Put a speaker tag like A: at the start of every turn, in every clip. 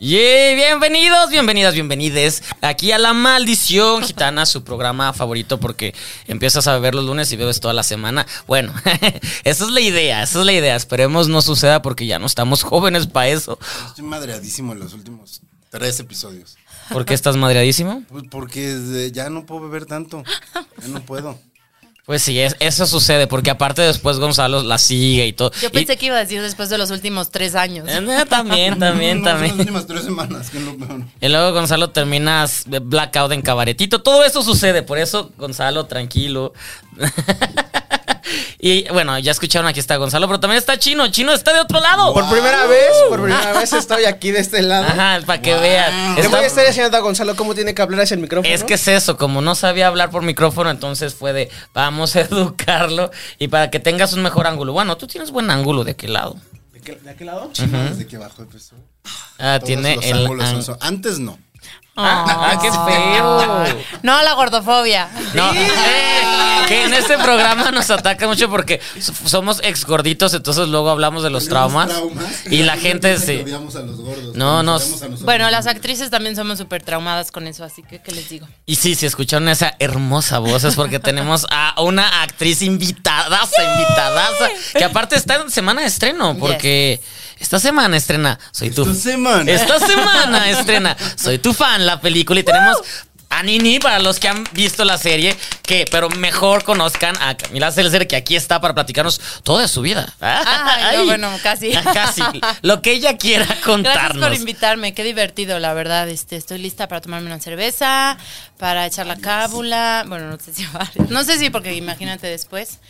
A: Yeah, bienvenidos, bienvenidas, bienvenides aquí a La Maldición Gitana, su programa favorito porque empiezas a beber los lunes y bebes toda la semana. Bueno, esa es la idea, esa es la idea. Esperemos no suceda porque ya no estamos jóvenes para eso.
B: Estoy madreadísimo en los últimos tres episodios.
A: ¿Por qué estás madreadísimo?
B: Pues porque eh, ya no puedo beber tanto. Ya no puedo.
A: Pues sí, es- eso sucede porque aparte después Gonzalo la sigue y todo.
C: Yo pensé que iba a decir después de los últimos tres años.
A: Y- Eh, también, también,
B: No,
A: también.
B: Son las últimas tres semanas, que es lo peor.
A: Y luego Gonzalo terminas de blackout en cabaretito. Todo eso sucede, por eso Gonzalo, tranquilo. y bueno, ya escucharon, aquí está Gonzalo, pero también está Chino. Chino está de otro lado.
D: Por primera vez, por primera vez estoy aquí de este lado.
A: Ajá, para que vean.
D: Le
A: Está-
D: voy a estar enseñando a Gonzalo cómo tiene que hablar hacia el micrófono.
A: es que es eso, como no sabía hablar por micrófono, entonces fue de vamos a educarlo y para que tengas un mejor ángulo. Bueno, tú tienes buen ángulo de aquel lado.
D: ¿De qué, de aquel lado?
B: Chino, desde que bajó empezó.
A: Ah,
B: Todos
A: tiene
B: los
A: el.
B: ángulos son
A: ang-
B: so- Antes no.
A: Ah, ah, qué feo.
C: Oh. No a la gordofobia.
A: Ah. No, eh, que en este programa nos ataca mucho porque so- somos ex gorditos, entonces luego hablamos de los traumas. Y la gente
B: piensa que
A: se.
B: Odiamos a los
A: No,
B: gordos. que
A: no.
B: nos odiamos a nosotros
C: Bueno, las
B: mismos.
C: actrices también somos súper traumadas con eso, así que, ¿qué les digo?
A: Y sí, si escucharon esa hermosa voz es porque tenemos a una actriz invitadaza, invitadaza, que aparte está en semana de estreno, porque esta semana estrena Soy tu
B: Esta semana.
A: Esta semana estrena Soy tu fan, la película, y tenemos a Nini para los que han visto la serie, que pero mejor conozcan a Camila Celser, que aquí está para platicarnos toda su vida.
C: Ay, no, bueno, casi.
A: Casi. Lo que ella quiera
C: Gracias
A: contarnos.
C: por invitarme, qué divertido, la verdad. Este, estoy lista para tomarme una cerveza, para echar la cábula. Bueno, no sé si varias. No sé si, porque imagínate después.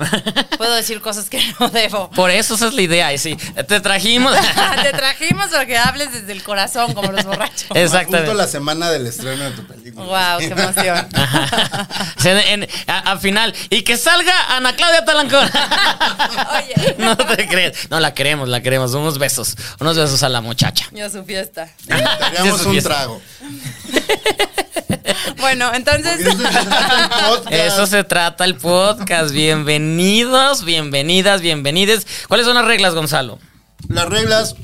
C: Puedo decir cosas que no debo.
A: Por eso esa es la idea, y sí. Te trajimos.
C: Te trajimos para que hables desde el corazón, como los borrachos.
A: Es-
B: Justo
A: exactamente.
B: la semana del estreno de tu película.
C: Wow, qué emoción.
A: Ajá. O sea, en- a- al final. Y que salga Ana Claudia Talancón.
C: Oye.
A: No te crees. No, la queremos, la queremos. Unos besos. Unos besos a la muchacha.
C: Yo su fiesta.
A: Sí,
B: Daríamos
A: su
B: un
A: fiesta.
B: trago.
C: Bueno, entonces.
B: Porque esto se trata del podcast.
A: Eso se trata el podcast. Bienvenidos, bienvenidas, bienvenides. ¿Cuáles son las reglas, Gonzalo?
B: Las reglas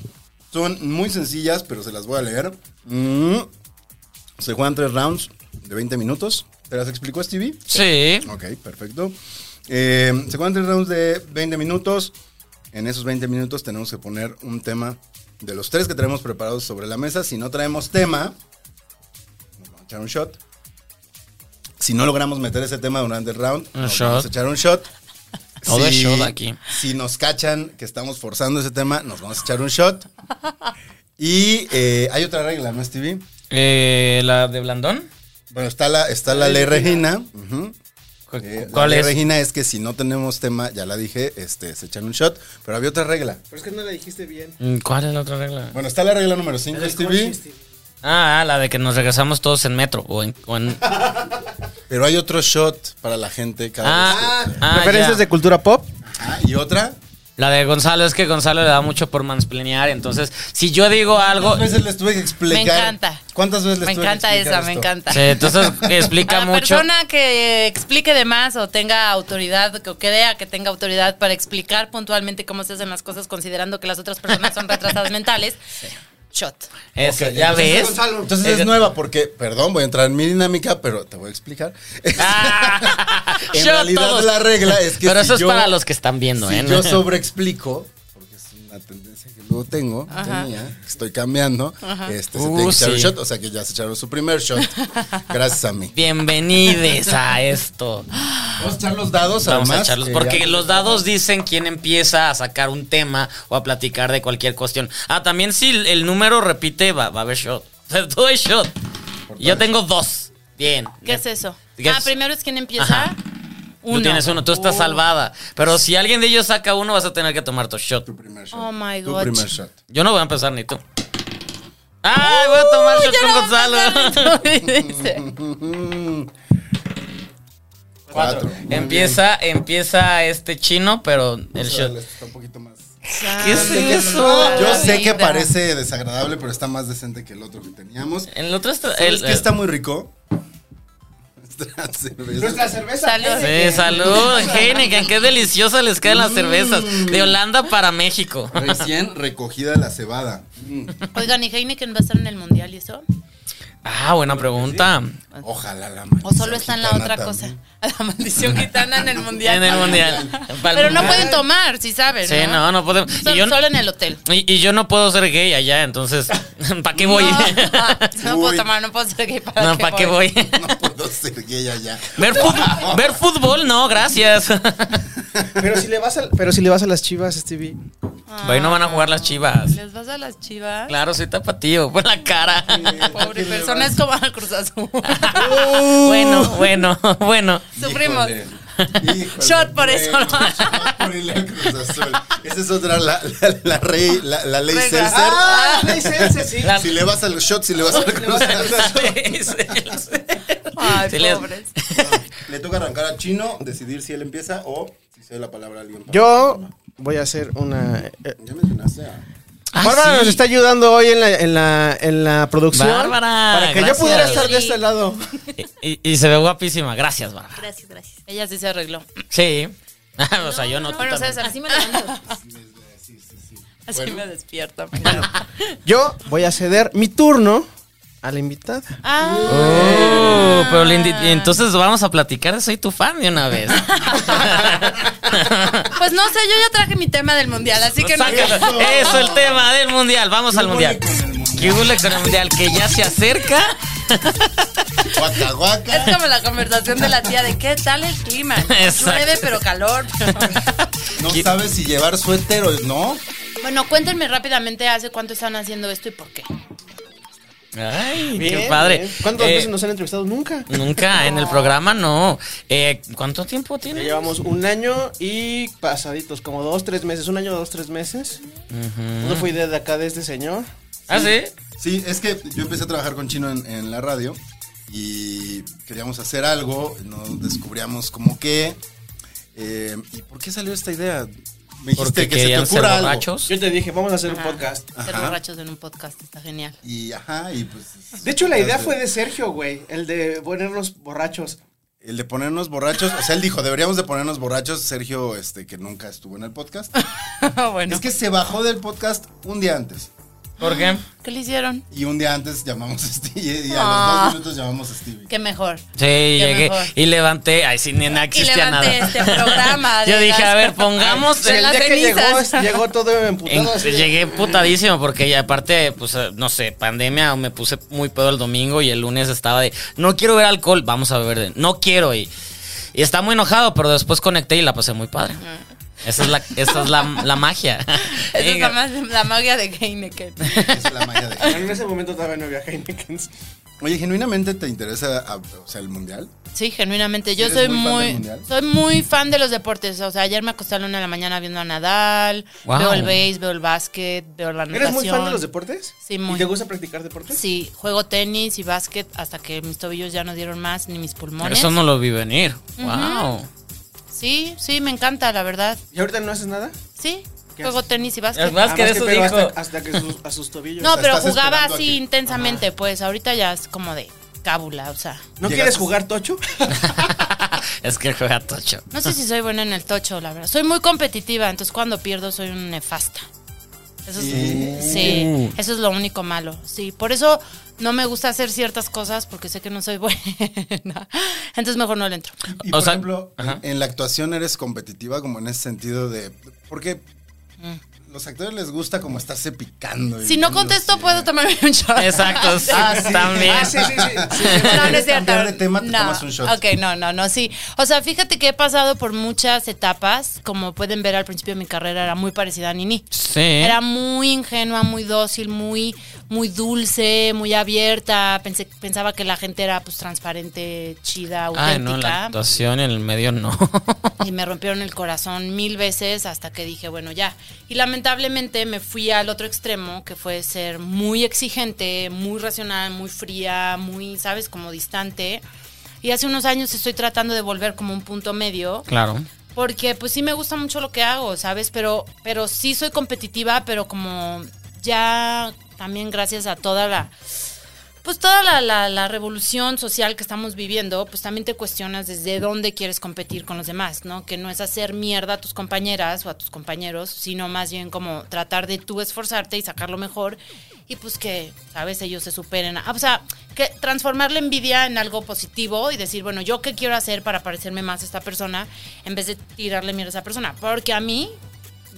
B: son muy sencillas, pero se las voy a leer. Mm. Se juegan tres rounds de 20 minutos. ¿Te las explicó Stevie?
A: Sí.
B: Ok, perfecto. Eh, se juegan tres rounds de 20 minutos. En esos 20 minutos tenemos que poner un tema de los tres que tenemos preparados sobre la mesa. Si no traemos tema, nos vamos a echar un shot. Si no logramos meter ese tema durante el round,
A: Un
B: nos
A: shot.
B: vamos a echar un shot.
A: Todo es shot aquí.
B: Si nos cachan que estamos forzando ese tema, nos vamos a echar un shot. Y eh, hay otra regla, ¿no, Stevie?
A: Eh, ¿La de Blandón?
B: Bueno, está la, está la ley Regina. ujú.
A: ¿Cu-
B: Eh, la
A: ¿Cuál
B: ley
A: es?
B: Regina es que si no tenemos tema, ya la dije, este, se echan un shot, pero había otra regla.
D: Pero es que no le dijiste bien.
A: Mm, ¿Cuál es la otra regla?
B: Bueno, está la regla número 5, Stevie,
A: Ah, ah, la de que nos regresamos todos en metro o en. o en-
B: pero hay otro shot para la gente cada
A: Ah,
B: vez. que-
A: ah,
D: ¿Referencias
A: ya.
D: de cultura pop?
B: Ah, y otra.
A: La de Gonzalo es que Gonzalo le da mucho por mansplanear. Entonces, si yo digo algo.
B: ¿Cuántas
C: Pues,
B: veces les tuve que explicar?
C: Oh. Me encanta.
B: ¿Cuántas veces les
C: Me
B: tuve que
C: encanta
B: explicar
C: esa, me
B: esto?
C: encanta.
A: Sí, entonces explica
C: a la
A: mucho.
C: persona que explique de más o tenga autoridad, que- o crea que tenga autoridad para explicar puntualmente cómo se hacen las cosas, considerando que las otras personas son retrasadas mentales, shot.
A: Eso,
B: Ok,
A: ya
B: entonces,
A: ves.
B: Gonzalo, Entonces es
A: Eh,
B: nueva porque, perdón, voy a entrar en mi dinámica, pero te voy a explicar.
A: Ah,
B: en
A: yo
B: realidad
A: todos.
B: la regla es que
A: Pero
B: si
A: eso es
B: yo-
A: para los que están viendo,
B: si
A: ¿eh?
B: yo sobreexplico, porque es una tendencia que luego tengo, tenía, estoy cambiando, este, se
A: Uh,
B: tiene que echar un
A: sí.
B: shot, o sea que ya se echaron su primer shot, gracias a mí.
A: Bienvenides a esto.
B: Vamos a echar los dados,
A: Vamos
B: además.
A: a echarlos.
B: que
A: Porque
B: eh, ya-
A: los dados dicen quién empieza a sacar un tema o a platicar de cualquier cuestión. Ah, también si el- el número repite, va, va a haber shot. O sea, todo es shot. Yo tengo dos. Bien.
C: ¿Qué es eso?
A: ¿Qué
C: ah,
A: es?
C: primero es quien empieza.
A: Ajá.
C: Uno.
A: Tú tienes uno, tú estás
C: Oh.
A: salvada. Pero si alguien de ellos saca uno, vas a tener que tomar tu shot.
B: Tu primer shot.
C: Oh my
B: Tu
C: God.
B: primer shot.
A: Yo no voy a empezar ni tú. ¡Ay, voy a tomar shot
C: yo
A: con
C: no voy a
A: Gonzalo!
C: Dice,
A: Cuatro.
B: Muy
A: Empieza, empieza este chino, pero el
B: bien.
A: shot.
B: Está un poquito más.
A: ¿Qué es
C: "Santo,
A: eso?
C: la
B: Yo sé que
C: vida".
B: parece desagradable, pero está más decente que el otro que teníamos.
A: El otro está.
B: ¿Sabes
A: el- este
B: qué está muy rico? Nuestra cerveza.
D: Nuestra cerveza.
C: Salud.
D: ¿eh?
A: Sí, salud, Heineken, qué deliciosa les quedan las cervezas.
C: Mm.
A: De Holanda para México.
B: Recién recogida la cebada. Mm,
C: Oigan, ¿y Heineken va a estar en el mundial y eso?
A: Ah, buena pregunta.
B: Ojalá la maldición
C: ¿O solo está en la
B: gitana
C: otra cosa?
B: también.
C: La maldición gitana en el mundial.
A: En el mundial.
C: Pero no pueden tomar, si saben.
A: Sí, no, no podemos.
C: Sol-
A: Y yo,
C: Solo en el hotel.
A: y- y yo no puedo ser gay allá, entonces, ¿para qué voy?
C: No, no puedo
B: Uy.
C: tomar, no puedo ser gay. ¿Para
A: No, ¿para qué voy?
B: No puedo ser gay allá.
A: Ver fútbol, ver fútbol, no, gracias.
D: Pero si le vas a, pero si le vas a las chivas, Stevie.
A: Ahí no van a jugar las chivas.
C: ¿Les vas a las chivas?
A: Claro, soy tapatío, por la cara.
C: Pobre persona, es como al Cruz Azul.
A: Bueno, bueno, bueno.
C: Sufrimos.
B: Híjole, híjole,
C: Shot por eso,
B: bueno,
C: ¿no?
B: shot por el Cruz Azul. Esa es otra, la, la- la rey- la- la ley
C: Venga.
B: Celser.
D: Ah, no hay sense, sí.
A: La-
B: Si le vas al shot, si le vas al Cruz Azul.
C: Ay,
A: Sí, les-
C: pobres.
B: Le toca arrancar a Chino, decidir si él empieza o si se da la palabra a alguien.
D: Yo voy a hacer una. eh,
B: Ya mencionaste a.
A: Ah,
D: Bárbara
A: sí.
D: nos está ayudando hoy en la, en la, en la producción.
A: Bárbara,
D: Para que
A: gracias.
D: yo pudiera estar de este lado.
A: Y, y se ve guapísima, gracias, Bárbara.
E: Gracias, gracias.
C: Ella sí se arregló.
A: Sí. o sea, yo no. tú
C: Bueno,
A: también.
C: ¿sabes? Así
E: Así
C: me,
E: me levanto.
C: así me despierta.
D: Yo voy a ceder mi turno a la invitada.
C: Ah,
A: Oh, pero Lindy, entonces vamos a platicar de soy tu fan de una vez.
C: pues no sé, yo ya traje mi tema del mundial, así que no.
A: Sácalo. Eso, el tema del mundial. Vamos al mundial. ¿Qué hubo con el mundial? Que ya se acerca.
B: Guaca, guaca.
C: Es como la conversación de la tía de qué tal el clima.
A: Exacto.
C: Llueve pero calor.
B: No sabes si llevar suéter o no.
C: bueno, cuéntenme rápidamente hace cuánto están haciendo esto y por qué.
A: Ay, qué
D: Bien,
A: padre.
D: bien. ¿Cuántas
A: Eh,
D: veces nos han entrevistado? Nunca.
A: Nunca en el programa, no. Eh, ¿Cuánto tiempo
D: Ya
A: tiene?
D: llevamos un año y pasaditos, como dos, tres meses. Un año, dos, tres meses. No fue idea de acá de este señor.
A: ¿Ah, sí?
B: Sí, es que yo empecé a trabajar con Chino en, en la radio y queríamos hacer algo, nos descubríamos como qué. eh, ¿Y por qué salió esta idea? Me dijiste
A: Porque
B: que se te
A: querían ser
B: ocurra algo.
A: borrachos.
D: Yo te dije, vamos a hacer un podcast.
C: Ser
B: Ajá.
C: borrachos en un podcast está genial.
B: Y ajá, y pues.
D: De hecho, la idea fue de Sergio, güey. El de ponernos borrachos.
B: El de ponernos borrachos, o sea, él dijo, deberíamos de ponernos borrachos, Sergio, este, que nunca estuvo en el podcast.
C: bueno.
B: Es que se bajó del podcast un día antes.
A: ¿Por qué?
C: ¿Qué le hicieron?
B: Y un día antes llamamos a Stevie. Y a
C: Ah.
B: los dos minutos llamamos a Stevie.
C: Qué mejor.
A: Sí, llegué
C: mejor.
A: y levanté. Ay, sí, ni nada existía nada.
C: levanté este programa de
A: Yo dije,
C: las-
A: a ver, pongamos.
C: De
A: el-
C: las
D: día que
C: cenizas.
D: llegó, llegó todo
A: en-
D: emputado. así de-
A: llegué putadísimo porque ya aparte, pues, eh, no sé, pandemia, me puse muy pedo el domingo y el lunes estaba de, no quiero beber alcohol, vamos a beber, de- no quiero y, y está muy enojado, pero después conecté y la pasé muy padre. Esa es la, esa es la, la magia.
C: Mm. Esa es
A: Venga.
C: la, más- la magia de Heineken.
B: Es la magia de
D: Bueno, en ese momento todavía no había Heineken.
B: Oye, ¿genuinamente te interesa ah, o sea, el mundial?
C: Sí, genuinamente. Yo
B: ¿Eres
C: soy
B: muy fan
C: muy,
B: del mundial?
C: soy muy fan de los deportes. O sea, ayer me acosté a la una de la mañana viendo a Nadal,
A: Wow.
C: veo el base, veo el básquet, veo la natación.
D: ¿Eres muy fan de los deportes?
C: Sí, muy.
D: ¿Y te gusta practicar deportes?
C: Sí, juego tenis y básquet hasta que mis tobillos ya no dieron más ni mis pulmones.
A: Eso no lo vi venir. Wow.
C: Sí, sí, me encanta, la verdad.
D: ¿Y ahorita no haces nada?
C: Sí,
D: ¿Qué
C: juego
D: haces?
C: tenis y
A: Es
C: básquet.
A: más que
D: Ah,
A: eso
D: pero
A: dijo.
D: Hasta, hasta que sus, a sus tobillos.
C: No,
B: sea,
C: pero
B: estás
C: jugaba
B: esperando a
C: así
B: que-
C: intensamente, pues ahorita ya es como de cábula, o sea.
D: ¿No
B: Llegas-
D: quieres jugar tocho?
A: es que juega tocho.
C: No sé si soy buena en el tocho, la verdad. Soy muy competitiva, entonces cuando pierdo soy un nefasta. Eso es, sí,
A: Mm.
C: eso es lo único malo. Sí, por eso no me gusta hacer ciertas cosas porque sé que no soy buena. Entonces mejor no le entro.
B: Y
A: O
B: por
A: sea,
B: ejemplo, en-
A: ajá.
B: en la actuación eres competitiva como en ese sentido de... Porque los actores les gusta como estarse picando. y
C: Mm. Si no
B: viendo
C: contesto,
B: si-
C: puedo tomarme un shot.
A: Exacto, Ah, sí, también.
D: Ah, sí, sí, sí. sí.
C: No, no es
B: ¿Quieres
C: cierto.
B: cambiar de tema? Te
C: No.
B: tomas un shot.
C: Ok, no, no, no, sí. O sea, fíjate que he pasado por muchas etapas. Como pueden ver al principio de mi carrera, era muy parecida a Nini.
A: Sí.
C: Era muy ingenua, muy dócil, muy, muy dulce, muy abierta. Pensé, pensaba que la gente era pues transparente, chida, auténtica.
A: Ay, no, la actuación en el medio no.
C: Y me rompieron el corazón mil veces hasta que dije, bueno, ya. Y lamentablemente me fui al otro extremo, que fue ser muy exigente, muy racional, muy fría, muy, ¿sabes? Como distante. Y hace unos años estoy tratando de volver como un punto medio.
A: claro.
C: Porque pues sí me gusta mucho lo que hago, ¿sabes? Pero, pero sí soy competitiva, pero como ya también gracias a toda la... Pues toda la, la- la revolución social que estamos viviendo, pues también te cuestionas desde dónde quieres competir con los demás, ¿no? Que no es hacer mierda a tus compañeras o a tus compañeros, sino más bien como tratar de tú esforzarte y sacar lo mejor y pues que, ¿sabes? Ellos se superen. Ah, o sea, que transformar la envidia en algo positivo y decir, bueno, ¿yo qué quiero hacer para parecerme más a esta persona? En vez de tirarle mierda a esa persona. Porque a mí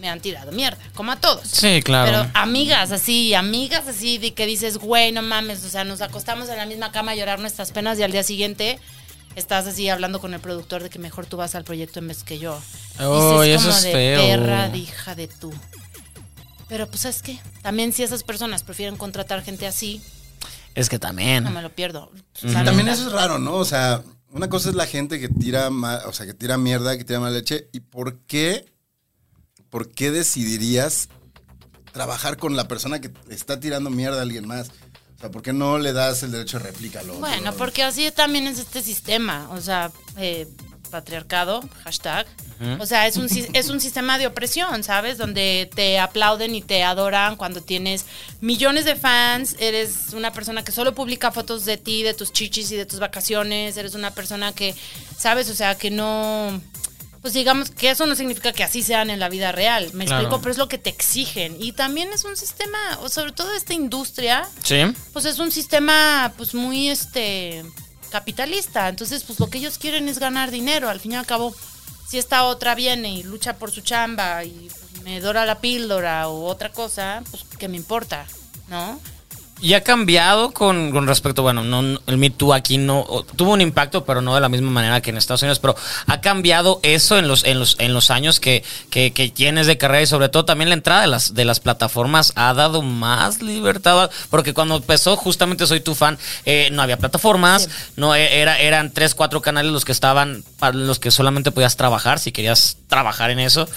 C: me han tirado mierda, como a todos.
A: Sí, claro.
C: Pero amigas así, amigas así, de que dices, güey, no mames, o sea, nos acostamos en la misma cama a llorar nuestras penas y al día siguiente estás así hablando con el productor de que mejor tú vas al proyecto en vez que yo. Y
A: Oh,
C: dices,
A: eso
C: como
A: es
C: de
A: feo.
C: perra, de hija de tú. Pero pues, ¿sabes qué? También si esas personas prefieren contratar gente así,
A: es que
C: no
A: también.
C: me lo pierdo.
B: Y También eso es raro, ¿no? O sea, una cosa es la gente que tira ma- o sea, que tira mierda, que tira mala leche. ¿Y por qué? ¿Por qué decidirías trabajar con la persona que está tirando mierda a alguien más? O sea, ¿por qué no le das el derecho de réplica al otro?
C: Bueno, porque así también es este sistema, o sea, eh, patriarcado, hashtag. O sea, es un, sis- es un sistema de opresión, ¿sabes? Donde te aplauden y te adoran cuando tienes millones de fans, eres una persona que solo publica fotos de ti, de tus chichis y de tus vacaciones, eres una persona que, ¿sabes? O sea, que no... Pues digamos que eso no significa que así sean en la vida real, me
A: Claro.
C: explico, pero es lo que te exigen. Y también es un sistema, o sobre todo esta industria,
A: Sí.
C: pues es un sistema pues muy este capitalista. Entonces, pues lo que ellos quieren es ganar dinero. Al fin y al cabo, si esta otra viene y lucha por su chamba y pues, me dora la píldora o otra cosa, pues que me importa, ¿no?
A: Y ha cambiado con, con respecto, bueno, no, no, el Me Too aquí no o- tuvo un impacto, pero no de la misma manera que en Estados Unidos, pero ha cambiado eso en los, en los, en los años que, que, que tienes de carrera y sobre todo también la entrada de las, de las plataformas ha dado más libertad, porque cuando empezó justamente Soy Tu Fan, eh, no había plataformas, no e- era, eran tres, cuatro canales los que estaban, para los que solamente podías trabajar si querías trabajar en eso.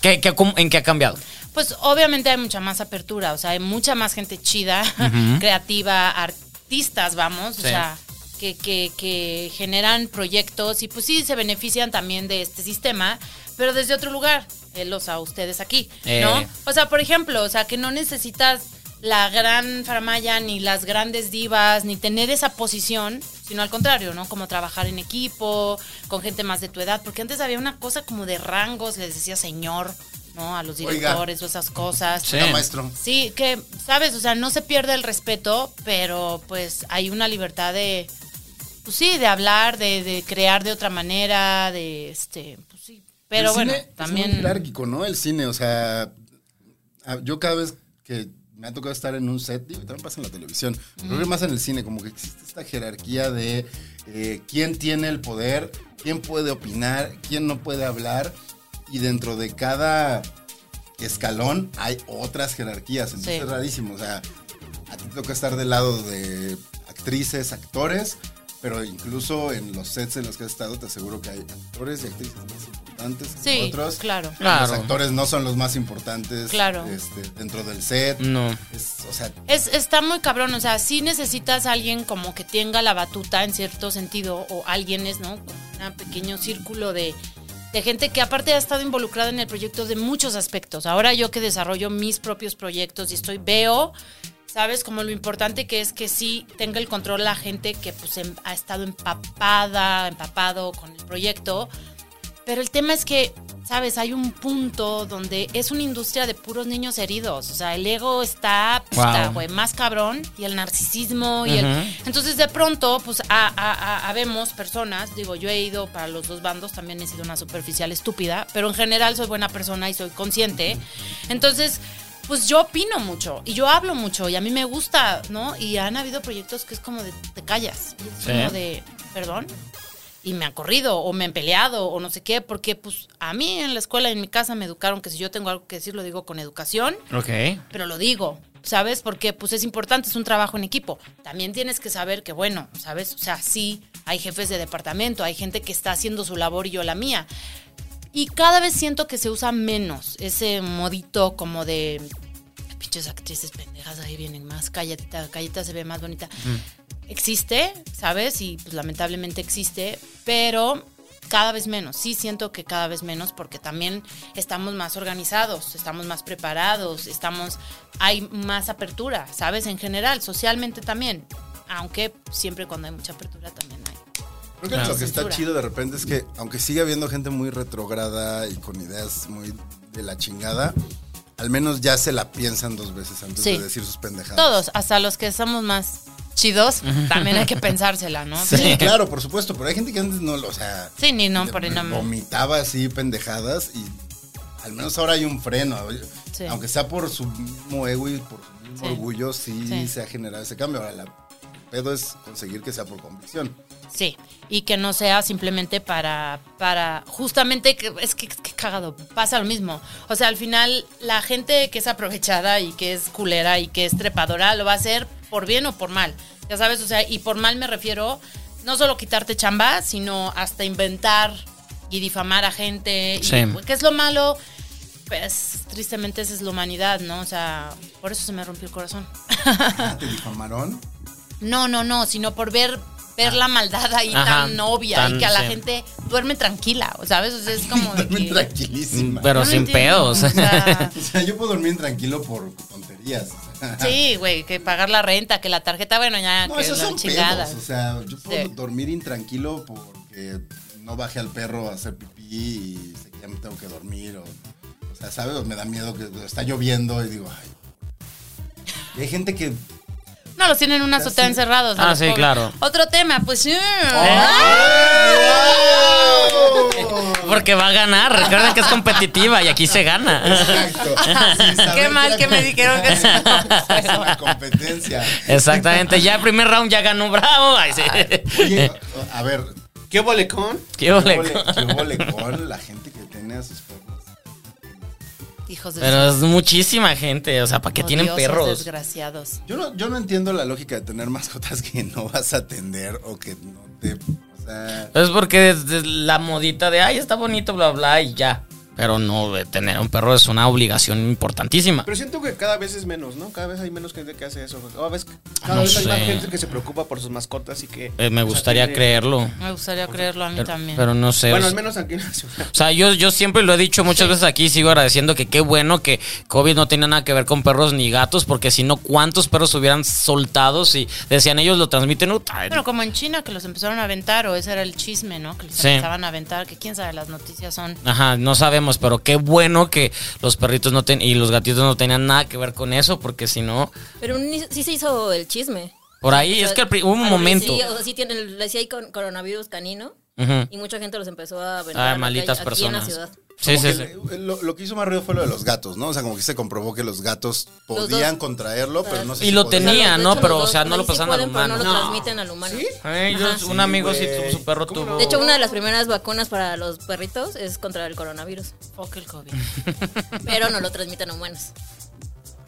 A: ¿Qué- qué- cómo- en qué ha cambiado?
C: Pues obviamente hay mucha más apertura, o sea, hay mucha más gente chida, creativa, artistas, vamos,
A: Sí.
C: o sea, que, que, que generan proyectos y pues sí se benefician también de este sistema, pero desde otro lugar, eh, o sea, ustedes aquí, ¿no?
A: Eh.
C: O sea, por ejemplo, o sea, que no necesitas la gran farmaya ni las grandes divas, ni tener esa posición, sino al contrario, ¿no? Como trabajar en equipo, con gente más de tu edad, porque antes había una cosa como de rangos, les decía señor, ¿no? A los
B: Oiga.
C: directores o esas cosas.
A: Sí.
B: Oiga, Ah, maestro.
C: Sí, que, ¿sabes? O sea, no se pierde el respeto, pero pues hay una libertad de, pues sí, de hablar, de, de crear de otra manera, de este, pues sí. Pero
B: El
C: bueno,
B: cine Es muy
C: también...
B: jerárquico, ¿no? El cine, o sea, a- yo cada vez que me ha tocado estar en un set, digo, también pasa en la televisión, pero creo que más en el cine, como que existe esta jerarquía de eh, quién tiene el poder, quién puede opinar, quién no puede hablar, y dentro de cada escalón hay otras jerarquías, entonces
C: Sí.
B: es rarísimo, o sea, a ti te toca estar del lado de actrices, actores, pero incluso en los sets en los que has estado, te aseguro que hay actores y actrices más importantes que
C: Sí,
B: otros.
C: claro.
A: Claro.
B: Los actores no son los más importantes
C: Claro. Mm.
B: este, dentro del set.
A: No.
B: Es- o sea,
C: Es, está muy cabrón, o sea, sí necesitas a alguien como que tenga la batuta en cierto sentido, o alguien es, ¿no? Un pequeño círculo de, de gente que aparte ha estado involucrada en el proyecto de muchos aspectos. Ahora yo que desarrollo mis propios proyectos y estoy, veo, ¿sabes? Como lo importante que es que sí tenga el control la gente que pues em- ha estado empapada, empapado con el proyecto. Pero el tema es que, ¿sabes? Hay un punto donde es una industria de puros niños heridos. O sea, el ego está, puta,
A: Wow.
C: güey, más cabrón. Y el narcisismo. y el-
A: Ujú.
C: Entonces, de pronto, pues, a- a- a- habemos personas. Digo, yo he ido para los dos bandos. También he sido una superficial estúpida. Pero en general soy buena persona y soy consciente. Entonces... Pues yo opino mucho y yo hablo mucho y a mí me gusta, ¿no? Y han habido proyectos que es como de te callas. Y es
A: Sí.
C: como de, perdón, y me han corrido o me han peleado o no sé qué, porque pues a mí en la escuela, en mi casa me educaron que si yo tengo algo que decir lo digo con educación,
A: Ok.
C: pero lo digo. ¿sabes? Porque pues es importante, es un trabajo en equipo. También tienes que saber que, bueno, ¿sabes? O sea, sí, hay jefes de departamento, hay gente que está haciendo su labor y yo la mía. Y cada vez siento que se usa menos ese modito como de pinches actrices pendejas, ahí vienen más, calladita, calladita se ve más bonita. Existe, ¿sabes? Y pues lamentablemente existe, pero cada vez menos. Sí siento que cada vez menos porque también estamos más organizados, estamos más preparados, estamos hay más apertura, ¿sabes? En general, socialmente también. Aunque siempre cuando hay mucha apertura también hay.
B: Creo que
A: Claro.
B: lo que está
C: Censura.
B: chido de repente es que, aunque sigue habiendo gente muy retrograda y con ideas muy de la chingada, al menos ya se la piensan dos veces antes
C: Sí.
B: de decir sus pendejadas.
C: Todos, hasta los que somos más chidos, también hay que pensársela, ¿no?
A: Sí.
B: Sí, claro, por supuesto, pero hay gente que antes no lo, o sea,
C: Sí, ni no,
B: de-
C: por ahí no me-
B: vomitaba así pendejadas y al menos ahora hay un freno. oye.
C: Sí.
B: Aunque sea por su mismo ego y por su mismo
C: Sí.
B: orgullo, sí,
C: Sí.
B: se ha generado ese cambio. Ahora, la el pedo es conseguir que sea por convicción.
C: Sí, y que no sea simplemente para, para justamente, que, es que, que cagado, pasa lo mismo. O sea, al final la gente que es aprovechada y que es culera y que es trepadora lo va a hacer por bien o por mal. Ya sabes, o sea, y por mal me refiero no solo quitarte chamba, sino hasta inventar y difamar a gente. y,
A: Sí.
C: pues, ¿Qué es lo malo? Pues tristemente esa es la humanidad, ¿no? O sea, por eso se me rompió el corazón.
B: Ah, ¿Te difamaron?
C: No, no, no, sino por ver ver la maldad ahí
A: Ah. Ajá,
C: tan obvia
A: tan,
C: y que a la
A: sí.
C: gente duerme tranquila, o ¿sabes? O sea, es como de
B: Duerme
C: que-
B: tranquilísima.
A: Mm, Pero
C: No lo
A: sin
C: entiendo,
A: pedos.
C: o sea,
B: O sea, yo puedo dormir tranquilo por tonterías. o sea.
C: sí, güey, que pagar la renta, que la tarjeta, bueno, ya
B: No,
C: Ah, que
B: esos
C: la
B: son
C: chingada.
B: pedos. O sea, yo puedo
C: Sí.
B: dormir intranquilo porque no bajé al perro a hacer pipí y sé que ya me tengo que dormir. O, o sea, ¿sabes? O me da miedo que está lloviendo y digo, ay. Y hay gente que.
C: No, los tienen en una
B: Ya
C: azotea
B: sí.
C: encerrados. a
A: Ah,
C: los
A: sí,
C: pobres.
A: claro. Oh.
C: Otro tema, pues sí.
A: Porque va a ganar. Recuerden que es competitiva y aquí se gana.
B: Exacto. Sin saber
C: Qué mal
B: era
C: que me dijeron que sí.
B: es una competencia.
A: Exactamente. Ya el primer round ya ganó Bravo. Ay, sí.
B: Oye, a ver.
D: ¿Qué bolecón?
A: Qué ole.
B: ¿Qué huele con la gente que tiene a sus perros?
C: Hijos de
A: Pero es muchísima gente. O sea, ¿para qué tienen
C: odiosos,
A: perros?
C: desgraciados.
B: Yo no, yo no entiendo la lógica de tener mascotas que no vas a atender o que no te. O sea.
A: Es porque desde la modita de, ay, está bonito, bla, bla, y ya. Pero no, de tener un perro es una obligación importantísima.
D: Pero siento que cada vez es menos, ¿no? Cada vez hay menos gente que hace eso. Cada vez, cada
A: No
D: vez hay más
A: sé.
D: gente que se preocupa por sus mascotas y que...
A: Eh, me
D: los
A: gustaría
D: atiende.
A: creerlo.
C: Me gustaría creerlo a mí
A: Pero,
C: también.
A: pero no sé.
D: Bueno,
A: o
D: al
A: sea-
D: menos aquí en la ciudad.
A: O sea, yo, yo siempre lo he dicho muchas veces aquí, sigo agradeciendo que qué bueno que COVID no tenía nada que ver con perros ni gatos, porque si no, ¿cuántos perros hubieran soltados y decían ellos lo transmiten? Uta,
C: Bueno, como en China que los empezaron a aventar, o ese era el chisme, ¿no? Que los
A: Sí.
C: empezaban a aventar, que quién sabe, las noticias son
A: Ajá, no sabemos, pero qué bueno que los perritos no ten- y los gatitos no tenían nada que ver con eso, porque si no,
E: Pero ni- sí se hizo el chisme.
A: por ahí es que al pri- hubo un momento.
E: Sí, o sea, sí tiene, el- le decía hay con- coronavirus canino
A: Ujú.
E: y mucha gente los empezó a vender.
A: Ah,
E: a la
A: malditas
E: calle, aquí en la
A: personas.
E: ciudad.
A: Sí, sí,
B: como
A: sí.
B: que Lo, lo que hizo más ruido fue lo de los gatos, ¿no? O sea, como que se comprobó que los gatos
E: Los
B: podían
E: dos.
B: contraerlo, pero no sé
A: Y
B: si
A: lo
B: podían.
A: tenía.
E: de
A: ¿no?
E: hecho,
A: Pero,
E: los
A: o sea,
E: dos
A: no lo
E: por ahí sí
A: pasaban al
E: pueden, pero
A: humano.
E: No
A: No.
E: lo transmiten al humano.
A: Ay, yo-
E: Ajá.
A: un amigo sí,
B: güey.
A: tuvo- su perro tuvo.
E: De hecho, una de las primeras vacunas para los perritos es contra el coronavirus,
C: fuck el COVID.
E: pero no lo transmiten a humanos.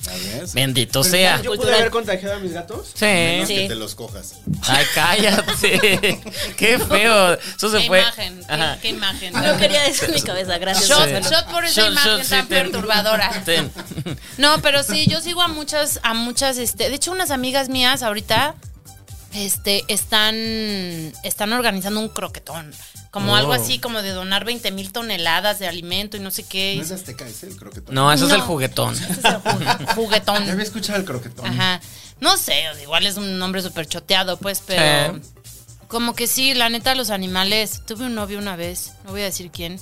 B: ¿Sabes?
A: Bendito sea.
D: ¿Yo pude
E: Cultural.
D: haber contagiado a mis gatos?
A: Sí.
B: Menos que
E: Sí.
B: te los cojas.
A: Ay, cállate. Qué feo. Eso se
C: Qué
A: fue.
C: imagen, qué-
A: Ajá.
C: qué imagen.
E: No quería eso en mi cabeza, gracias.
C: Shot,
E: Gonzalo.
C: shot por esa
A: Shot,
C: imagen
A: shot, sí,
C: tan
A: ten.
C: perturbadora.
A: Ten.
C: No, pero sí, yo sigo a muchas, a muchas, este, de hecho unas amigas mías ahorita, este, están, están organizando un croquetón, como
A: Oh.
C: algo así, como de donar 20 mil toneladas de alimento y no sé qué.
B: No es Azteca, es el croquetón.
A: No, eso es
C: No.
A: el juguetón.
C: Ese es el jugu-
B: Ya
C: juguetón.
B: había escuchado el croquetón.
C: Ajá. No sé, o sea, igual es un nombre súper choteado, pues, pero...
A: Eh.
C: Como que sí, la neta, los animales. Tuve un novio una vez, no voy a decir quién.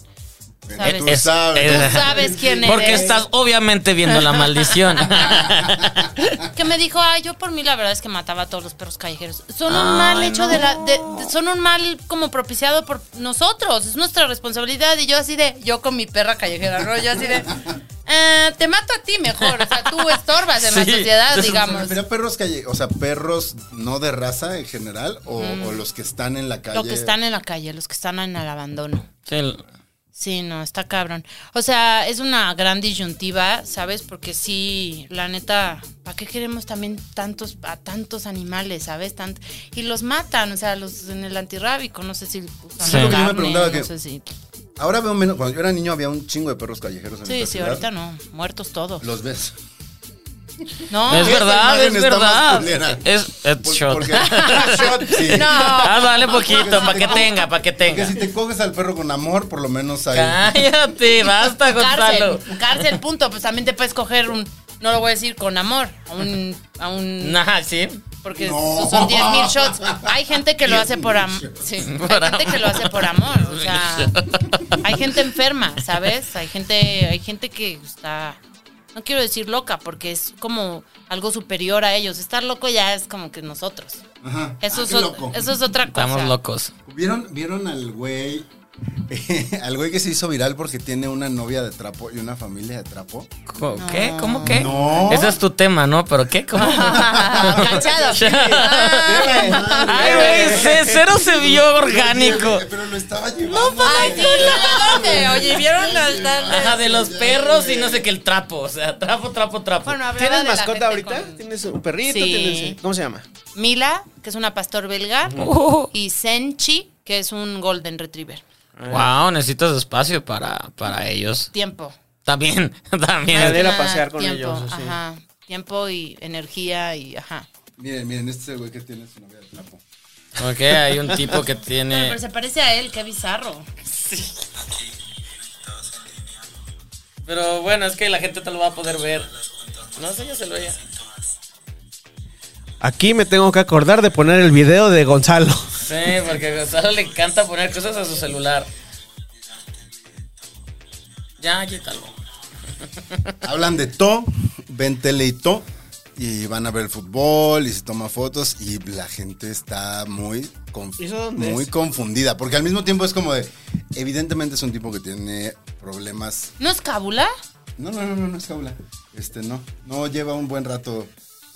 B: Pero
C: sabes.
B: Tú
A: Es-
B: sabes.
A: es-
C: Tú sabes quién eres.
A: Eh. Porque estás obviamente viendo la maldición.
C: Que me dijo, ay, yo por mí la verdad es que mataba a todos los perros callejeros. Son un
A: Ay,
C: mal hecho de la. de- de- son un mal como propiciado por nosotros. Es nuestra responsabilidad. Y yo así de. Yo con mi perra callejera, ¿no? Yo así de. "Ah, te mato a ti mejor. O sea, tú estorbas en
A: Sí.
C: la sociedad,
A: Entonces,
C: digamos.
B: Pero perros calle, o sea, perros no de raza en general o, o los que están en la calle.
C: Los que están en la calle, los que están en el abandono.
A: Sí,
C: Sí, no, está cabrón. O sea, es una gran disyuntiva, ¿sabes? Porque sí, la neta, ¿para qué queremos también tantos, a tantos animales, ¿sabes? Tant- y los matan, o sea, los en el antirrábico, no sé si usan
A: Sí. Es lo
B: que yo me
C: carne,
B: preguntaba
C: no
B: que-
C: sé si-
B: Ahora veo menos. Cuando yo era niño había un chingo de perros callejeros en
C: Sí,
B: esta
C: sí,
B: ciudad.
C: ahorita no, muertos todos.
B: Los ves.
C: No,
A: Es verdad, es
B: imagen está más
A: verdad.
B: culera.
A: Es
B: Por-
A: headshot.
B: Porque, Ah, shot, sí.
C: No.
A: Ah, dale poquito,
B: Porque si
A: para que
B: te-
A: tenga, para que
B: Porque
A: tenga.
B: si te coges al perro con amor, por lo menos hay.
A: Cállate, basta, Gonzalo.
C: Cárcel, cárcel, punto. Pues también te puedes coger un, no lo voy a decir con amor, a un, a un
A: Nah, sí.
C: porque
B: No.
C: son 10 mil shots. Hay gente que lo hace por amor.
A: Por
C: hay gente que lo hace por amor. O sea, hay gente enferma, ¿sabes? Hay gente, hay gente que está. No quiero decir loca, porque es como algo superior a ellos. Estar loco ya es como que nosotros.
B: Ajá.
C: Eso,
B: Ah,
C: es,
B: qué
C: o-
B: loco.
C: eso es otra cosa.
A: Estamos locos.
B: ¿Vieron, vieron al güey? al güey que se hizo viral porque tiene una novia de trapo y una familia de trapo.
A: Co- ¿Qué? ¿Cómo qué?
B: No.
A: Ese es tu tema, ¿no? ¿Pero qué? ¿Cómo?
C: Cachado, sí.
A: Ay, güey, c- cero se vio orgánico.
B: Pero lo estaba llevando.
C: Ay, sí, ¿de dónde? Oye, ¿vieron las
A: Ajá, de los perros y no sé qué, el trapo. O sea, trapo, trapo, trapo.
C: Bueno, hablaba
D: ¿Tienes
C: de la gente
D: mascota ahorita?
C: con-
D: ¿Tienes un perrito?
C: Sí.
D: ¿Tienes- ¿Cómo se llama?
C: Mila, que es una pastor belga, y Senchi, que es un golden retriever.
A: wow, necesitas espacio para, para ellos.
C: Tiempo.
A: También,
D: Madre.
A: también.
D: Salir a
C: Ah,
D: pasear con
C: tiempo,
D: ellos, así.
C: Ajá. Tiempo y energía y ajá.
B: Miren, miren, este es el güey que tiene su novia de trapo.
A: Ok, hay un tipo que
C: Pero,
A: tiene.
C: pero se parece a él, qué bizarro.
A: Pero bueno, es que la gente te lo va a poder ver. No sé, ya se lo veía.
F: Aquí me tengo que acordar de poner el video de Gonzalo.
A: Sí, porque a Gonzalo le encanta poner cosas a su celular. Ya, quítalo.
B: Hablan de todo, ven tele y todo, y van a ver el fútbol y se toma fotos y la gente está muy, conf-
D: ¿Y eso dónde
B: muy
D: es?
B: confundida, porque al mismo tiempo es como de, evidentemente es un tipo que tiene problemas.
C: ¿No es cábula?
B: No, no, no, no, no es jaula. Este no, no lleva un buen rato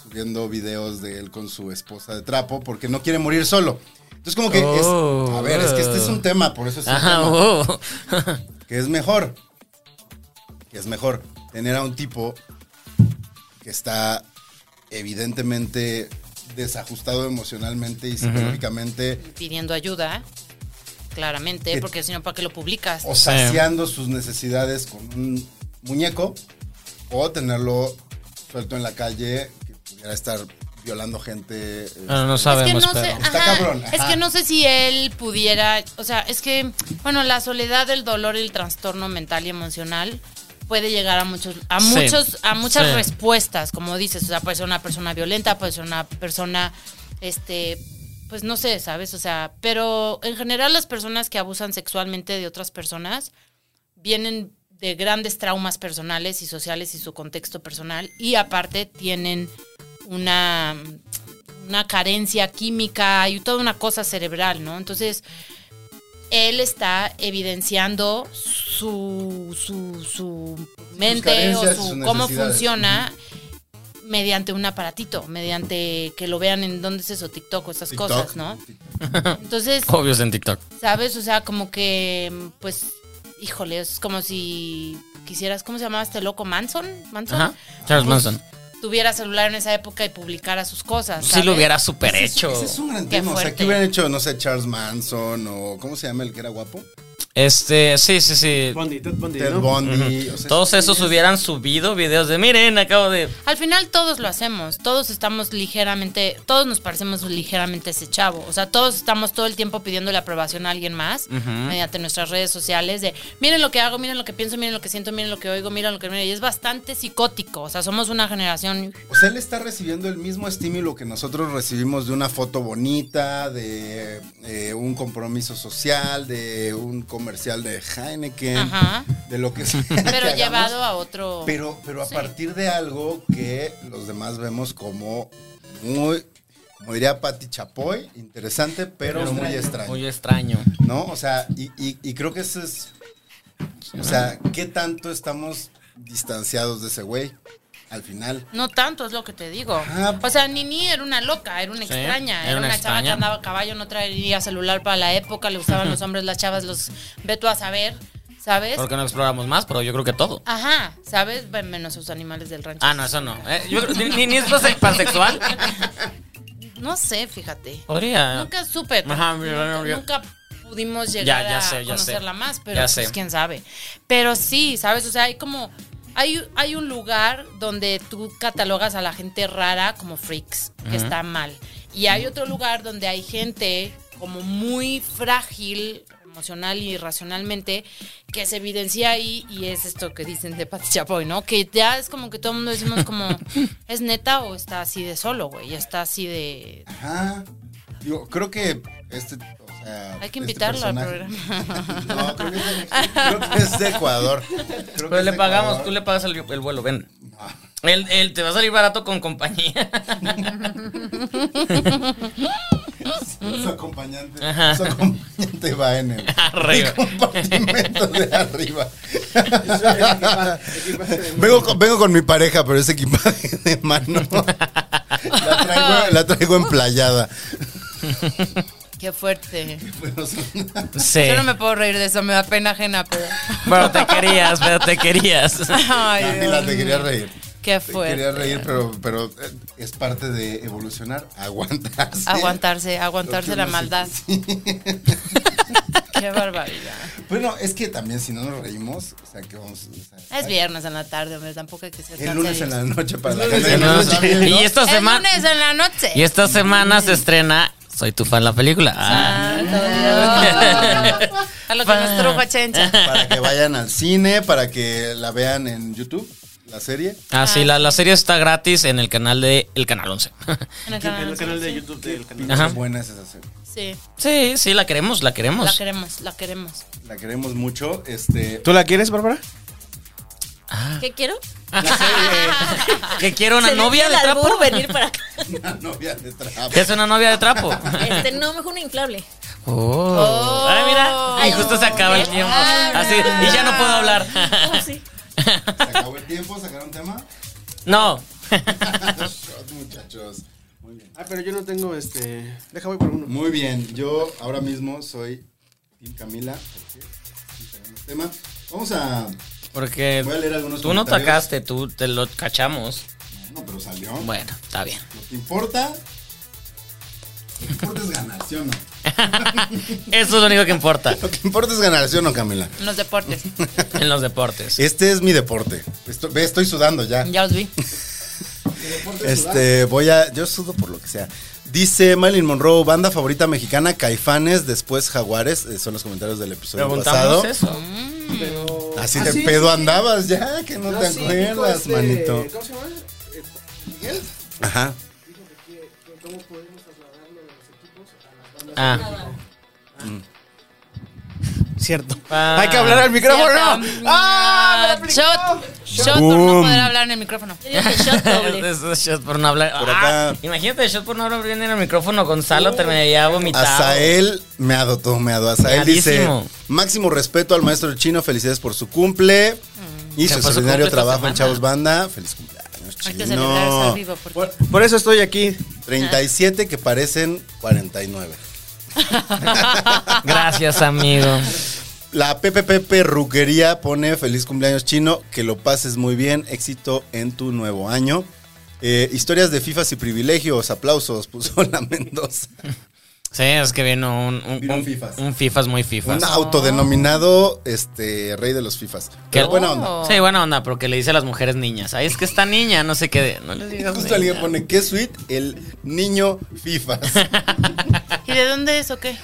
B: subiendo videos de él con su esposa de trapo porque no quiere morir solo. Entonces como que es-
A: Oh.
B: a ver, es que este es un tema, por eso es un
A: Ajá,
B: tema
A: oh.
B: que es mejor. Que es mejor tener a un tipo que está evidentemente desajustado emocionalmente y psicológicamente
C: Pidiendo ayuda, claramente,
B: ¿Qué?
C: porque si no, ¿para qué lo publicas?
B: o saciando sus necesidades con un muñeco o tenerlo suelto en la calle que pudiera estar violando gente. eh,
A: Bueno, Ah, no
C: Es que
A: sabemos,
C: no sé,
A: pero.
B: Está
C: ajá,
B: cabrón,
C: es
B: ajá.
C: que no sé si él pudiera, o sea, es que, bueno, la soledad, el dolor, el trastorno mental y emocional puede llegar a muchos, a
A: Sí.
C: muchos, a muchas
A: Sí.
C: respuestas, como dices, o sea, puede ser una persona violenta, puede ser una persona, este, pues no sé, sabes, o sea, pero en general las personas que abusan sexualmente de otras personas vienen de grandes traumas personales y sociales y su contexto personal y aparte tienen una, una carencia química y toda una cosa cerebral, ¿no? Entonces, él está evidenciando su, su, su mente o
B: carencias,
C: su,
B: sus
C: cómo
B: necesidades.
C: funciona mediante un aparatito, mediante que lo vean en dónde es eso, TikTok o estas
B: este, TikTok.
C: cosas, ¿no? Entonces,
A: Obvios en TikTok.
C: ¿Sabes? O sea, como que, pues, híjole, es como si quisieras, ¿cómo se llamaba este loco? ¿Manson? ¿Manson? Pues,
A: Ajá. Charles Manson.
C: Tuviera celular en esa época y publicara sus cosas.
A: Si
C: ¿sabes?
A: lo hubiera super
B: Ese es-
A: hecho.
B: Ese es un gran
C: Qué
B: tema. O sea,
C: fuerte.
B: que hubieran hecho, no sé, Charles Manson o. ¿Cómo se llama el que era guapo?
A: Este, sí, sí, sí.
D: Bondi, Ted Bondi,
B: Ted
D: ¿no?
B: Bundy. o sea,
A: Todos esos hubieran subido videos de miren, acabo de.
C: Al final todos lo hacemos, todos estamos ligeramente, todos nos parecemos ligeramente a ese chavo, o sea, todos estamos todo el tiempo pidiendo la aprobación a alguien más mediante nuestras redes sociales de miren lo que hago, miren lo que pienso, miren lo que siento, miren lo que oigo, miren lo que miro", y es bastante psicótico, o sea, somos una generación
B: O sea, él está recibiendo el mismo estímulo que nosotros recibimos de una foto bonita, de eh, un compromiso social, de un comercial de Heineken,
C: Ajá.
B: de lo que sea. que
C: pero
B: hagamos.
C: llevado a otro
B: Pero, pero a
C: Sí.
B: partir de algo que los demás vemos como muy, como diría Patti Chapoy, interesante, pero, muy extraño.
A: Muy extraño.
B: ¿No? O sea, y, y- y creo que eso es. O sea, ¿qué tanto estamos distanciados de ese güey al final?
C: No tanto, es lo que te digo.
B: Ah.
C: O sea, Nini era una loca, era una
A: Sí,
C: extraña.
A: era
C: Era
A: una
C: una chava que
A: extraña.
C: andaba a caballo, no traería celular para la época, le gustaban los hombres, las chavas, los... Ve tú a saber, ¿Sabes?
A: Porque no exploramos más, pero yo creo que todo.
C: Ajá, ¿sabes? Bueno, menos los animales del rancho.
A: Ah, no, eso no. Eh, yo creo- ni, ni- ni es pase- pansexual.
C: No sé, fíjate.
A: Podría.
C: Nunca supe.
A: Ah. Ajá,
C: nunca,
A: yo-
C: nunca pudimos llegar
A: Ya, ya sé,
C: a
A: ya
C: conocerla
A: sé.
C: más, pero
A: Ya
C: pues,
A: sé.
C: quién sabe. Pero sí, ¿sabes? O sea, hay como. Hay, hay un lugar donde tú catalogas a la gente rara como freaks, que está mal. Y hay otro lugar donde hay gente como muy frágil emocional y racionalmente que se evidencia ahí y es esto que dicen de Pati Chapoy, ¿no? Que ya es como que todo el mundo decimos como, ¿es neta o está así de solo, güey? Ya está así de,
B: Ajá. Digo, creo que este. o sea,
C: Hay que
B: este
C: invitarlo al
B: personaje-
C: programa.
B: no, creo que, es de, creo que es de Ecuador. Creo que
A: Pero
B: es
A: le
B: de
A: pagamos,
B: Ecuador. Ah,
A: tú le pagas el, el vuelo, ven. Él, él te va a salir barato con compañía.
B: Su acompañante.
A: Ajá.
B: Su acompañante va en el,
A: Arriba.
B: el compartimento de arriba.
D: el equipaje de mano.
B: vengo, con, vengo con mi pareja, pero ese equipaje de mano. La traigo, la traigo emplayada.
C: Qué fuerte.
B: Bueno, son-
A: Sí.
C: Yo no me puedo reír de eso, me da pena ajena, pero.
A: Pero te querías, pero te querías.
C: Ay,
B: Camila, te
C: Dios mío.
B: quería reír.
C: Qué
B: Te
C: fuerte.
B: Quería reír, pero, pero eh, es parte de evolucionar, aguantarse.
C: Aguantarse,
B: Lo que
C: aguantarse
B: uno
C: la
B: se-
C: maldad. Qué barbaridad.
B: Bueno, es que también si no nos reímos, o sea, que vamos. o sea,
C: Es viernes en la tarde, hombre, tampoco hay que ser
B: El
C: tan
B: lunes en
C: serios.
B: la noche para la
D: lunes
B: gente
D: en
B: que
D: la
B: no
D: noche.
B: sabe, ¿no?
A: Y esta
C: Es
A: semana.
C: lunes en la noche.
A: Y esta semana se estrena Soy tu fan la película. Ah.
C: Santo Dios. A lo que nos trujo Chencha.
B: Para que vayan al cine, para que la vean en YouTube, la serie.
A: Ah, sí, la, la serie está gratis en el canal de El Canal 11.
C: En el
D: En el
C: canal,
D: canal de YouTube del canal.
A: Ajá.
B: Qué buena es esa serie.
C: Sí,
A: Sí, sí, la queremos, la
C: la
A: queremos.
C: queremos, la queremos.
B: La queremos mucho. Este,
F: ¿Tú la quieres, Bárbara?
E: ¿Qué quiero?
A: que quiero una
E: Se le
A: novia de
E: hizo el albur
A: trapo.
E: venir para acá.
B: una novia de trapo.
A: ¿Qué es una novia de trapo?
E: Este, no, mejor una inflable.
A: Oh. Ay, mira. Y justo se acaba el tiempo.
E: Ah.
A: Así, y ya no puedo hablar.
E: Oh, sí.
B: Se acabó el tiempo, sacaron tema.
A: No.
B: Shot, muchachos. Muy bien.
D: Ah, pero yo no tengo este. Deja voy por uno.
B: Muy bien, yo ahora mismo soy Team Camila. porque sí tenemos tema. Vamos a.
A: Porque
B: Voy a leer algunos
A: tú no
B: comentarios.
A: tacaste, tú te lo cachamos.
B: No, pero salió.
A: Bueno, está bien.
B: Lo que importa. Lo que importa es ganar, ¿sí o no?
A: Eso es lo único que importa
B: Lo que importa es ganar, ¿sí o no, Camila?
C: En los deportes.
A: en los deportes.
B: Este es mi deporte. Esto- ve, estoy sudando ya.
C: Ya os vi.
B: Este, voy a. Yo sudo por lo que sea. Dice Marilyn Monroe, banda favorita mexicana, Caifanes, después Jaguares. Eh, son los comentarios del episodio pasado.
A: Preguntamos eso.
D: Pero.
B: Así
D: Ah,
B: de
D: sí,
B: pedo
D: sí, sí.
B: andabas ya, que no,
D: No,
B: te
D: sí, dijo
B: acuerdas,
D: este,
B: manito.
D: ¿Cómo se llama? Eh, Miguel.
B: Ajá.
D: ¿Cómo podemos trasladarlo de los equipos a las bandas?
A: Ah,
F: Cierto.
A: Ah.
F: Hay que hablar al micrófono.
C: ¡Ah! Shot. Shot por no
B: Boom.
C: poder hablar en el micrófono.
E: Yo digo que shot doble.
A: Eso es shot por no hablar.
B: Por acá. Uh.
A: Ah, imagínate, shot por no hablar bien en el micrófono. Gonzalo terminaría vomitado.
B: Azael meado, todo meado. Azael dice:
A: Meadísimo.
B: Máximo respeto al maestro chino, felicidades por su cumple y su
A: Que fue su Mm. cumple
B: extraordinario
A: esta
B: trabajo en
A: semana.
B: Chavos Banda. Feliz cumpleaños,
C: Hay que celebrar eso al
B: chino.
C: vivo porque.
F: Por, por eso estoy aquí.
B: 37 que parecen 49.
A: Gracias, amigo.
B: La PPP Perruquería pone feliz cumpleaños chino, que lo pases muy bien, éxito en tu nuevo año. Eh, historias de FIFAs y privilegios, aplausos, puso la Mendoza.
A: Sí, es que vino un, un,
B: Vino un fifas.
A: un fifas muy fifas.
B: Un autodenominado este, rey de los FIFAs. Qué
A: Oh.
B: buena onda.
A: Sí, buena onda, pero que le dice a las mujeres niñas. Ay, es que esta niña, no sé qué. No le digas.
B: Justo
A: niña.
B: alguien pone, qué sweet, el niño FIFAs.
C: ¿Y de dónde es o qué?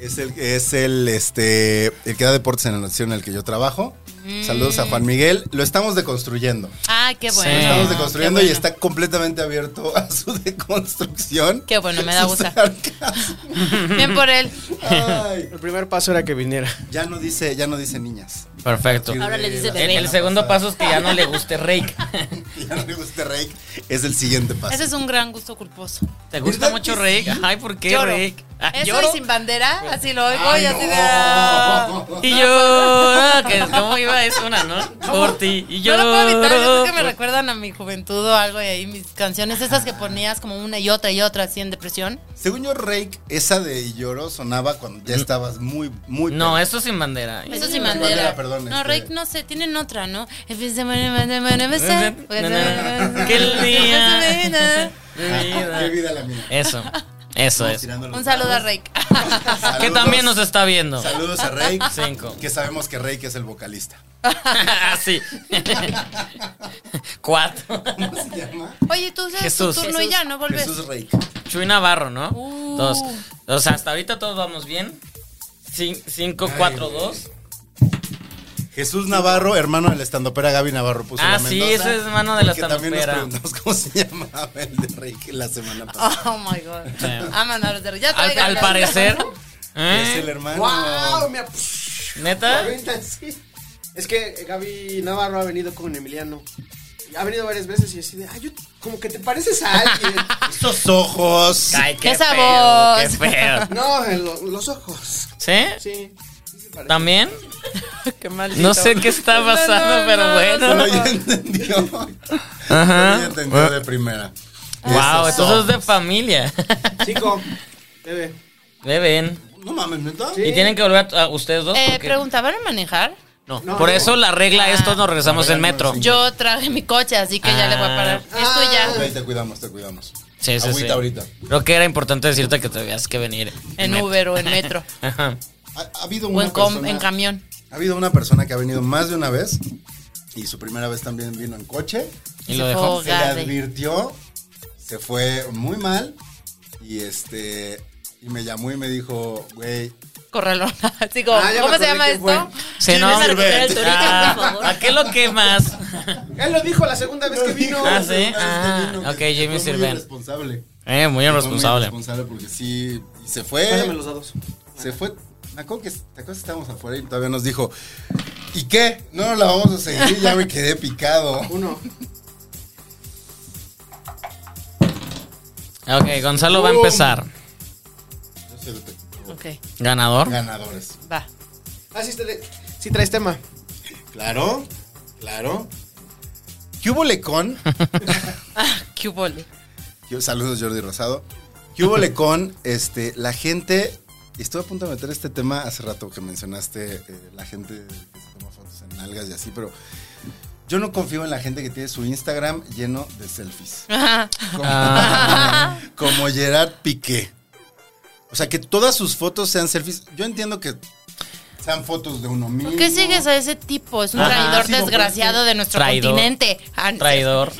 B: Es el, es el, este, el que da deportes en la nación en el que yo trabajo.
C: Mm.
B: Saludos a Juan Miguel. Lo estamos deconstruyendo.
C: Ah, qué bueno.
A: Sí.
B: Estamos
A: Ah,
B: deconstruyendo
C: qué
B: y
C: bueno.
B: está completamente abierto a su deconstrucción.
C: Qué bueno, me da
B: Su
C: gusto.
B: sarcasmo.
C: Bien por él.
B: Ay,
D: El primer paso era que viniera.
B: ya no dice, ya no dice niñas.
A: Perfecto.
E: Ahora le dice
B: La
E: bebé.
A: El, el segundo paso es que ya no le guste Rake.
B: que ya no le guste Rake es el siguiente paso.
C: Ese es un gran gusto culposo.
A: ¿Te gusta
B: ¿Verdad
A: mucho
B: que
A: Rake? Ay, ¿por qué
C: Lloro.
A: Rake? Ah,
C: Eso
A: lloro.
C: y sin bandera, así lo oigo
B: Ay,
C: y así de...
B: no.
C: "Ah".
A: Y llora, que ¿cómo iba es una, no? Por ti. Y
C: No lo puedo evitar, yo creo que me
A: lloro.
C: recuerdan a mi juventud o algo y ahí mis canciones, esas que ponías como una y otra y otra así en depresión.
B: Según yo, Rake, esa de lloro sonaba cuando ya estabas muy, muy.
A: Mm. No, eso es sin bandera.
C: Eso
B: sí,
C: sí,
B: Bandera,
C: Mandela.
B: perdón,
C: no,
B: este-
C: Rake, no sé, tienen otra, ¿no? Que pues
A: Que el día-
B: Qué vida la mía.
A: Eso, eso
B: Estamos
A: es.
B: tirando los
C: Un saludo a
B: dados.
C: Rake.
B: Saludos.
A: Que también nos está viendo.
B: Saludos a Rake.
A: Cinco. Ah,
B: Que sabemos que Rake es el vocalista.
A: Así. Cuatro.
B: ¿Cómo se llama?
C: Oye, tú haces tu
A: Jesús.
C: turno y ya, ¿no volvés?
B: Jesús Rake.
A: Chuy Navarro, ¿no?
C: Uh.
A: Dos. O sea, hasta ahorita todos vamos bien. Cin- cinco,
B: Ay,
A: cuatro,
B: güey.
A: dos.
B: Jesús Navarro, hermano de la estandopera Gaby Navarro puso
A: Ah,
B: la
A: sí,
B: Mendoza,
A: ese es hermano de la
B: porque también nos
A: estandopera.
B: preguntamos cómo se llamaba el de Rake la semana pasada.
C: Oh my god.
A: Sí.
C: Aman a los de ya
A: Al,
C: traigan
A: al
C: las-
A: parecer. ¿eh?
B: Es el hermano.
D: ¡Wow! Me ap-
A: ¿Neta?
D: Ahorita sí. Es que Gaby Navarro ha venido con Emiliano. Ha venido varias veces y así de, ay, yo como que te pareces a alguien.
B: Esos ojos.
A: Ay, qué
C: Esa
A: feo, qué
C: voz.
A: feo.
D: no, en lo- los ojos.
A: ¿Sí?
D: Sí. sí se parece.
A: ¿También?
C: Qué maldito.
A: No sé qué está pasando, pero bueno.
B: Solo ya entendió. Solo ya
A: Ajá.
B: entendió de primera. Este
A: Wow,
B: Esos
A: entonces es
B: ojos.
A: de familia.
D: Chico, bebé.
A: Beben.
B: No mames, neta.
A: ¿Y tienen que volver a, a ustedes dos?
C: Eh, Ah.
A: porque-
C: pregunta, ¿van a manejar?
A: No.
D: No,
A: Por
D: no.
A: eso la regla es todos nos regresamos en metro.
C: Yo traje mi coche, así que ya le voy a parar.
D: Ah.
C: Esto ya.
B: Ok, te cuidamos, te cuidamos.
A: Sí, sí,
B: Agüita
A: sí.
B: ahorita.
A: Creo que era importante decirte que tenías que venir.
C: En
A: metro.
C: Uber o en metro.
A: Ajá.
B: Ha, ha habido
C: o
B: una
C: en, com-
B: persona,
C: en camión.
B: ha habido una persona que ha venido más de una vez y su primera vez también vino en coche.
A: Y lo dejó.
B: Se le advirtió, se fue muy mal y este y me llamó y me dijo, güey,
C: Corralona. Así como,
D: Ah, ya me
C: ¿cómo
D: acordé
C: se llama
D: quién fue.
C: esto?
A: Se
E: ¿Quieres recuperar el torito,
A: Ah,
E: por favor?
A: ¿A qué lo quemas?
D: Él lo dijo la segunda vez que vino.
A: Ah, sí.
B: "Una vez que
A: Ah,
B: Este vino,
A: ok,
B: que
A: Jamie
B: fue muy
A: Sirven.
B: irresponsable.
A: Eh, muy
B: Fue muy
A: irresponsable.
B: irresponsable porque sí y se fue.
D: Pásame los dados.
B: Se fue. Me acuerdo que, te acuerdas que estábamos afuera y todavía nos dijo, ¿y qué? No la vamos a seguir, ya me quedé picado.
D: Uno.
A: Ok, Gonzalo va a empezar.
B: Yo soy de-
C: Ok,
A: Ganador.
B: Ganadores.
C: va.
D: Ah, sí, te- sí traes tema.
B: Claro, claro. ¿Qué hubo lecón?
C: ¿Qué vole?
B: Yo- Saludos Jordi Rosado. ¿Qué hubo lecón? Este, la gente, estuve a punto de meter este tema hace rato que mencionaste, eh, la gente que se toma fotos en nalgas y así, pero yo no confío en la gente que tiene su Instagram lleno de selfies. Como,
A: ah,
B: como Gerard Piqué. O sea, que todas sus fotos sean selfies. Yo entiendo que sean fotos de uno mismo.
C: ¿Por qué sigues a ese tipo? Es un
A: Ajá,
C: traidor
B: sí,
C: desgraciado
B: porque-
C: de nuestro
A: Traidor.
C: continente. Ah, no,
A: Traidor.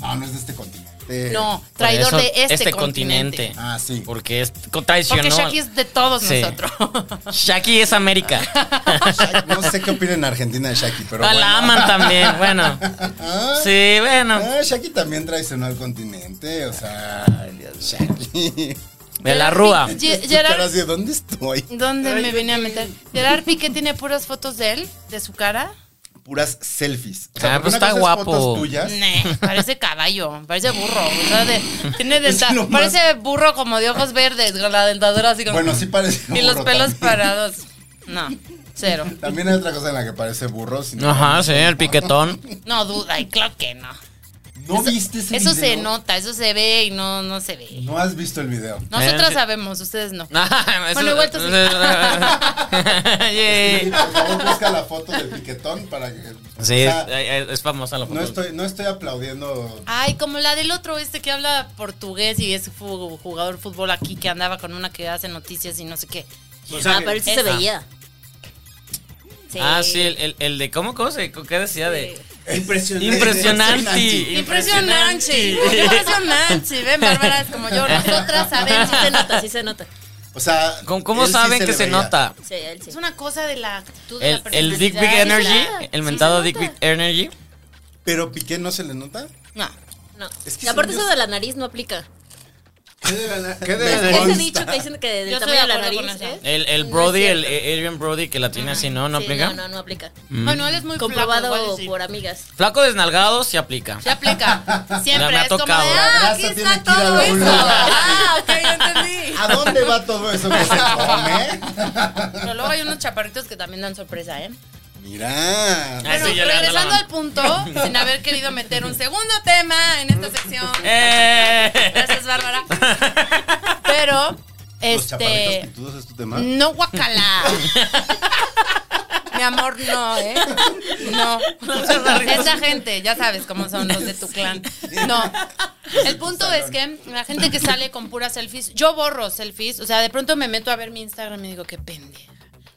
B: No, no es de este continente.
C: No, traidor
A: Por
C: de
A: eso,
C: este,
A: este
C: continente.
A: continente.
B: Ah, sí.
A: Porque es, traicionó.
C: Porque Shaki es de todos
A: Sí.
C: nosotros.
A: Shaki es América.
B: Shaq- No sé qué opina en Argentina de Shaki, pero.
A: Ah,
B: bueno.
A: La aman también, bueno.
B: Ah,
A: Sí, bueno.
B: ah, Shaki también traicionó al continente, o sea. Shaki.
A: De la Rúa.
C: Ye-
B: Tu cara
C: Gerard,
B: así de, ¿Dónde estoy?
C: ¿dónde me vine a meter? Gerard Piqué tiene puras fotos de él, de su cara.
B: Puras selfies.
A: Ah, pues
B: porque una
A: está
B: cosa es
A: guapo.
B: fotos tuyas.
C: Neh, parece caballo, parece burro. o sea, de- tiene denta-
B: Es lo más-
C: parece burro como de ojos verdes, con la dentadura así como.
B: Bueno, sí parece.
C: y los
B: burro
C: pelos
B: también.
C: parados. No, cero.
B: También hay otra cosa en la que parece burro. sino-
A: Ajá, sí, el piquetón.
C: No duda, y claro que no.
B: ¿No viste ese
C: Eso
B: video?
C: se nota, eso se ve y no, no se ve.
B: No has visto el video.
C: Nosotras
A: Eh,
C: sabemos, ustedes no.
A: Eso-
C: Bueno, igual tú sí.
A: Yay.
C: Eh.
B: Por favor, busca la foto de Piquetón para que. o
A: Sí,
B: sea,
A: es, es- es famosa la foto.
B: no, estoy, no estoy aplaudiendo.
C: Ay, como la del otro este que habla portugués y es fu- jugador de fútbol aquí que andaba con una que hace noticias y no sé qué.
E: Ah, pero él sí se
C: Esa.
E: veía.
A: Ah, sí, el, el- el de cómo, cómo se, qué decía de
D: Impresionante.
A: impresionante.
C: Impresionante, impresionante. Ven, Bárbara, es como yo, nosotras sabemos.
E: Sí se nota, sí se nota.
B: O sea.
A: ¿Cómo, cómo
B: él sí
A: saben que
B: le
A: se
B: veía.
A: nota?
E: Sí, él sí.
C: Es una cosa de la actitud de
A: El,
C: la
A: el Dick Big
C: personalidad.
A: Energy,
E: Sí,
A: el
E: se
A: mentado
E: nota.
A: Dick Big Energy.
B: Pero Piqué no se le nota.
C: No.
E: No.
B: Es que
E: Y aparte
B: son
E: eso de la nariz no aplica.
D: ¿Qué de la, qué de la
E: Es-
D: nariz?
E: Ese dicho que dicen que
C: Yo
E: del
C: estoy
E: tamaño de
C: de
E: la
C: acuerdo con
E: nariz
C: eso.
E: es.
A: El, el
E: No es
A: Brody, el
E: cierto.
A: eh, Adrian Brody que la tiene así, ¿no? ¿No
E: Sí,
A: aplica?
E: No, no, no aplica.
A: Mm.
C: Manuel es muy
E: Comprobado
C: flaco, igual y sí.
E: por amigas.
A: Flaco desnalgado sí aplica.
C: Se aplica. Siempre
A: Me ha
C: es como de,
A: tocado.
C: ah, aquí
B: grasa tiene
C: está
B: que ir a
C: todo
B: algún
C: eso.
B: lado.
C: Ah, ok, ya entendí.
B: ¿A dónde va todo eso que se come?
C: Pero luego hay unos chaparritos que también dan sorpresa, ¿eh?
B: Mira.
A: Ah,
C: Bueno,
A: sí, ya le ando la
C: regresando
A: mano.
C: al punto, sin haber querido meter un segundo tema en esta sección.
A: ¡Eh!
C: Gracias, Bárbara. Pero,
B: Los chaparritos
C: este.
B: pitudos es tu tema.
C: No guacala. Mi amor, no, ¿eh? No. Esa gente, ya sabes cómo son los de tu clan. No. El punto es que la gente que sale con puras selfies, yo borro selfies. O sea, de pronto me meto a ver mi Instagram y digo, qué pendeja.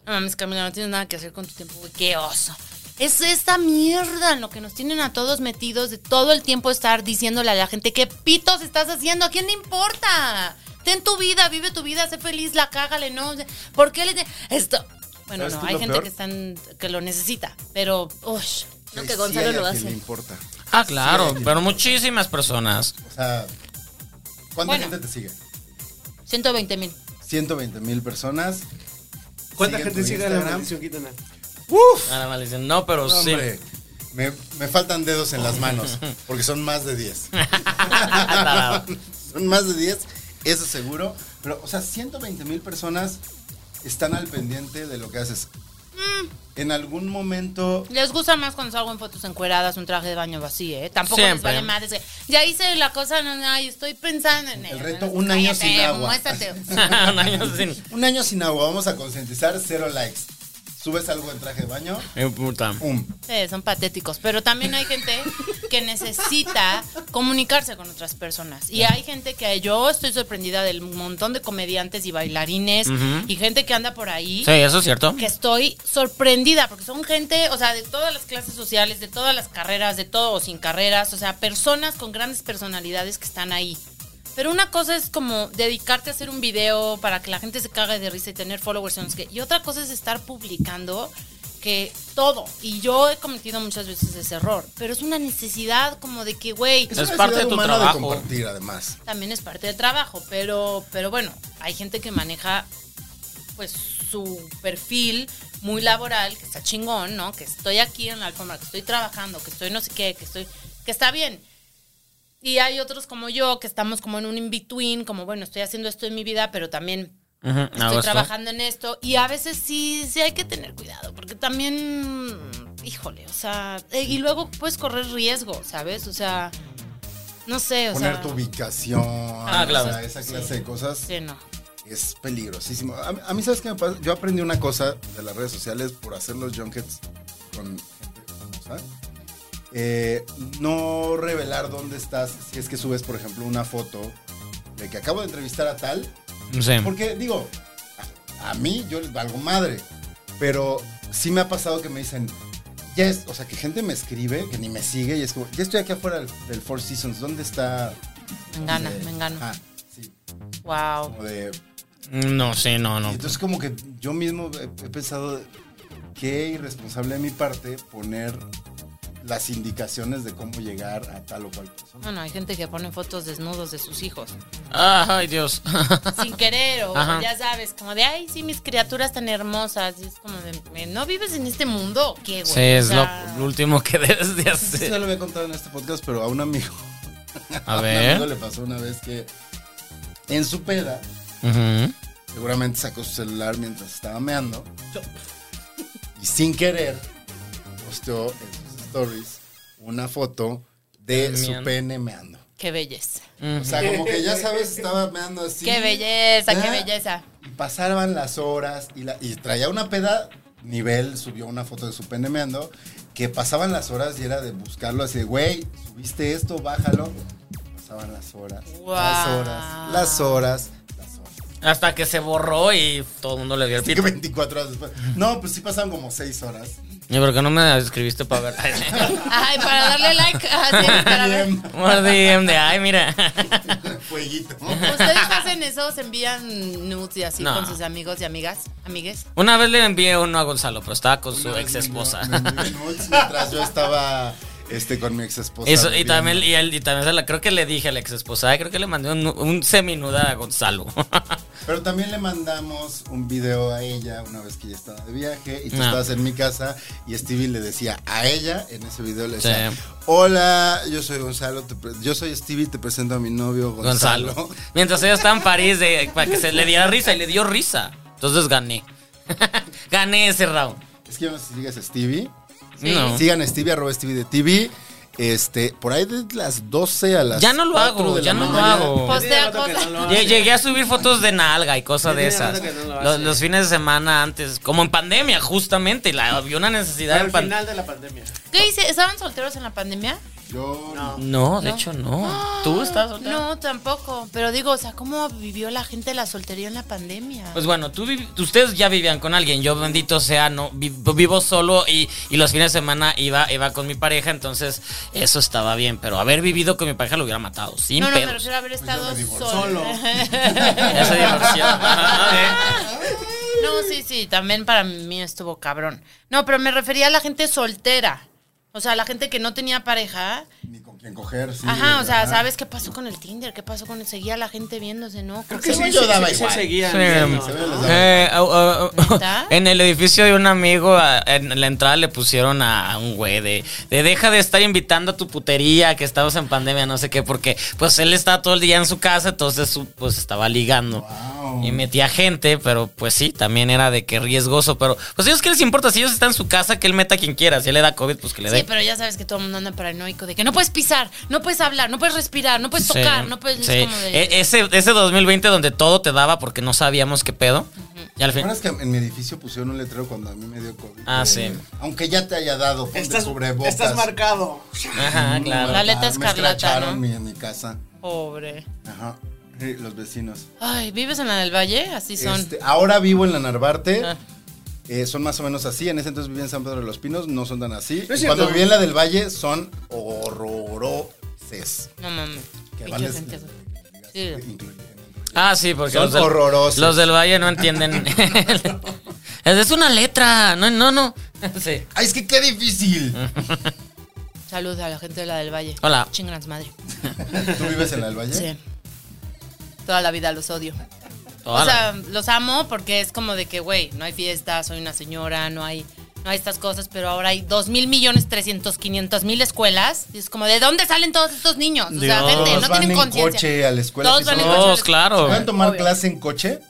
C: No mames, Camila, no tienes nada que hacer con tu tiempo, güey. Qué oso. Es esta mierda en lo que nos tienen a todos metidos de todo el tiempo estar diciéndole a la gente qué pitos estás haciendo. ¿A quién le importa? Ten tu vida, vive tu vida, sé feliz, la cágale, ¿no? O sea, ¿Por qué le.? te- Esto. Bueno,
B: ¿Sabes
C: no,
B: qué es
C: hay
B: lo
C: gente
B: peor?
C: que, están, que lo necesita, pero. ush.
E: No,
B: Ay, Pues
E: que
B: sí
E: Gonzalo
B: hay a
E: lo
B: quien le
E: hace.
B: importa.
A: Ah, claro,
B: Sí.
A: pero muchísimas personas.
B: O sea, ¿cuánta
C: Bueno.
B: gente te sigue?
C: 120 mil.
B: 120 mil personas.
D: ¿Cuánta
B: Siguen
D: gente
B: tu
D: sigue a la
B: Instagram.
D: maldición Ah, gitana?
A: Nada más le dicen, no, pero
B: No,
A: sí.
B: hombre, me, me faltan dedos en las manos, porque son más de 10.
A: Tarado.
B: son más de 10, eso seguro. Pero, o sea, 120 mil personas están al pendiente de lo que haces.
A: Mm.
B: En algún momento,
C: Les gusta más cuando salgo en fotos encueradas, un traje de baño vacío, ¿eh? Tampoco les
A: Siempre.
C: vale más. decir, ya hice la cosa, no, no, y estoy pensando en
B: El
C: él.
B: reto,
C: Bueno,
B: un año
C: cállate,
B: sin agua.
C: Muéstrate.
A: Un año sin.
B: un año sin agua, vamos a concientizar, cero likes. Subes algo en traje de baño,
A: Eh, puta.
B: ¡pum!
C: Sí, son patéticos, pero también hay gente que necesita comunicarse con otras personas. Y hay gente que yo estoy sorprendida del montón de comediantes y bailarines
A: Ujú.
C: y gente que anda por ahí.
A: Sí, eso es cierto.
C: Que estoy sorprendida porque son gente, o sea, de todas las clases sociales, de todas las carreras, de todo o sin carreras, o sea, personas con grandes personalidades que están ahí. Pero una cosa es como dedicarte a hacer un video para que la gente se cague de risa y tener followers. en los que- Y otra cosa es estar publicando que todo. Y yo he cometido muchas veces ese error. Pero es una necesidad como de que, güey,
A: Es
B: una
A: parte de
B: ciudad
A: tu
B: humana
A: trabajo.
B: De compartir, además.
C: también es parte del trabajo, pero, pero bueno, hay gente que maneja pues su perfil muy laboral, que está chingón, ¿no? Que estoy aquí en la alfombra, que estoy trabajando, que estoy no sé qué, que estoy, que está bien. Y hay otros como yo que estamos como en un in-between, como bueno, estoy haciendo esto en mi vida, pero también
A: Ujú,
C: estoy
A: hago esto.
C: trabajando en esto. Y a veces sí, sí hay que tener cuidado, porque también, híjole, o sea, eh, y luego puedes correr riesgo, ¿sabes? O sea, no sé, o
B: Poner
C: sea. Ah,
B: tu ubicación, o
A: claro.
B: sea, esa clase de cosas.
C: Sí, no.
B: es peligrosísimo. A, a mí, ¿sabes qué me pasa? Yo aprendí una cosa de las redes sociales por hacer los junkets con gente famosa. Eh, no revelar dónde estás si es que subes, por ejemplo, una foto de que acabo de entrevistar a tal.
A: Sí.
B: Porque, digo, a, a mí yo les valgo madre. Pero sí me ha pasado que me dicen, ya es, o sea, que gente me escribe, que ni me sigue, y es como, ya estoy aquí afuera del, del Four Seasons, ¿dónde está?
C: Me gana,
B: Eh,
C: me engano.
B: Ah, sí,
C: Wow.
B: como de,
A: No, pues. sí, no,
B: y
A: no.
B: Entonces como que yo mismo he, he pensado qué irresponsable de mi parte poner las indicaciones de cómo llegar a tal o cual persona.
C: Bueno, hay gente que pone fotos desnudos de sus hijos.
A: Ay, Dios.
C: Sin querer, o
A: Ajá.
C: ya sabes, como de, ay, sí, mis criaturas tan hermosas. Y es como de, ¿no vives en este mundo? o ¿Qué, güey?
A: Sí, es
C: O
A: lo
C: sea,
A: lo último que debes de
B: Esto
A: hacer.
B: ya lo había contado en este podcast, pero a un amigo,
A: A
B: un amigo
A: ver.
B: le pasó una vez que en su peda,
A: Ujú.
B: seguramente sacó su celular mientras estaba meando y sin querer posteó en sus stories una foto de su
A: Meando.
B: pene meando.
C: Qué belleza.
B: O sea, como que ya sabes, estaba meando así.
C: Qué belleza,
B: Ya.
A: ¿Eh?
C: qué belleza.
B: Y pasaban las horas y, la- y traía una peda. Nivel subió una foto de su pene meando. Que pasaban las horas y era de buscarlo así de, güey, subiste esto, bájalo. Pasaban las horas,
C: Guau.
B: las horas, las horas, las horas.
A: Hasta que se borró y todo el mundo le dio el
B: Así que
A: pito.
B: 24 horas después. No, pues sí pasaron como 6 horas.
A: ¿Y por qué no me escribiste para ver?
C: Ay, para darle like. así, para ver.
B: Bien,
A: Un DM de, ay, mira.
B: fueguito.
C: ¿Ustedes hacen eso? ¿Se envían nudes y así
A: No.
C: con sus amigos y amigas? ¿Amigues?
A: Una vez le envié uno a Gonzalo, pero estaba con su
B: Una vez
A: ex esposa.
B: me envió- me envió nudes mientras yo estaba este, con mi ex esposa.
A: Eso, y también, y, él- y también se la- creo que le dije a la ex esposa, creo que le mandé un, un seminuda a Gonzalo.
B: Pero también le mandamos un video a ella una vez que ella estaba de viaje y tú
A: No.
B: estabas en mi casa y Stevie le decía a ella, en ese video le
A: Sí.
B: decía, hola, yo soy Gonzalo, te pre- yo soy Stevie, te presento a mi novio Gonzalo.
A: Gonzalo. Mientras ella estaba en París, de- para que se le diera risa y le dio risa. Entonces gané. gané ese round.
B: Es que yo no sé si sigues a Stevie.
A: No.
B: Sigan a Stevie, arroba Stevie de TV. Este, por ahí de las 12 a las
A: Ya no lo
B: 4
A: hago,
B: de la
A: ya no lo
B: mañana.
A: hago.
C: Postea
D: rato que
C: cosas.
D: no lo
A: Lle-
D: hace.
A: Llegué a subir fotos de nalga y cosas
D: Ya
A: de
D: tiene rato
A: esas.
D: que no lo
A: los,
D: hace.
A: los fines de semana antes, como en pandemia, justamente. La, había una necesidad
D: Al
A: en pan-
D: final de la pandemia.
C: ¿Qué hice? ¿Estaban solteros en la pandemia? ¡Ah!
B: Yo
D: No.
A: No, de hecho no. ¿Tú estás soltera?
C: No, tampoco. Pero digo, o sea, ¿cómo vivió la gente la soltería en la pandemia?
A: Pues bueno, tú vivi- ustedes ya vivían con alguien. Yo, bendito sea, no vi- vivo solo y, y los fines de semana iba, iba con mi pareja, entonces eso estaba bien. Pero haber vivido con mi pareja lo hubiera matado, sin
C: no, no, me
A: pedos.
C: refiero a haber estado solo.
D: Solo.
A: Ya se divorció. Ah,
C: No, sí, sí, también para mí estuvo cabrón. No, pero me refería a la gente soltera. O sea, la gente que no tenía pareja.
B: ni con quién coger, sí.
C: ajá, o sea,
B: ajá.
C: ¿sabes qué pasó con el Tinder? ¿Qué pasó con el seguía la gente viéndose, no?
D: Creo
C: Porque-
D: que
B: Según
D: sí,
B: yo
D: sí,
B: daba
D: sí, sí
B: igual.
D: seguían
A: Sí.
D: viendo,
B: Según yo
D: ¿no?
B: les daba.
A: Eh, au- au- au-
C: ¿Neta?
A: en el edificio de un amigo, a- en la entrada le pusieron a un güey de, de deja de estar invitando a tu putería, que estabas en pandemia, no sé qué, porque pues él estaba todo el día en su casa, entonces su- pues estaba ligando. Y metía gente, pero pues sí, también era de que riesgoso, pero pues ellos qué les importa, si ellos están en su casa, que él meta a quien quiera, si él le da COVID, pues que le dé.
C: Sí, pero ya sabes que todo el mundo anda paranoico de que no puedes pisar, no puedes hablar, no puedes respirar, no puedes
A: Sí,
C: tocar, no puedes... es
A: sí.
C: como de-
A: E- ese, ese 2020 donde todo te daba porque no sabíamos qué pedo. Y al
B: ¿Te
A: fin,
B: acuerdas que en mi edificio pusieron un letrero cuando a mí me dio COVID?
A: Ah,
B: Eh,
A: sí.
B: Aunque ya te haya dado, ponte
D: Estás,
B: cubrebocas.
D: estás marcado.
A: ajá, claro.
C: Ah, La aleta
B: Me
C: escarlata,
B: escracharon
C: ¿no?
B: mi- en mi casa.
A: eh.
C: Pobre.
B: Ajá. Sí, los vecinos.
C: Ay, ¿vives en la del Valle? Así son.
B: Este, ahora vivo en la Narvarte.
C: Ah.
B: Eh, son más o menos así. En ese entonces vivía en San Pedro de los Pinos. No son tan así.
D: No es
B: Y cuando
D: cierto.
B: vivía en la del Valle, son horrorosos.
C: No mames.
B: Que
C: Pinche
B: van les-
C: gente. Sí.
A: Ah, sí, porque
B: Son
A: los del,
B: horrorosos.
A: Los del Valle no entienden. es una letra. No, no, no. Sí.
B: Ay, es que qué difícil.
C: Ah. Saludos a la gente de la del Valle.
A: Hola.
C: Chingas madre.
B: ¿Tú vives en la del Valle?
C: Sí. Toda la vida los odio.
A: Hola.
C: O sea, los amo porque es como de que, güey, no hay fiesta, soy una señora, no hay, no hay estas cosas, pero ahora hay 2 mil millones, 300, 500 mil escuelas. Y es como, ¿de dónde salen todos estos niños? O sea,
A: Dios.
C: gente,
B: Todos
C: no
B: van
C: tienen
B: en
C: conciencia.
B: coche a la escuela.
C: Todos
B: sí
C: van
B: son-
C: en
A: Todos,
C: coche.
A: claro.
B: ¿Pueden tomar
C: Obvio.
B: clase en coche?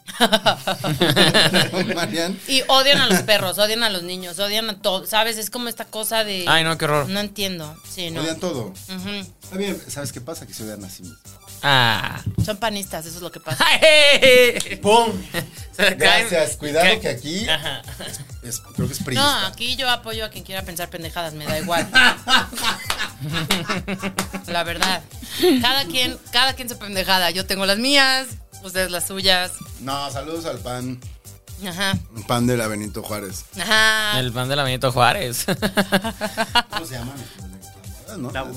B: Marian.
C: Y odian a los perros, odian a los niños, odian a todo. ¿Sabes? Es como esta cosa de.
A: Ay, no, qué horror.
C: No entiendo. Sí, no.
B: Odian todo.
C: Ujú.
B: Está bien, ¿sabes qué pasa? Que se odian así mismo.
A: Ah.
C: Son panistas, eso es lo que pasa.
A: Se
D: ¡Pum!
A: caen-
B: Gracias, cuidado
A: caen-
B: que aquí
A: Ajá.
B: es- creo que es
C: No,
B: priista.
C: aquí yo apoyo a quien quiera pensar pendejadas, me da igual. La verdad. Cada quien, cada quien su pendejada. Yo tengo las mías, ustedes las suyas.
B: No, saludos al pan,
C: Ajá.
B: pan de la Benito Juárez.
C: Ajá.
A: El pan de la Benito Juárez.
B: ¿Cómo se llama? ¿No?
D: La-
E: La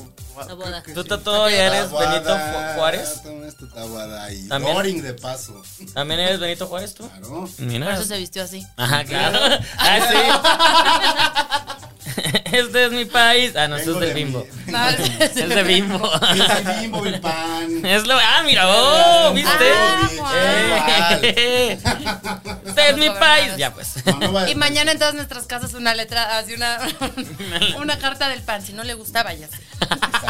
E: boda.
A: Tú ta- todavía eres
B: Tabuada,
A: Benito Fu- Juárez.
B: toma esta tabuada y
A: También.
B: Doring de paso.
A: También eres Benito Juárez tú.
B: Claro.
C: Por
A: Mira.
C: eso se vistió así.
A: Ajá, claro. Ah, sí. este es mi país. Ah, no, este es
B: Vengo
A: del
B: de mi-
A: bimbo.
B: vengo de mi-
A: Es de bimbo.
B: Es de bimbo el pan.
A: Es lo. Ah, mira, oh, ¿viste?
C: Ah,
B: Juan.
A: Eh, Este es mi país. Ya pues.
B: No, no va-
C: Y mañana en todas nuestras casas una letra, así una, una carta del pan. Si no le gustaba, ya sé.
B: Exacto.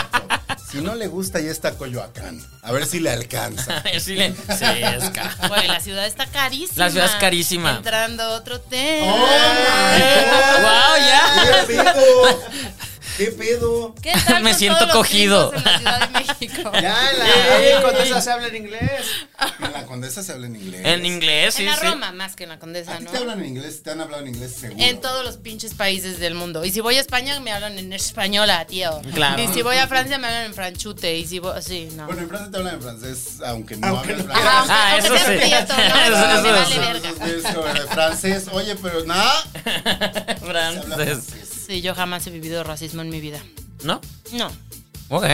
B: Si no le gusta, ya está Coyoacán. A ver si le alcanza.
A: Sí, le- sí, es ca-
C: Güey, la ciudad está carísima.
A: La ciudad es carísima.
C: Entrando a otro tema.
B: ¡Oh, my God!
A: Guau, ya.
B: ¡Qué pedo! ¡Qué pedo!
C: ¿Qué tal
A: Me
C: con
A: siento
C: todos los
A: cogido.
C: gringos En la Ciudad de México.
D: Ya, en la
A: Ey.
D: en Condesa se habla en inglés.
B: En la condesa se habla en inglés.
A: En inglés, sí,
C: en la
A: sí.
C: Roma, más que en la
B: ¿A
C: Condesa,
B: ti
C: ¿no?
B: te hablan en inglés? ¿Te han hablado en inglés seguro?
C: En todos los pinches países del mundo. Y si voy a España, me hablan en española, tío.
A: Claro.
C: Y si voy a Francia, me hablan en franchute. Y si voy. Sí, no.
B: Bueno, en Francia te hablan en francés, aunque no
D: Aunque
B: hables
D: no
B: francés.
C: Ajá, aunque-
A: Ah,
C: aunque
A: eso sí.
C: seas prieto, ¿no?
A: Eso,
C: Me
A: eso,
C: vale
A: eso.
C: verga.
B: Entonces, como de francés, oye, pero nada. se habla
A: Francés.
B: francés.
C: Sí, yo jamás he vivido racismo en mi vida.
A: ¿No?
C: No,
A: Ok.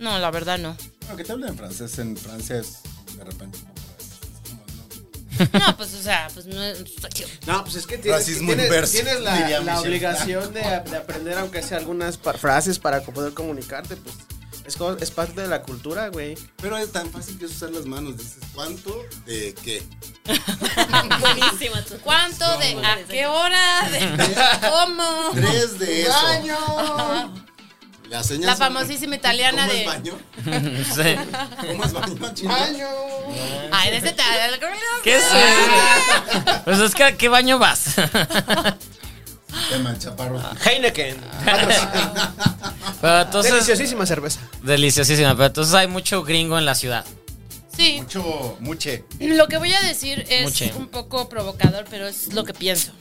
C: no, la verdad no.
B: Bueno, que te hablen en francés en Francia es de repente un poco raro. Es como, no,
C: No, pues, o sea, pues no es.
D: No, pues es que tienes,
B: Racismo
D: tienes-
B: inverso,
D: tienes la,
B: diría
D: la
B: Michel
D: obligación de, de aprender, aunque sea algunas pa- frases para co- poder comunicarte, pues. Es, co- es parte de la cultura, güey.
B: Pero es tan fácil que es usar las manos. Dices, ¿cuánto? ¿De qué?
E: Buenísima tu-
C: ¿Cuánto de a qué hora? De, ¿Cómo?
B: Tres de eso. La, señal
C: La
B: son-
C: famosísima italiana
B: ¿Cómo
C: de-
B: es baño?
A: Sí.
B: ¿Cómo es baño, chingada?
C: Ay, de ese tal.
A: ¿Qué es eso? Pues es que ¿a qué baño vas?
B: Tema, chaparro.
F: Heineken.
D: Ah,
A: Pero entonces,
F: Deliciosísima cerveza.
A: deliciosísima, pero entonces hay mucho gringo en la ciudad.
C: Sí,
B: Mucho, muche.
C: lo que voy a decir es
A: Muche.
C: un poco provocador, pero es lo que pienso.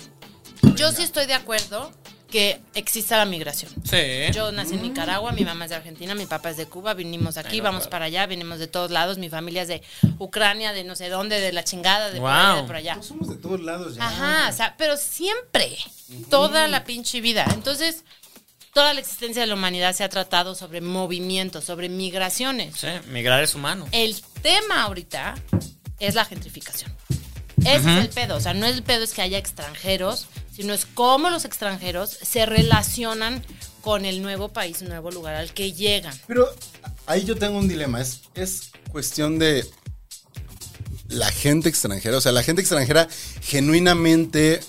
C: Yo sí estoy de acuerdo que exista la migración.
A: Sí.
C: Yo nací en Nicaragua, mi mamá es de Argentina, mi papá es de Cuba, vinimos aquí, vamos para allá, venimos de todos lados, mi familia es de Ucrania, de no sé dónde, de la chingada, de por allá, de
A: Wow.
C: por allá.
B: No somos de todos lados ya.
C: Ajá, o sea, pero siempre, toda la pinche vida. Entonces, toda la existencia de la humanidad se ha tratado sobre movimientos, sobre migraciones.
A: Sí, migrar es humano.
C: El tema ahorita es la gentrificación. Ese es el pedo. O sea, no es el pedo es que haya extranjeros, sino es cómo los extranjeros se relacionan con el nuevo país, nuevo lugar al que llegan.
B: Pero ahí yo tengo un dilema. Es, es cuestión de la gente extranjera. O sea, la gente extranjera genuinamente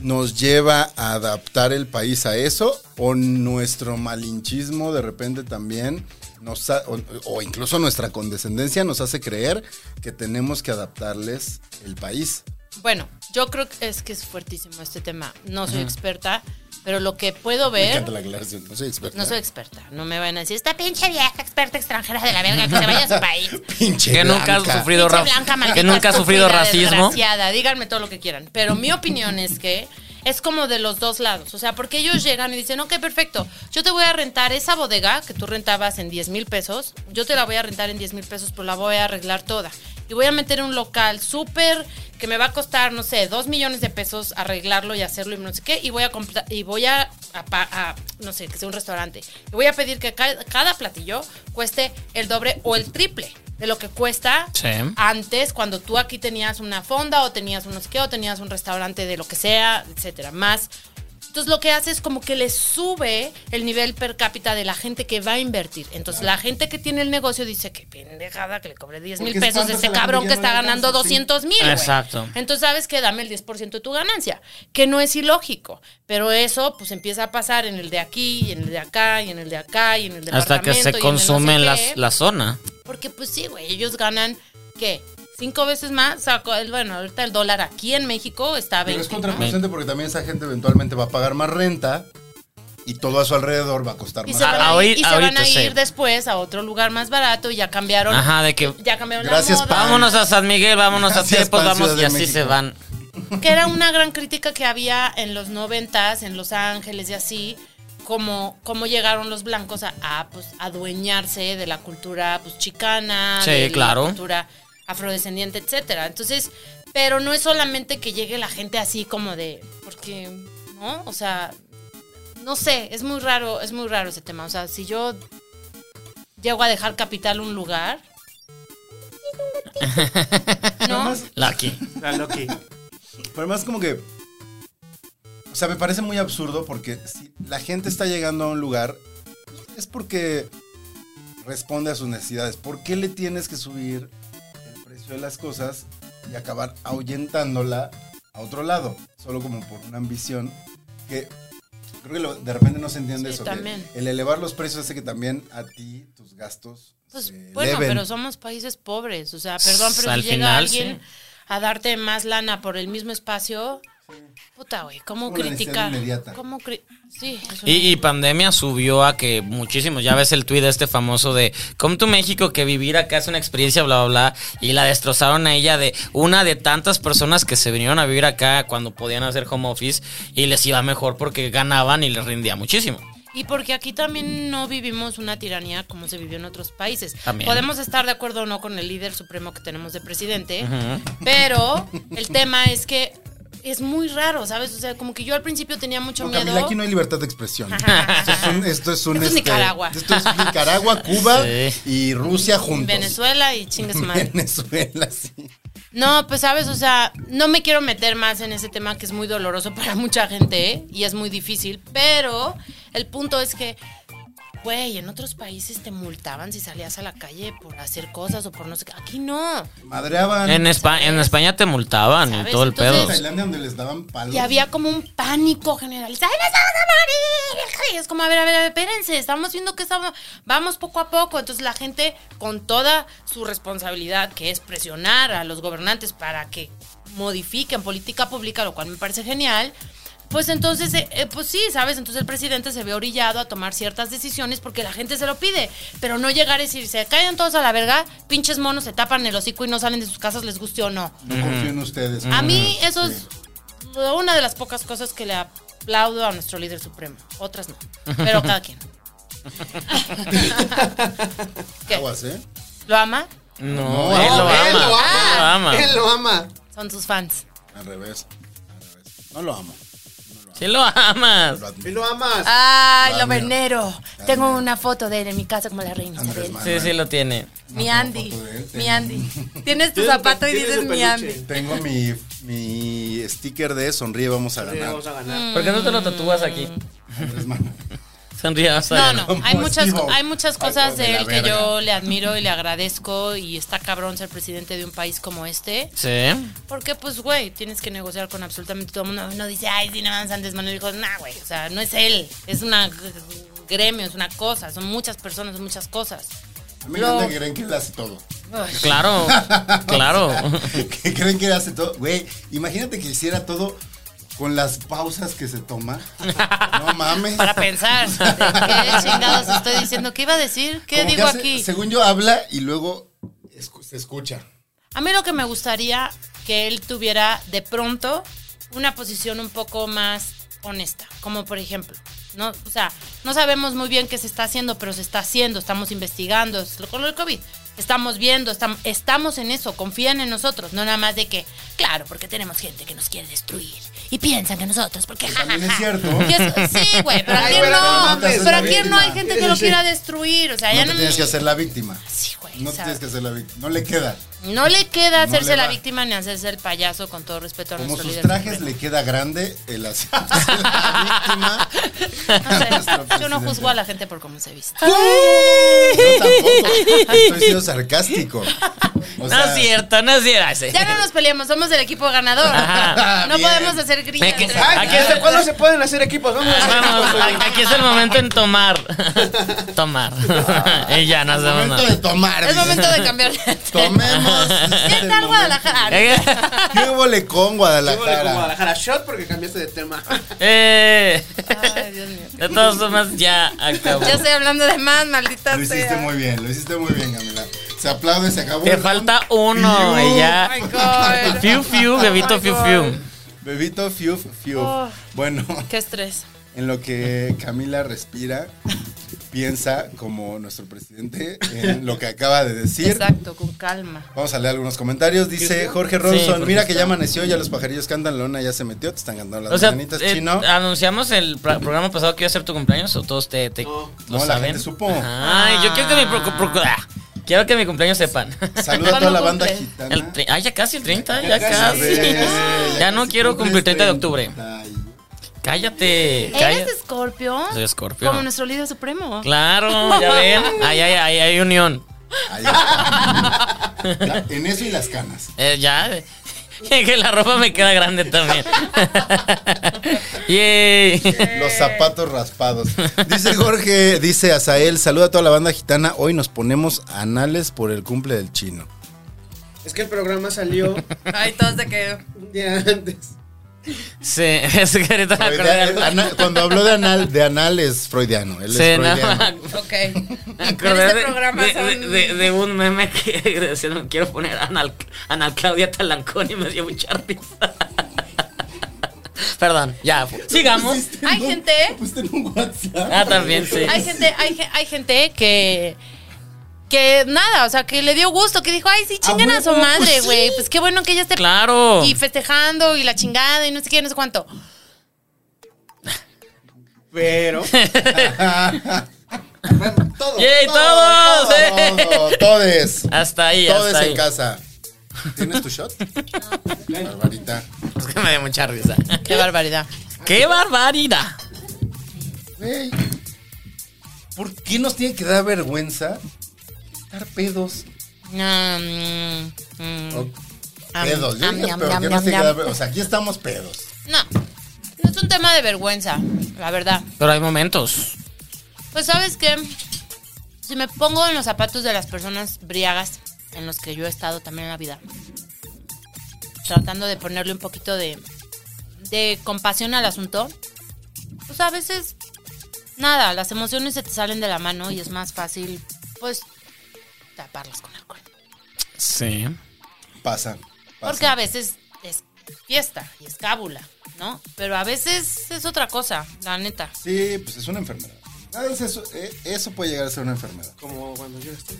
B: nos lleva a adaptar el país a eso o nuestro malinchismo de repente también nos ha- o, o incluso nuestra condescendencia nos hace creer que tenemos que adaptarles el país.
C: Bueno, yo creo que es que es fuertísimo este tema. No soy experta, pero lo que puedo
B: Me
C: ver...
B: encanta la aclaración, no soy experto.
C: ¿Eh? No soy extranjera. No me van a decir, esta pinche vieja experta extranjera de la verga que se vaya a su país.
B: Pinche
A: Que nunca has
B: blanca.
A: sufrido,
C: Pinche
A: ra-
C: blanca, maldita,
A: que nunca has sufrido
C: estúpida,
A: racismo.
C: desgraciada. Díganme todo lo que quieran. Pero mi opinión es que es como de los dos lados. O sea, porque ellos llegan y dicen, ok, perfecto, yo te voy a rentar esa bodega que tú rentabas en 10 mil pesos. Yo te la voy a rentar en 10 mil pesos, pero la voy a arreglar toda. Y voy a meter un local súper que me va a costar, no sé, 2 millones de pesos arreglarlo y hacerlo y no sé qué. Y voy a comprar, y voy a, a pa- a, no sé, que sea un restaurante. Y voy a pedir que ca- cada platillo cueste el doble o el triple de lo que cuesta
A: Sí.
C: antes, cuando tú aquí tenías una fonda o tenías unos que o tenías un restaurante de lo que sea, etcétera, más. Entonces lo que hace es como que le sube el nivel per cápita de la gente que va a invertir. Entonces la gente que tiene el negocio dice que pendejada que le cobré 10 mil
B: Porque
C: pesos a
B: espantas
C: este
B: a la
C: cabrón que
B: gente, ya
C: está
B: no le
C: ganando
B: alcanza, sí.
C: 200 mil.
A: Exacto.
C: Entonces, ¿sabes que Dame el 10% de tu ganancia, que no es ilógico, pero eso pues empieza a pasar en el de aquí, y en el de acá, y en el de acá, y en el de
A: Hasta que se consume la, la zona.
C: Porque pues sí, güey, ellos ganan, ¿qué? Cinco veces más, o sea, co- el- bueno, ahorita el dólar aquí en México está a
B: Pero es
C: 20. ¿no?
B: contraproducente porque también esa gente eventualmente va a pagar más renta y todo a su alrededor va a costar
C: Y
B: más.
C: se van
A: Ah,
C: a, ir,
A: ahorita-
C: y se van a
A: ahorita sí.
C: ir después a otro lugar más barato y ya cambiaron.
A: Ajá, de que
C: Ya cambiaron
B: Gracias,
C: la moda.
B: pa.
A: vámonos a San Miguel, vámonos a
B: Gracias,
A: Tiempos,
B: Pan,
A: vamos
B: Ciudad
A: y
B: de
A: así
B: México.
A: se van.
C: que era una gran crítica que había en los noventas, en Los Ángeles y así, como, como llegaron los blancos a, a, pues, adueñarse de la cultura pues, chicana,
A: Sí,
C: de
A: claro.
C: la cultura afrodescendiente, etcétera. Entonces, pero no es solamente que llegue la gente así como de, porque, ¿no? O sea, no sé, es muy raro, es muy raro ese tema. O sea, si yo llego a dejar capital un lugar, ¿no?
A: Lucky.
F: La Loki.
B: Pero además como que... O sea, me parece muy absurdo porque si la gente está llegando a un lugar es porque responde a sus necesidades. ¿Por qué le tienes que subir el precio de las cosas y acabar ahuyentándola a otro lado? Solo como por una ambición que creo que lo- de repente no se entiende
C: Sí,
B: eso. que
C: también.
B: el elevar los precios hace que también a ti tus gastos...
C: Pues
B: se
C: bueno,
B: eleven.
C: pero somos países pobres, o sea, perdón, pero
A: Al
C: si llega
A: final,
C: alguien
A: sí.
C: a darte más lana por el mismo espacio, puta güey, ¿cómo
B: Como la necesidad
C: criticar?
B: inmediata.
C: ¿Cómo cri- sí, es una-
A: Y, y pandemia subió a que muchísimos, ya ves el tuit este famoso de Come to México, que vivir acá es una experiencia, bla, bla, bla, y la destrozaron a ella de una de tantas personas que se vinieron a vivir acá cuando podían hacer home office y les iba mejor porque ganaban y les rendía muchísimo.
C: Y porque aquí también no vivimos una tiranía como se vivió en otros países.
A: También.
C: Podemos estar de acuerdo o no con el líder supremo que tenemos de presidente, pero el tema es que es muy raro, ¿sabes? O sea, como que yo al principio tenía mucho
B: No,
C: miedo.
B: Camila, aquí no hay libertad de expresión.
C: Ajá.
B: Esto es un- Esto es un,
C: Esto es
B: este,
C: Nicaragua.
B: Esto es Nicaragua, Cuba
A: Sí.
B: y Rusia juntos.
C: Venezuela y chingues madre.
B: Venezuela, sí.
C: No, pues sabes, o sea, no me quiero meter más en ese tema que es muy doloroso para mucha gente ¿eh? y es muy difícil, pero el punto es que, güey, en otros países te multaban si salías a la calle por hacer cosas o por no sé qué. Aquí no.
B: Madreaban.
A: En, Espa- en España te multaban y
C: ¿Sabes?
A: todo el
C: Entonces-
A: pedo.
B: En Tailandia donde les daban palos.
C: Y había como un pánico generalizado. ¡Ay, nos vamos a morir! Y es como, a ver, a ver, a ver, espérense, estamos viendo que estamos. Vamos poco a poco. Entonces la gente, con toda su responsabilidad, que es presionar a los gobernantes para que modifiquen política pública, lo cual me parece genial. Pues entonces, eh, eh, pues sí, ¿sabes? Entonces el presidente se ve orillado a tomar ciertas decisiones porque la gente se lo pide. Pero no llegar a decir, se caen todos a la verga, pinches monos se tapan el hocico y no salen de sus casas, les guste o no.
B: No confío en ustedes.
C: A mí eso es una de las pocas cosas que le aplaudo a nuestro líder supremo. Otras no. Pero cada quien. ¿Qué?
B: Aguas, ¿eh?
C: ¿Lo ama?
A: No,
B: No,
A: él lo ama.
D: él lo ama.
A: Él lo ama.
D: Él lo ama.
C: Son sus fans.
B: Al revés. Al revés. No lo amo.
A: Sí lo amas.
B: Lo
D: Y
B: admiro.
D: lo amas.
C: Ay,
B: Lo
C: lo
B: admiro.
C: venero. Tengo una foto de él en mi casa como la reina
B: Andrés
C: Isabel.
A: Sí,
B: Manuel.
A: sí lo tiene.
C: Mi
B: No,
C: Andy.
B: foto de él,
C: Mi
B: tengo.
C: Andy. Tienes tu
D: Tienes-
C: zapato y
D: tienes
C: dices
D: su
C: mi
D: peluche.
C: Andy.
B: Tengo mi, mi sticker de sonríe, vamos a
D: Sí,
B: ganar.
D: Vamos a ganar.
A: ¿Por qué no te lo tatúas aquí?
B: Andrés
A: Mm.
B: Manuel.
A: Sonríe, vas a
C: No,
A: ganar.
C: no,
B: Como
C: hay muchas,
B: Steve-O.
C: hay muchas
B: Algo
C: cosas
B: de
C: de
B: la
C: él que
B: verga.
C: yo le admiro y le agradezco y está cabrón ser presidente de un país como este.
A: Sí.
C: Porque, pues, güey, tienes que negociar con absolutamente todo el mundo. Uno dice, ay, si no más Andrés Manuel dijo, nah, güey, o sea, no es él. Es una g- gremio, es una cosa, son muchas personas, son muchas cosas.
B: Me
C: Lo-
B: encanta que creen que él hace todo.
C: Ay,
A: Claro, claro.
B: que creen que él hace todo. Güey, imagínate que hiciera todo con las pausas que se toma. No mames.
C: Para pensar, ¿de ¿qué chingados estoy diciendo? ¿Qué iba a decir? ¿Qué
B: Como que
C: digo
B: hace-
C: aquí?
B: Según yo, habla y luego escu- se escucha.
C: A mí lo que me gustaría que él tuviera de pronto una posición un poco más honesta, como por ejemplo, no, o sea, no sabemos muy bien qué se está haciendo, pero se está haciendo, estamos investigando, es lo- con lo del COVID, estamos viendo, estamos, estamos en eso, confían en nosotros, no nada más de que, claro, porque tenemos gente que nos quiere destruir y piensan que nosotros, porque
B: Que
C: jajaja.
B: también es cierto.
C: sí, güey, pero
D: Ay,
C: aquí
D: pero no
C: no,
D: mames,
C: pero
D: la
C: aquí no hay
B: víctima.
C: gente que lo quiera destruir, o sea,
B: No
C: ya
B: te
C: no
B: tienes que hacer la víctima.
C: Sí, güey,
B: No te
C: ¿sabes?
B: tienes que hacer la víctima. No le queda.
C: No le queda
B: No
C: hacerse
B: le
C: la
B: va.
C: víctima ni hacerse el payaso con todo respeto a
B: Como
C: nuestro
B: sus
C: líder
B: trajes
C: supremo.
B: le queda grande el hacer la víctima.
C: No sé,
B: a nuestro
C: yo no
B: presidente.
C: juzgo a la gente por cómo se viste.
B: Yo tampoco. Estoy siendo sarcástico. O
A: no es cierto, no es cierto. Ay, sí.
C: Ya no nos peleamos, somos el equipo ganador.
A: Ajá.
C: No
B: Bien.
C: podemos hacer
A: Me
C: grillas.
A: que-
C: entre-
A: Ay,
D: Aquí hasta cuándo se pueden hacer equipos. Vamos a hacer
A: Vamos,
D: equipos.
A: a- aquí es el momento en tomar. Tomar. y ya no
B: Ah, Es
A: hacemos
B: momento de
A: nada.
B: tomar.
C: Es
B: dice.
C: momento de cambiar de
B: Tomemos. este
C: ¿Qué tal Guadalajara?
B: ¿Qué huele con
D: Yo voy con
B: Guadalajara?
D: Guadalajara. Shot porque cambiaste de tema.
A: Eh,
C: Ay, Dios mío.
A: de todas formas, ya acabó.
C: Yo estoy hablando de más, maldita
B: Lo hiciste
C: sea.
B: muy bien, lo hiciste muy bien, Camila. Se aplaude, se acabó.
A: Te
B: el
A: falta
B: round.
A: uno y
B: Fiu.
C: Oh my
A: ya.
C: God.
A: Fiu, fiu, bebito,
C: Oh my
A: fiu,
C: God.
A: fiu.
B: Bebito, fiu, fiu.
C: Oh.
B: Bueno,
C: Qué estrés.
B: en lo que Camila respira, piensa como nuestro presidente en lo que acaba de decir.
C: Exacto, con calma.
B: Vamos a leer algunos comentarios. Dice Jorge
A: Sí,
B: Ronson,
A: porque
B: mira que ya amaneció, ya los pajarillos cantan, Lona ya se metió, te están cantando
A: O
B: las
A: sea,
B: mañanitas,
A: eh,
B: chino.
A: anunciamos el pra- programa pasado que iba a ser tu cumpleaños o todos te, te
D: No.
A: lo
B: No, la
A: saben.
B: gente supo.
A: Ay, yo quiero que mi pro- pro- pro- ah, quiero que mi cumpleaños sepan.
B: Saluda a
C: ¿Cuándo
B: toda la banda
C: cumple?
B: gitana.
A: El tri- ay, ya casi el 30, ya
B: Ya
A: casi.
B: ves,
A: Ya no
B: casi
A: quiero cumplir
B: cumples
A: 30 de octubre.
B: 30.
A: Cállate.
C: ¿Eres
A: cállate.
C: de Scorpio?
A: Soy Scorpio.
C: Como nuestro líder supremo.
A: Claro, ya ven. Ahí hay, ahí hay unión.
B: Ahí está. Ya, En eso y las canas.
A: Eh, ya. eh, Que la ropa me queda grande también. Yay.
B: Los zapatos raspados. Dice Jorge, dice Azael, saluda a toda la banda gitana. Hoy nos ponemos anales por el cumple del chino.
D: Es que el programa salió
C: Ay, todo se quedó.
D: un día antes.
A: Sí, es que ahorita me acordé de algo.
B: eh, Ana- Cuando habló de anal, de anal es freudiano. Él es
A: Sí, no,
B: freudiano.
C: Ok.
A: me acordé
C: este
A: de,
C: programa
A: de-
C: son-
A: de- de- de un meme que decía, no quiero poner Anal, Anal Claudia Talancón y me dio mucha risa. Perdón, ya. Sigamos.
C: Hay gente
B: Pues tengo un WhatsApp.
A: Ah, también, sí.
C: hay gente, hay, ge- hay gente que. Que nada, o sea, que le dio gusto, que dijo, ay, sí, chingan a,
B: huevo,
C: su madre,
B: pues
C: güey. Pues, qué bueno que ella esté
A: Claro.
C: y festejando y la chingada y no sé qué, no sé cuánto.
D: Pero. Todo.
A: ¡Yay, todos!
B: Todo,
A: eh.
B: Todes.
A: Hasta ahí,
B: Todes
A: hasta
B: en
A: ahí.
B: casa. ¿Tienes tu shot? Barbarita.
A: Es que me dio mucha risa.
C: Qué barbaridad.
A: ¡Qué barbaridad!
B: Güey, ¿Por qué nos tiene que dar vergüenza estar pedos?
C: Mm, mm.
B: O-
C: Am,
B: pedos, yo
C: am,
B: dije,
C: am,
B: pero
C: am,
B: ¿qué nos
C: am,
B: tiene que dar
C: am.
B: ver- O sea, aquí estamos pedos.
C: No, no es un tema de vergüenza, la verdad.
A: Pero hay momentos.
C: Pues sabes que si me pongo en los zapatos de las personas briagas en los que yo he estado también en la vida, tratando de ponerle un poquito de, de compasión al asunto, pues a veces nada, las emociones se te salen de la mano y es más fácil pues taparlas con alcohol.
A: Sí.
B: Pasa. pasa.
C: Porque a veces es fiesta y es cábula, ¿no? Pero a veces es otra cosa, la neta.
B: Sí, pues es una enfermedad. Ah, es eso, eh, eso puede llegar a ser una enfermedad.
D: Como cuando yo estoy.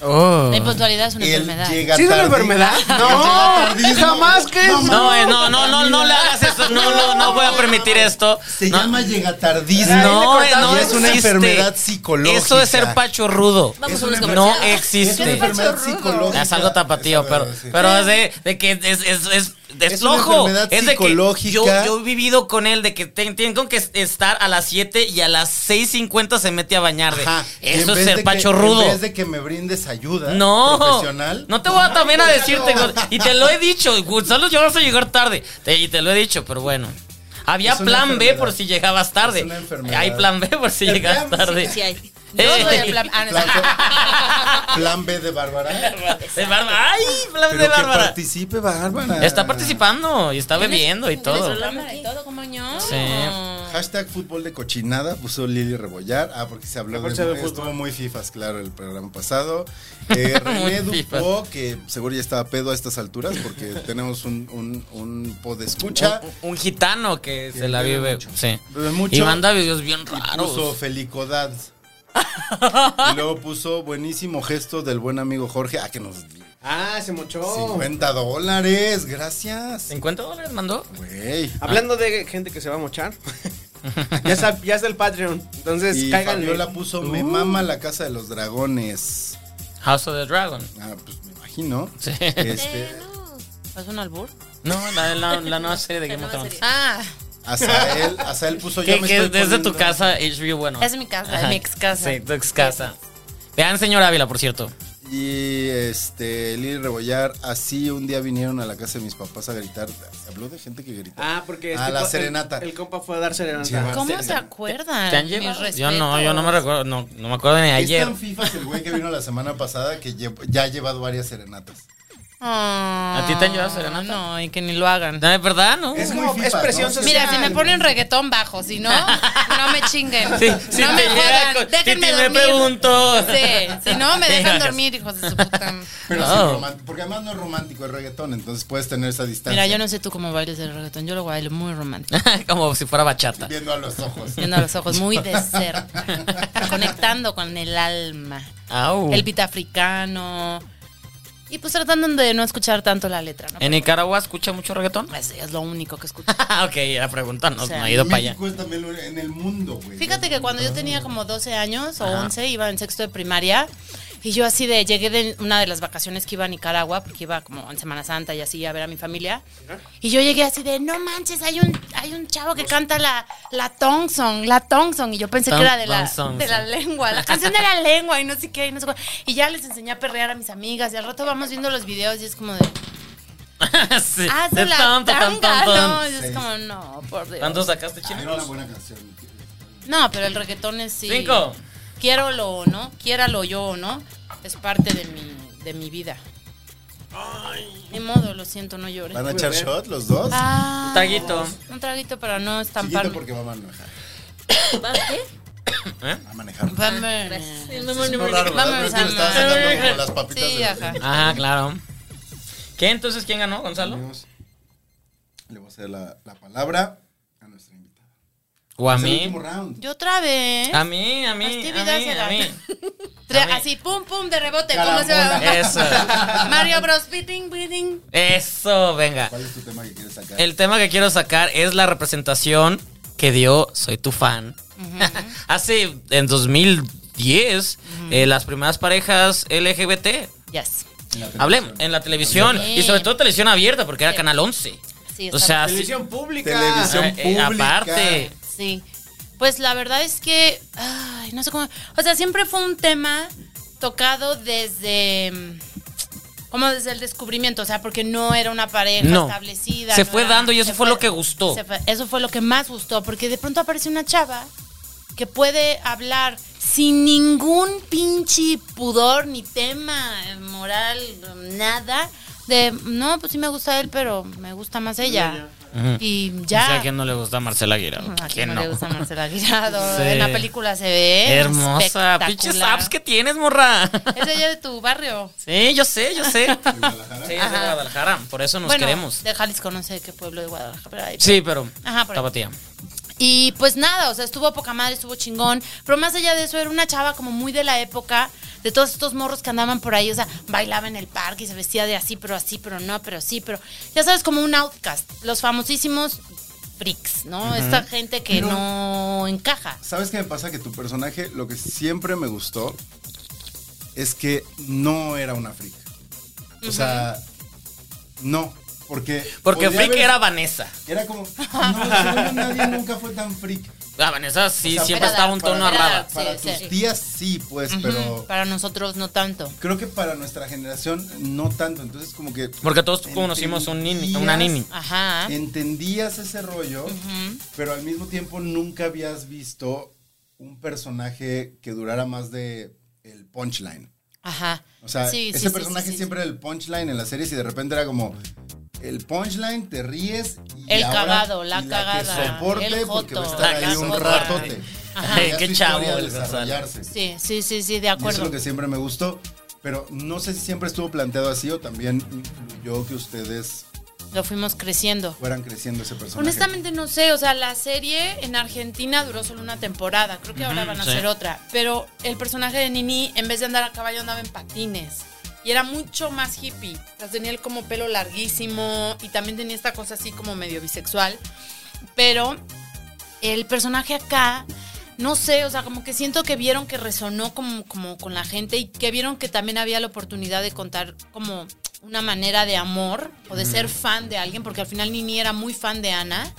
A: Oh.
C: La impuntualidad es una
B: Él
C: enfermedad.
B: llega
F: ¿Sí es una
B: tarde.
F: enfermedad?
B: tardísimo.
F: No, jamás que es.
A: No, eh, no, no, no, no le hagas eso. No, no, no voy a permitir esto.
B: Se
A: no,
B: llama llegatardismo.
A: no, eh,
B: Y
A: no
B: es una
A: existe.
B: enfermedad psicológica.
A: Eso es ser pacho rudo.
E: Vamos
B: Es
E: a unos
B: una-
A: No
E: comerciales.
B: Es una
A: existe.
B: enfermedad psicológica.
A: Es algo tapatío,
B: Eso,
A: pero,
B: sí.
A: pero es de, de que es, es, es, es,
B: Es una
A: flojo.
B: enfermedad
A: Es de que yo,
B: psicológica.
A: yo he vivido con él de que ten- tengo que estar a las 7 y a las 6.50 se mete a bañar. de-
B: Ajá. Y en
A: Eso es
B: vez
A: ser
B: de
A: pacho
B: que-
A: rudo.
B: En vez de que me brindes ayuda
A: No,
B: profesional.
A: no te voy a también a decirte, güey, y te lo he dicho, güey, solo yo vas a llegar tarde, te- y te lo he dicho, pero bueno. Había
B: Es una
A: plan B
B: enfermedad.
A: por si llegabas tarde.
B: Es una enfermedad.
A: Hay plan B por si
B: El
A: llegas
B: plan-
A: tarde.
E: Sí hay.
C: Yo soy
A: Eh,
C: el plan- ah, no,
B: Plan,
C: no.
B: plan B de Bárbara.
A: de Bárbara. Ay, plan
B: Pero
A: de
B: que
A: Bárbara.
B: participe Bárbara.
A: Está participando y está bebiendo y todo.
E: celular?
C: Programa de todo, ¿cómo no?
A: Sí.
B: Hashtag fútbol de cochinada, puso Lili Rebollar. Ah, porque se habló
D: Mejor
B: de,
D: se ve
B: mujeres.
D: fútbol.
B: Estuvo muy fifas, claro, el programa pasado. Eh, René
A: Muy fifas.
B: Dupó, que seguro ya estaba pedo a estas alturas, porque tenemos un, un, un pod escucha.
A: Un, un gitano que se Oh, la
B: bebe
A: vive.
B: mucho.
A: Sí.
B: Bebe mucho.
A: Y manda videos bien
B: Y puso
A: raros.
B: Felicodad. y luego puso buenísimo gesto del buen amigo Jorge. Ah, que nos.
D: Ah, se mochó.
B: 50 dólares, gracias.
A: ¿50 dólares mandó?
B: Güey.
D: Hablando de gente que se va a mochar. ya, está, ya está el Patreon. Entonces,
B: Y
D: cáiganle.
B: Fabiola puso,
D: Uh.
B: me mama la casa de los dragones.
A: House of the Dragon.
B: Ah, pues me imagino.
A: Sí.
B: Este,
C: ¿Es un albur?
A: No, la, la, la nueva serie de Game of
E: nueva
A: Thrones.
E: serie.
C: Ah,
B: Azael, Azael puso yo
A: Que,
B: me
A: que
B: estoy
A: desde
B: poniendo-
A: tu casa, HBO, bueno.
C: es mi casa,
A: Ajá.
C: es mi ex casa.
A: Sí, tu ex casa. Vean, señor Ávila, por cierto.
B: Y este, Lili Rebollar, así un día vinieron a la casa de mis papás a gritar. Se habló de gente que grita.
D: Ah, porque.
B: A la
D: co- el-
B: serenata.
D: El, compa fue a dar serenata.
B: Sí, va.
C: ¿Cómo
B: Sí.
C: se acuerdan?
A: ¿Te han
C: Mis
A: llevado? Yo
C: respetos.
A: no, yo no me recuerdo, no, no me acuerdo ni
B: Es
A: ayer.
B: tan fifas el güey que vino la semana pasada que llevo- ya ha llevado varias serenatas.
C: Ah,
A: ¿A ti te han llevado serenata?
C: No, y que ni lo hagan.
A: No, es verdad, ¿no?
B: Es muy
D: como-
B: fifas,
D: es presión
B: ¿no?
D: social.
C: Mira, si me ponen reggaetón bajo, si no, no me chinguen.
A: Sí,
C: no
A: si
C: me
A: te llega
C: jodan,
A: con- si
C: déjenme
A: te me
C: dormir.
A: pregunto.
C: Sí, si no, me dejan
A: Venga.
C: dormir, hijos de su puta.
B: Pero
A: No.
B: sin román- porque además no es romántico, es reggaetón, entonces puedes tener esa distancia.
C: Mira, yo no sé tú cómo bailes el reggaetón, yo lo bailo muy romántico.
A: Como si fuera bachata.
B: Viendo a los ojos.
C: Viendo a los ojos muy de cerca, conectando con el alma.
A: Au.
C: el beat africano. Y pues tratando de no escuchar tanto la letra, ¿no?
A: ¿En Nicaragua escucha mucho reggaetón?
C: Pues es lo único que escucho.
A: ok, la pregunta no,
C: O sea,
A: no he ido para allá.
B: México es también lo- en el mundo, güey.
C: Fíjate que cuando yo tenía como 12 años o 11, iba en sexto de primaria. Y yo así de, llegué de una de las vacaciones que iba a Nicaragua, porque iba como en Semana Santa y así a ver a mi familia. Y yo llegué así de, no manches, hay un, hay un chavo que canta la, la Tong Song, la Tong Song. Y yo pensé
A: Tong-
C: que era de
A: Tong
C: la,
A: Song,
C: de la
A: sí.
C: lengua, la canción de la lengua y no sé qué, y no sé cuál. Y ya les enseñé a perrear a mis amigas y al rato vamos viendo los videos y es como de,
A: Sí.
C: ah,
A: De
C: la
A: tonto, tonto,
C: tanga,
A: tonto.
C: no. Y es como, no, por Dios.
A: ¿Cuánto sacaste,
B: Era una
A: chino?
B: buena canción.
C: No, pero el reggaetón es sí.
A: Cinco.
C: Quiérolo o no, quiéralo yo o no, es parte de mi, de mi vida. Ni modo, lo siento, no llores.
B: ¿Van a echar shot los dos?
C: Ah,
A: Un Taguito.
C: un traguito para no
B: Chiquito
C: estamparme.
B: porque va a manejar.
E: ¿Va qué?
B: Va a manejar.
A: Ah,
C: Vamos.
E: Gracias.
B: Es un raro, ¿verdad? Pero
C: Vamos
B: es que
C: a
B: me estabas
C: amar.
B: sacando como las papitas
C: Sí,
B: del-
C: ajá.
A: Ajá, claro. ¿Qué entonces quién ganó, Gonzalo?
B: Amigos, Le voy a hacer la, la palabra a nuestra invitada.
A: ¿O a
B: Es el
A: mí?
B: último round.
C: Yo otra vez.
A: A mí, a mí, a
C: Actividad
A: mí, a
C: será.
A: mí.
C: Tre-
A: a mí.
C: así, pum, pum, de rebote. ¿Cómo se
B: Carambola.
C: va?
A: Eso.
C: Mario Bros. Beating, beating.
A: Eso, venga.
B: ¿Cuál es tu tema que quieres sacar?
A: El tema que quiero sacar es la representación que dio Soy tu fan. Hace en 2010 eh, las primeras parejas LGBT.
C: Yes.
A: Hablemos en la televisión
C: Abierta.
A: y sobre todo televisión abierta porque era Canal 11.
C: Ah, Sí,
A: O
C: está
A: sea, sí,
D: Televisión pública.
B: Televisión
A: eh, eh,
B: pública.
A: aparte.
C: Sí. Pues la verdad es que, ay, no sé cómo, o sea, siempre fue un tema tocado desde mm, como desde el descubrimiento, o sea, porque no era una pareja
A: No.
C: establecida.
A: Se
C: no
A: fue
C: era-
A: dando y eso
C: se
A: fue lo que gustó.
C: se fue- eso fue lo que más gustó, porque de pronto aparece una chava que puede hablar sin ningún pinche pudor ni tema eh, moral, nada. De, no, pues sí me gusta él, pero me gusta más ella. Y ya.
A: O sea, ¿a quién no le gusta Marcela Aguirre?
C: ¿A
A: ¿A
C: quién
A: quién
C: no, le
A: no?
C: gusta Marcela Guirado?
A: Sí.
C: En la película se ve.
A: Hermosa.
C: espectacular.
A: Pinches apps que tienes, morra.
C: Es de allá de tu barrio.
A: Sí, yo sé, yo sé. Sí, es de Guadalajara. Por eso nos
C: bueno,
A: queremos.
C: de Jalisco, no sé de qué pueblo de Guadalajara. pero ahí-
A: Sí, pero.
C: Ajá, por ahí.
A: Tapatía.
C: Y pues nada, o sea, estuvo poca madre, estuvo chingón. Pero más allá de eso, era una chava como muy de la época, de todos estos morros que andaban por ahí, o sea, bailaba en el parque y se vestía de así, pero así, pero no, pero sí, pero. Ya sabes, como un outcast. Los famosísimos freaks, ¿no? Esta gente que
B: No.
C: no encaja.
B: ¿Sabes qué me pasa? Que tu personaje, lo que siempre me gustó es que no era una freak. O sea, no. Porque.
A: Porque
B: podía
A: Freak
B: haber-
A: era Vanessa.
B: Era como. No, seguro nadie nunca fue tan freak.
A: Ah, Vanessa sí,
B: O sea,
A: siempre
C: para-
A: estaba un tono
C: para-
A: arraba.
B: Para
C: Sí,
B: tus
C: sí.
B: tías sí, pues,
C: Ujú,
B: pero.
C: Para nosotros no tanto.
B: Creo que para nuestra generación no tanto. Entonces, como que.
A: Porque todos conocimos un nini, una nini.
C: Ajá.
B: Entendías ese rollo, pero al mismo tiempo nunca habías visto un personaje que durara más de el punchline.
C: Ajá.
B: O sea,
C: Sí, sí,
B: ese
C: sí,
B: personaje
C: sí, sí,
B: siempre
C: sí.
B: era el punchline en las series y de repente era como el punchline, te ríes y
C: El
B: ahora-
C: cagado, la
B: y
C: cagada,
B: Que soporte
C: el
B: porque va a
C: joto,
B: estar
A: la
B: ahí un
A: casota.
B: ratote.
A: Ajá.
B: Ya
A: Qué
B: su
A: chavo
B: historia
A: el
B: desarrollarse. Y
C: Sí, sí, sí, sí, de
B: Eso es
C: acuerdo.
B: lo que siempre me gustó. Pero no sé si siempre estuvo planteado así o también influyó que ustedes
C: Lo fuimos creciendo.
B: fueran creciendo ese personaje.
C: Honestamente no sé, o sea, la serie en Argentina duró solo una temporada, creo que ahora van a
A: sí.
C: hacer otra, pero el personaje de Nini en vez de andar a caballo andaba en patines y era mucho más hippie, o sea, tenía el como pelo larguísimo y también tenía esta cosa así como medio bisexual, pero el personaje acá, no sé, o sea, como que siento que vieron que resonó como, como con la gente y que vieron que también había la oportunidad de contar como una manera de amor o de
A: Mm.
C: ser fan de alguien, porque al final Nini era muy fan de Ana.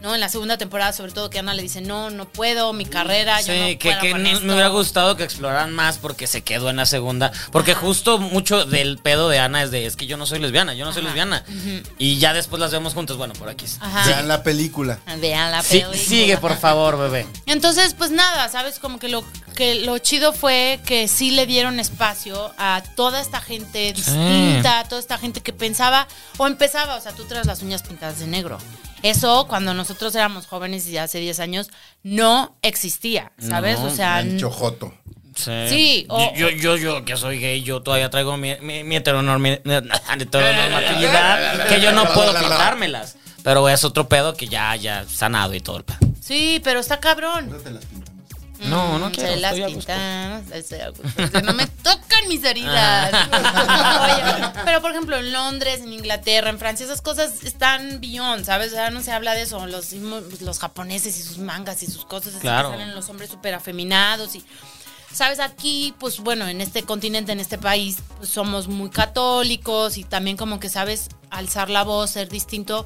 C: ¿No? En la segunda temporada, sobre todo, que Ana le dice, no, no puedo, mi carrera, yo no
A: Sí, que,
C: puedo
A: que
C: con
A: no-
C: esto".
A: me hubiera gustado que exploraran más porque se quedó en la segunda. Porque
C: Ajá.
A: justo mucho del pedo de Ana es de, es que yo no soy lesbiana, yo no soy
C: Ajá. Ah,
A: lesbiana. Y ya después las vemos juntas. Bueno, por aquí. está.
C: Ajá.
B: Vean la película.
C: Vean la
A: Sí,
C: película.
A: sigue, por favor, bebé.
C: Entonces, pues nada, ¿sabes? Como que lo, que lo chido fue que sí le dieron espacio a toda esta gente distinta, a toda esta gente que pensaba o empezaba, o sea, tú traes las uñas pintadas de negro. Eso cuando nosotros éramos jóvenes y hace 10 años no existía, ¿sabes?
A: No,
C: o sea,
B: El chojoto.
C: Sí, o-
A: yo, yo, yo, yo que soy gay, yo todavía traigo mi, mi, mi heteronormi- heteronormatividad, que yo no puedo pintármelas. Pero es otro pedo que ya, ya sanado y todo el pedo.
C: sí, pero está cabrón.
B: Ahorita te las pintamos.
A: No, no
C: Mm,
A: quiero,
C: Se las
A: estoy a gusto.
C: pintan, estoy a gusto. Dice, No me tocan mis heridas.
A: Ah.
C: Oye, pero por ejemplo, en Londres, en Inglaterra, en Francia, esas cosas están beyond, ¿sabes? O sea, no se habla de eso. Los, los japoneses y sus mangas y sus cosas. así que
A: Claro.
C: salen los hombres súper afeminados y. Sabes, aquí, pues bueno, en este continente, en este país, pues, somos muy católicos y también como que sabes alzar la voz, ser distinto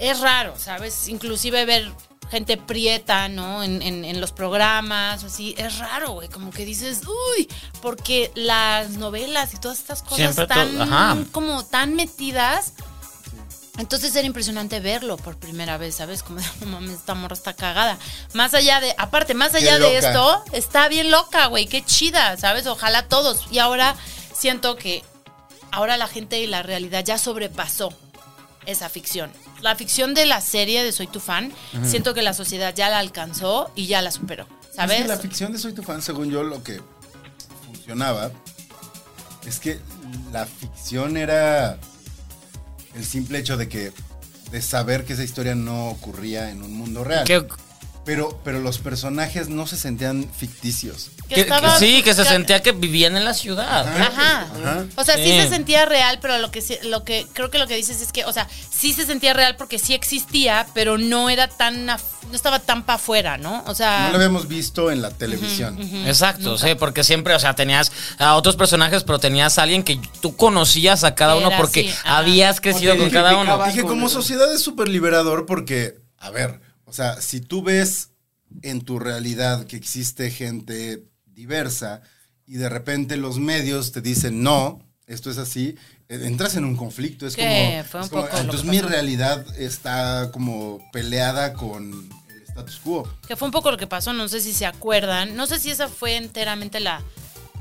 C: es raro, ¿sabes? Inclusive ver gente prieta, ¿no? En, en- en los programas, o así, es raro, güey. Como que dices, uy, porque las novelas y todas estas cosas
A: Siempre
C: están
A: todo- ajá.
C: como tan metidas. Entonces era impresionante verlo por primera vez, ¿sabes? Como, no mames, esta morra está cagada. Más allá de, aparte, más
B: Qué
C: allá de
B: loca.
C: esto, está bien loca, güey, qué chida, ¿sabes? Ojalá todos. Y ahora siento que ahora la gente y la realidad ya sobrepasó esa ficción. La ficción de la serie de Soy tu fan, siento que la sociedad ya la alcanzó y ya la superó,
B: Es
C: ¿sabes?
B: que la ficción de Soy tu fan, según yo, lo que funcionaba es que la ficción era el simple hecho de que de saber que esa historia no ocurría en un mundo real.
A: Que-
B: Pero, pero los personajes no se sentían ficticios.
C: Que
A: que-
C: estaba-
A: sí, que se
C: que-
A: sentía que vivían en la ciudad.
C: Ajá.
B: Ajá.
C: O sea, sí.
A: Sí.
C: se sentía real, pero lo que sí- lo que creo que lo que dices es que, o sea, sí se sentía real porque sí existía, pero no era tan af- no estaba tan pa' afuera, ¿no? O sea,
B: No lo habíamos visto en la televisión.
C: Mm,
A: Exacto, sí, porque siempre, o sea, tenías a otros personajes, pero tenías a alguien que tú conocías a cada uno
C: Era
A: porque
C: así, ajá.
A: habías crecido
D: Porque
A: con cada uno.
D: identificabas
B: Dije,
D: con
B: como
D: el-
B: sociedad es súper liberador porque, a ver, o sea, si tú ves en tu realidad que existe gente diversa y de repente los medios te dicen, no, esto es así, eh, entras en un conflicto. Es
C: Sí,
B: como,
C: fue
B: es
C: un
B: como,
C: poco
B: "Ah,
C: lo
B: entonces
C: que
B: mi
C: pasó".
B: realidad está como peleada con el status quo.
C: que fue un poco lo que pasó, no sé si se acuerdan. No sé si esa fue enteramente la,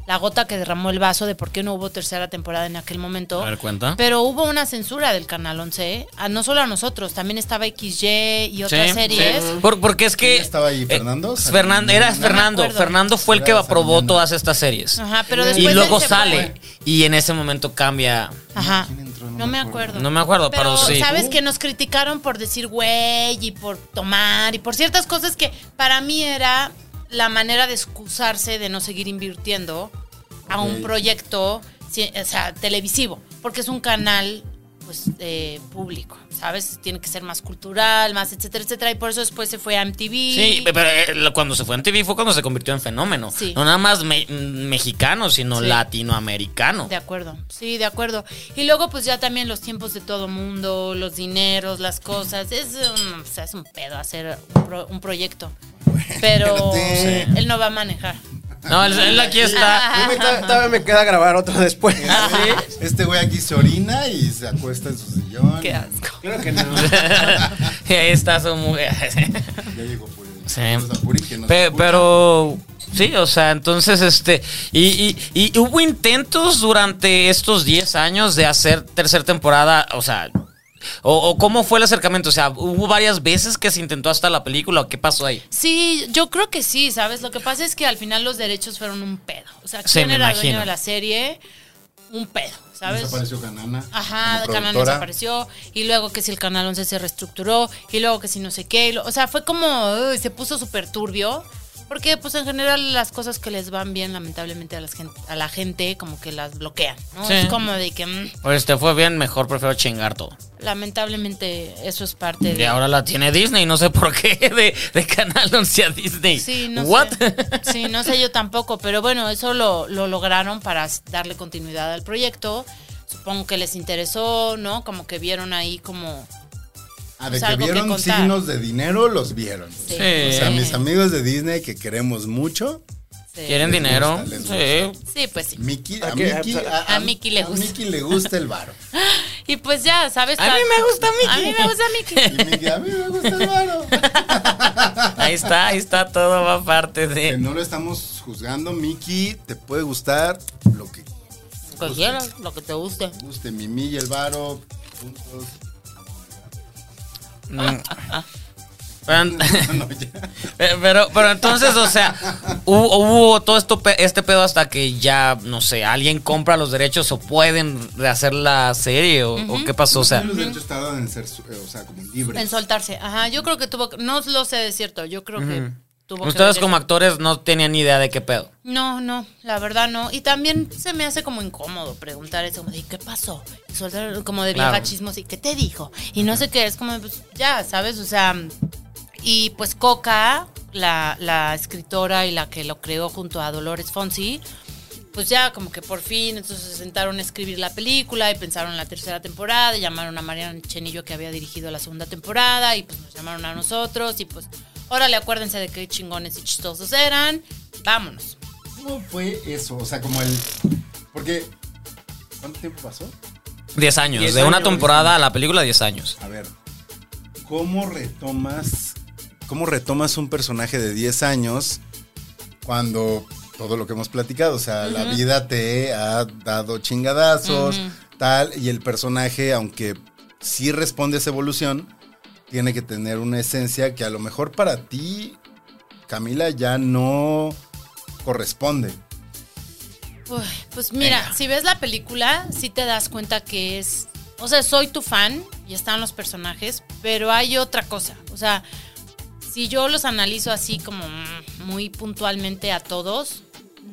C: la gota que derramó el vaso de por qué no hubo tercera temporada en aquel momento.
A: A ver, cuenta.
C: Pero hubo una censura del Canal 11, a- no solo a nosotros, también estaba XY y otras
A: Sí,
C: series.
A: sí. Por- porque es que.
B: ¿Quién estaba ahí,
A: eh,
B: Fernando?
A: Fernan- era
B: No me
A: Fernando.
C: acuerdo.
A: Fernando fue el que
B: Era
A: aprobó
B: Fernando.
A: todas estas series.
C: Ajá, pero después
A: y
C: él
A: luego
C: se fue.
A: sale. Y en ese momento cambia.
C: Ajá.
B: ¿Quién entró?
C: No me acuerdo.
A: No me acuerdo, pero,
C: Pero
A: sí.
C: sabes que nos criticaron por decir güey y por tomar y por ciertas cosas que para mí era la manera de excusarse de no seguir invirtiendo a un
B: Ok.
C: proyecto, sí, o sea, televisivo, porque es un canal pues eh, público, ¿sabes? Tiene que ser más cultural, más etcétera, etcétera, y por eso después se fue a MTV.
A: Sí, pero eh, lo- cuando se fue en TV fue cuando se convirtió en fenómeno.
C: Sí.
A: No nada más me- mm, mexicano, sino
C: Sí.
A: latinoamericano.
C: De acuerdo, sí, de acuerdo. Y luego pues ya también los tiempos de todo mundo, los dineros, las cosas. Es, un, o sea, es un pedo hacer un, pro- un proyecto. Pero
B: Espérate.
C: él no va a manejar.
A: No, él, él aquí está.
F: A mí ta- todavía me queda grabar otro después.
B: Este güey aquí se orina y se acuesta en su sillón.
C: Qué asco.
F: Creo que no.
A: y ahí está su mujer.
B: Ya pues, llegó Puri.
A: Sí.
B: Saludos a Puri, que nos
A: Pe-
B: escucha.
A: pero sí, o sea, entonces este y, y- y hubo intentos durante estos 10 años de hacer tercera temporada, o sea, o, o cómo fue el acercamiento, o sea, hubo varias veces que se intentó hasta la película, ¿o ¿qué pasó ahí?
C: Sí, yo creo que sí, ¿sabes? Lo que pasa es que al final los derechos fueron un pedo. O sea,
A: Sí,
C: ¿quién
A: me
C: era
A: imagino.
C: dueño de la serie? Un pedo, ¿sabes?
B: Desapareció Canana.
C: Ajá, el
B: como
C: canal
B: productora.
C: desapareció. Y luego que si el canal 11 se reestructuró. Y luego que si no sé qué. y lo- o sea, fue como. uy, se puso súper turbio. Porque, pues, en general, las cosas que les van bien, lamentablemente, a, las gen- a la gente, como que las bloquean. ¿no?
A: Sí.
C: Es como de que. mm,
A: Pues te fue bien, mejor prefiero chingar todo.
C: lamentablemente, eso es parte
A: Y
C: de.
A: ahora la tiene Disney, no sé por qué, de, de Canal 11 a Disney.
C: Sí, no
A: What?
C: sé. Sí, no sé yo tampoco, pero bueno, eso lo, lo lograron para s- darle continuidad al proyecto. Supongo que les interesó, ¿no? Como que vieron ahí como...
B: Ah, de
C: Pues
B: que
C: algo que
B: vieron
C: contar.
B: signos de dinero, los vieron.
C: Sí.
B: O sea,
A: Sí.
B: mis amigos de Disney que queremos mucho.
C: sí.
A: ¿Quieren
B: Les
A: dinero?
B: gusta, les
A: sí.
C: Sí, pues sí.
B: Mickey, a,
F: Ok,
B: Mickey,
F: a-
C: a Mickey le gusta.
B: A Mickey le gusta el varo.
C: Y pues ya, ¿sabes?
A: A mí me gusta Mickey.
C: A mí me gusta
B: Y
C: Mickey.
B: Mickey, a mí me gusta el varo.
A: Ahí está, ahí está todo, va parte
B: Que
A: de...
B: no lo estamos juzgando, Mickey. Te puede gustar lo que
C: Lo que quieras, lo que te guste.
B: guste, Mimi y el varo. Juntos.
A: Mm. Pero-
B: No, ya.
A: Eh, Pero, pero entonces, o sea, hubo, hubo todo esto, pe- este pedo hasta que ya, no sé, alguien compra los derechos o pueden rehacer la serie o, o qué pasó, o sea.
B: los derechos tardan en ser, su- eh, o sea, como libres.
C: En soltarse. Ajá, yo creo que tuvo... que- No lo sé de cierto, yo creo que tuvo que...
A: Ustedes
C: ver
A: Pues como
C: eso.
A: actores no tenían ni idea de qué pedo.
C: No, no, la verdad no. Y también se me hace como incómodo preguntar eso, como de, ¿y qué pasó? Y soltar como de vieja
A: Claro.
C: chismos, ¿y qué te dijo? Y no sé qué, es como, pues, ya, ¿sabes? O sea, y pues Coca, la, la escritora y la que lo creó junto a Dolores Fonsi, pues ya como que por fin entonces se sentaron a escribir la película y pensaron en la tercera temporada y llamaron a Mariana Chenillo que había dirigido la segunda temporada y pues nos llamaron a nosotros y pues órale acuérdense de qué chingones y chistosos eran vámonos
B: ¿Cómo fue eso? O sea, como el. Porque. ¿Cuánto tiempo pasó?
A: 10 años,
F: Diez
A: de una
F: años.
A: temporada a la película 10 años.
B: A ver. ¿Cómo retomas. ¿Cómo retomas un personaje de 10 años cuando todo lo que hemos platicado? O sea, la vida te ha dado chingadazos, tal, y el personaje, aunque sí responde a esa evolución, tiene que tener una esencia que a lo mejor para ti, Camila, ya no corresponde.
C: Uy, pues mira, si ves la película, sí te das cuenta que es. O sea, soy tu fan y están los personajes, pero hay otra cosa. O sea, si yo los analizo así como mm, muy puntualmente a todos,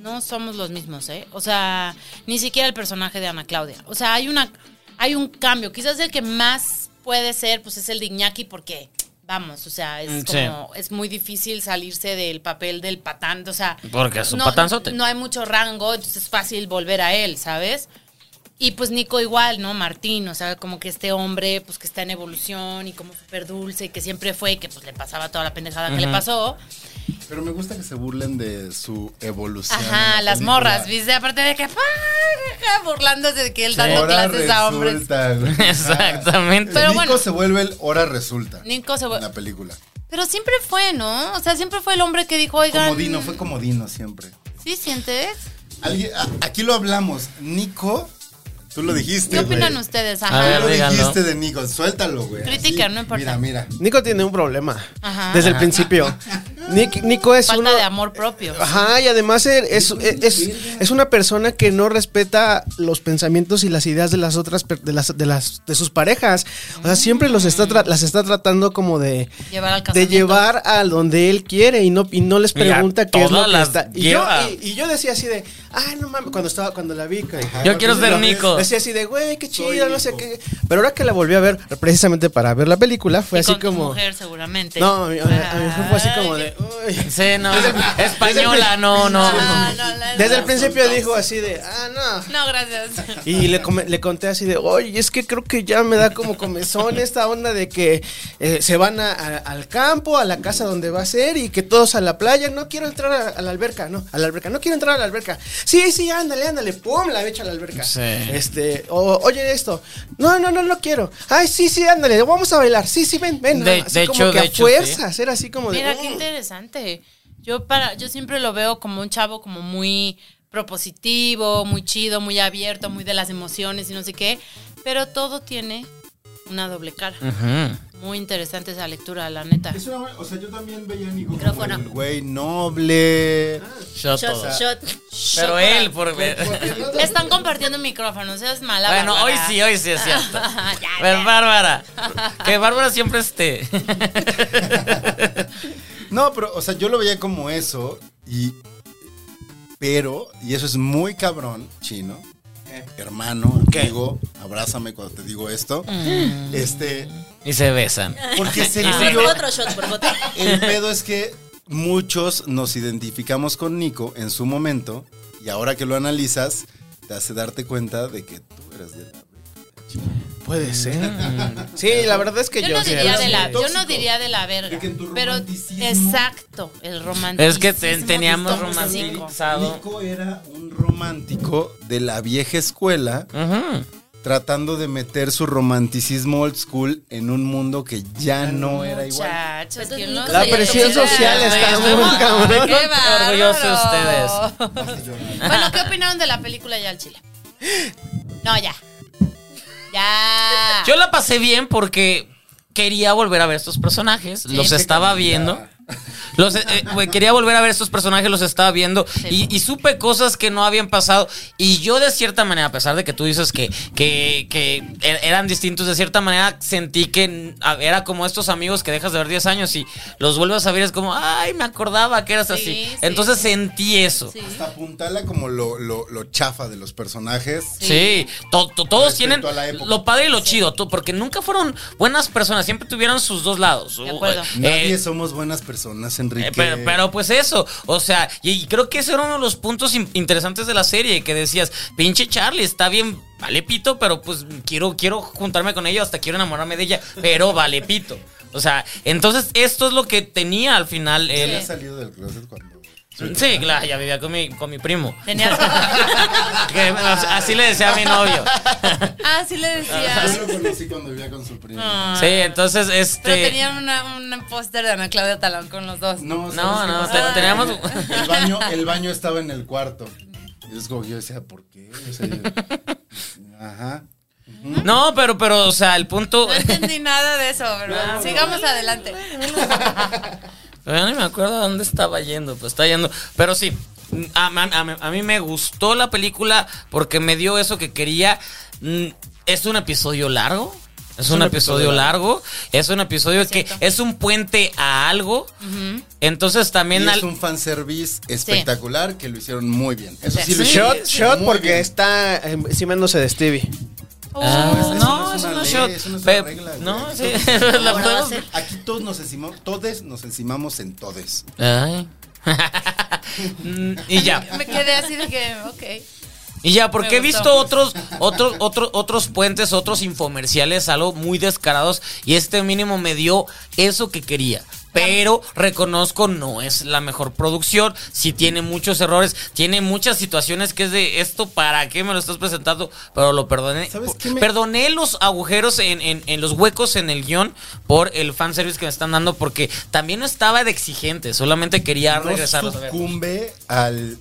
C: no somos los mismos, ¿eh? O sea, ni siquiera el personaje de Ana Claudia. O sea, hay una. Hay un cambio. Quizás el que más puede ser, pues es el de Iñaki, porque vamos, o sea,
A: Mm, sí.
C: es como, es muy difícil salirse del papel del patán, o sea,
A: Porque es un
C: no,
A: patanzote.
C: no hay mucho rango, entonces es fácil volver a él, ¿sabes? Y pues Nico igual, ¿no? Martín, o sea, como que este hombre, pues que está en evolución y como súper dulce y que siempre fue y que pues le pasaba toda la pendejada que le pasó.
B: Pero me gusta que se burlen de su evolución. en
C: Ajá,
B: la
C: las
B: película.
C: morras, ¿viste? Aparte de que ¡ah! burlándose de que él dando
B: Ahora
C: clases a hombres.
B: resulta, güey.
A: Exactamente.
C: Pero
B: Nico
C: bueno.
B: se vuelve el ahora resulta.
C: Nico se
B: En
C: vuelve-
B: la película.
C: Pero siempre fue, ¿no? O sea, siempre fue el hombre que dijo, oigan.
B: Comodino, fue comodino siempre.
C: ¿Sí sientes?
B: Alguien- a- aquí lo hablamos. Nico, tú lo dijiste.
C: ¿Qué opinan
B: güey.
C: ustedes?
A: A
C: Ajá.
A: ver,
B: Tú lo
A: díganlo.
B: dijiste de Nico. Suéltalo, güey.
C: Critica,
B: Así.
C: no importa.
B: Mira, mira.
F: Nico tiene un problema.
C: Ajá.
F: Desde el principio. Nick- Nico es
C: Falta
F: uno.
C: de amor propio.
F: Ajá, y además er- es, es, es, una persona que no respeta los pensamientos y las ideas de las otras per- de las de las de sus parejas. O sea, siempre los está tra- las está tratando como de
C: Llevar al
F: de
C: casamiento.
F: llevar a donde él quiere y no y no les
A: Y a
F: pregunta qué es lo
A: todas
F: que
A: las
F: está. Y yo,
A: lleva.
F: y, y yo decía así de, ay, no mames, cuando estaba cuando la vi. que-
A: Yo quiero ser
F: Cuando la vi,
A: Nico.
F: Decía así de, güey, qué chido, no sé qué. Pero ahora que la volví a ver precisamente para ver la película fue
C: Y
F: así
C: con tu
F: como
C: mujer, seguramente.
F: No, a mí, a mí- a mí fue así como
C: Ay,
F: de, uy.
A: Sí, no. Española, no, no.
C: Ah, no, la-
F: Desde el
C: la-
F: principio dijo así de, ah, no.
C: No, gracias.
F: Y le, come- le conté así de, oye, es que creo que ya me da como comezón esta onda de que eh, se van a- a- al campo, a la casa donde va a ser y que todos a la playa. No quiero entrar a, a la alberca, no, a la alberca, no quiero entrar a la alberca. Sí, sí, ándale, ándale, pum, la echa a la alberca.
A: Sí.
F: Este, o- oye esto, no, no, no, no quiero. Ay, sí, sí, ándale, vamos a bailar. Sí, sí, ven, ven.
A: De-
F: así
A: de
F: como
A: hecho,
F: que
A: de
F: a
A: hecho,
F: fuerzas, era así como de.
C: Mira, qué
F: "Mm".
C: interesante. Yo para, yo siempre lo veo como un chavo como muy propositivo, muy chido, muy abierto, muy de las emociones y no sé qué. Pero todo tiene una doble cara.
A: Ujú.
C: Muy interesante esa lectura, la neta.
B: Es una buena- o sea, yo también veía a Nico como
E: Micrófono.
B: el güey noble.
A: Yo todo.
E: Shot, shot.
A: Pero él, por
C: Están compartiendo micrófonos, es mala.
A: Bueno, hoy
C: Bárbara.
A: sí, hoy sí es cierto.
C: Ya, ya.
A: Ver, Bárbara. Que Bárbara siempre este, esté.
B: No, pero, o sea, yo lo veía como eso y... Pero, y eso es muy cabrón, chino, hermano, amigo, abrázame cuando te digo esto,
C: Mm.
B: este,
A: Y se besan.
B: porque se
E: Por favor, otro shot, por favor.
B: El pedo es que muchos nos identificamos con Nico en su momento y ahora que lo analizas, te hace darte cuenta de que tú eras de la...
F: Puede ser. Sí, la verdad es que
C: Yo
F: yo.
C: no,
F: sí
C: diría
F: era
C: de
F: así
C: la,
F: de-
C: yo no diría de la verga.
B: De que en tu
C: Pero
B: romanticismo-
C: exacto, el romanticismo.
A: Es que te- teníamos
C: estamos cinco.
A: romantizado.
B: Nico era un romántico de la vieja escuela
A: Ujú.
B: tratando de meter su romanticismo old school en un mundo que ya no era igual.
C: Muchachos,
E: Entonces,
C: ¿quién
E: Nico
C: los
E: La
C: diría?
F: presión
C: Qué
F: social
C: bárbaro.
F: está muy cabrón.
C: Qué bárbaro.
A: Orgullosos ustedes.
C: Bueno, ¿qué opinaron de la película ya al chile? No, ya. Ya.
A: Yo la pasé bien porque quería volver a ver estos personajes. los estaba viendo. Los, eh, eh, güey, quería volver a ver estos personajes, los estaba viendo
C: Sí.
A: y, y supe cosas que no habían pasado. Y yo, de cierta manera, a pesar de que tú dices que, que, que er- eran distintos, de cierta manera sentí que n- a- era como estos amigos que dejas de ver 10 años y los vuelves a ver, es como, ay, me acordaba que eras
C: Sí,
A: así.
C: sí,
A: Entonces
C: sí.
A: sentí eso.
C: Sí.
B: Hasta apuntala como lo, lo- lo chafa de los personajes.
A: Sí, to- to- todos
B: Respecto
A: tienen
B: a la época.
A: lo padre y lo chido, to- porque nunca fueron buenas personas, siempre tuvieron sus dos lados.
C: De acuerdo.
A: Eh,
B: Nadie
A: eh,
B: somos buenas personas, Enrique.
A: eh, pero, pero pues eso, o sea, y, y creo que ese era uno de los puntos in- interesantes de la serie, que decías, pinche Charlie, está bien, vale pito, pero pues quiero, quiero juntarme con ella, hasta quiero enamorarme de ella, pero vale pito. O sea, entonces esto es lo que tenía al final
B: Él ha
A: él.
B: salido del closet cuando...
A: Sí, claro, ya vivía con mi, con mi primo.
C: Tenías-
A: Que, o sea, así le decía a mi novio.
C: Ah, sí le decía.
B: Yo lo conocí cuando vivía con su primo.
A: Sí, entonces este...
C: Pero tenían una, un póster de Ana Claudia Talón con los dos.
B: No, ¿sabes
A: No,
B: qué
A: no,
B: pasa?
A: te- teníamos-
B: El baño, el baño estaba en el cuarto. Y es como que yo decía, ¿por qué? O sea, yo- ajá.
A: No, pero, pero, o sea, el punto.
C: No entendí nada de eso, pero sigamos adelante.
A: Ah, Pero ya ni me acuerdo a dónde estaba yendo, pues está yendo. Pero sí, a, man- a mí- a mí me gustó la película porque me dio eso que quería. Mm, Es un episodio largo. Es un, episodio, largo. Es un episodio que es un puente a algo. Entonces también
B: Y
A: al.
B: es un fanservice espectacular que lo hicieron muy bien. Eso sí,
A: Sí.
B: lo hicieron
F: Shot, shot,
B: muy
F: porque em,
B: bien.
F: está encimándose de Stevie.
C: Oh,
A: Ah,
B: Pues eso
A: no, es
B: una
A: una
B: ley,
A: shot.
B: eso no es una
A: Pe-
B: regla, güey.
A: No, sí.
E: Ahora
A: La
E: va a
A: podemos-
E: ser.
B: Aquí todos nos encimamos, todes nos encimamos en todes.
A: Ay. Mm, y ya.
C: Me quedé así de que, ok.
A: Y ya, porque
C: Me
A: he
C: gustó.
A: visto otros, otros, otros, otros puentes, otros infomerciales, algo muy descarados, y este mínimo me dio eso que quería. Pero reconozco, no es la mejor producción, sí tiene muchos errores, tiene muchas situaciones que es de esto, ¿para qué me lo estás presentando? Pero lo perdoné.
B: ¿Sabes
A: Por-
B: qué me-
A: Perdoné los agujeros en, en- en los huecos en el guión por el fanservice que me están dando, porque también no estaba de exigente, solamente quería regresar.
B: no sucumbe al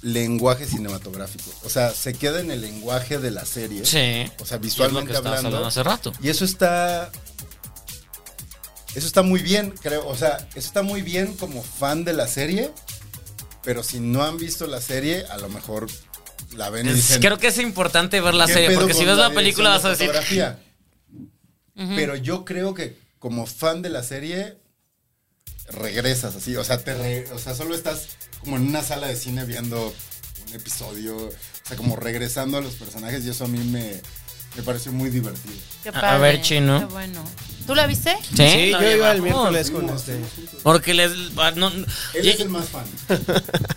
B: lenguaje cinematográfico. O sea, se queda en el lenguaje de la serie.
A: Sí.
B: O
A: Y es
B: sea,
A: lo
B: visualmente
A: que estabas
B: hablando.
A: hablando hace rato.
B: Y eso está. Eso está muy bien, creo. O sea, eso está muy bien como fan de la serie. Pero si no han visto la serie, a lo mejor la ven y
A: Es-
B: dicen.
A: creo que es importante ver la
B: ¿qué
A: serie,
B: pedo
A: porque
B: con
A: si ves la,
B: dirección
A: película
B: de
A: vas a decir.
B: fotografía? Pero yo creo que como fan de la serie regresas así, o sea, te re- o sea, solo estás como en una sala de cine viendo un episodio, o sea, como regresando a los personajes y eso a mí me, me pareció muy divertido.
C: Qué
A: A- a
C: padre.
A: ver, Chino.
C: Qué bueno. ¿Tú la viste?
A: Sí,
F: Sí,
A: la
F: yo iba el
A: llevamos.
F: miércoles con este.
A: Porque les, ah, no,
B: Él
A: lle-
B: es el más fan.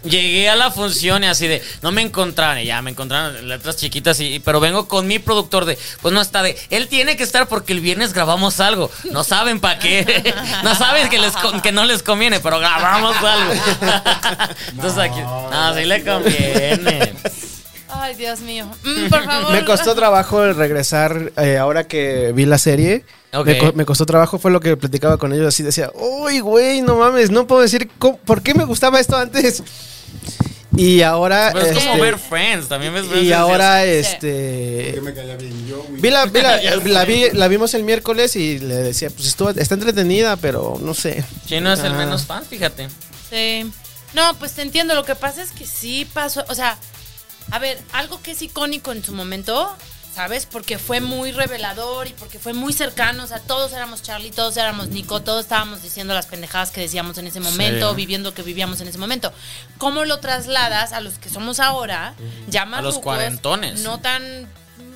A: llegué a la función y así de, no me encontraron, y ya me encontraron letras chiquitas, y, pero vengo con mi productor de, pues no está de, él tiene que estar porque el viernes grabamos algo, no saben para qué, no saben que, les con- que no les conviene, pero grabamos algo. Entonces aquí, no, sí le conviene.
C: Ay, Dios mío. Mm, por favor.
F: Me costó trabajo el regresar eh, ahora que vi la serie.
A: Ok.
F: Me, co- me costó trabajo, fue lo que platicaba con ellos. Así decía, uy, güey, no mames, no puedo decir cómo- por qué me gustaba esto antes. Y ahora.
A: Pero Pues es como
F: este,
A: ver Friends, también ves Friends.
F: Y ahora,
C: decías,
F: este.
B: Que me caía bien yo, güey.
F: Vi la, vi la- la vi- la vimos el miércoles y le decía, pues estuvo, está entretenida, pero no sé.
A: Chino es el
F: Ah.
A: menos fan, fíjate.
C: Sí. No, pues te entiendo. Lo que pasa es que sí pasó. O sea, a ver, algo que es icónico en su momento, ¿sabes? Porque fue muy revelador y porque fue muy cercano. O sea, todos éramos Charlie, todos éramos Nico, todos estábamos diciendo las pendejadas que decíamos en ese momento,
A: Sí.
C: viviendo lo que vivíamos en ese momento. ¿Cómo lo trasladas a los que somos ahora? Ya más
A: A los
C: rucos,
A: cuarentones.
C: No tan.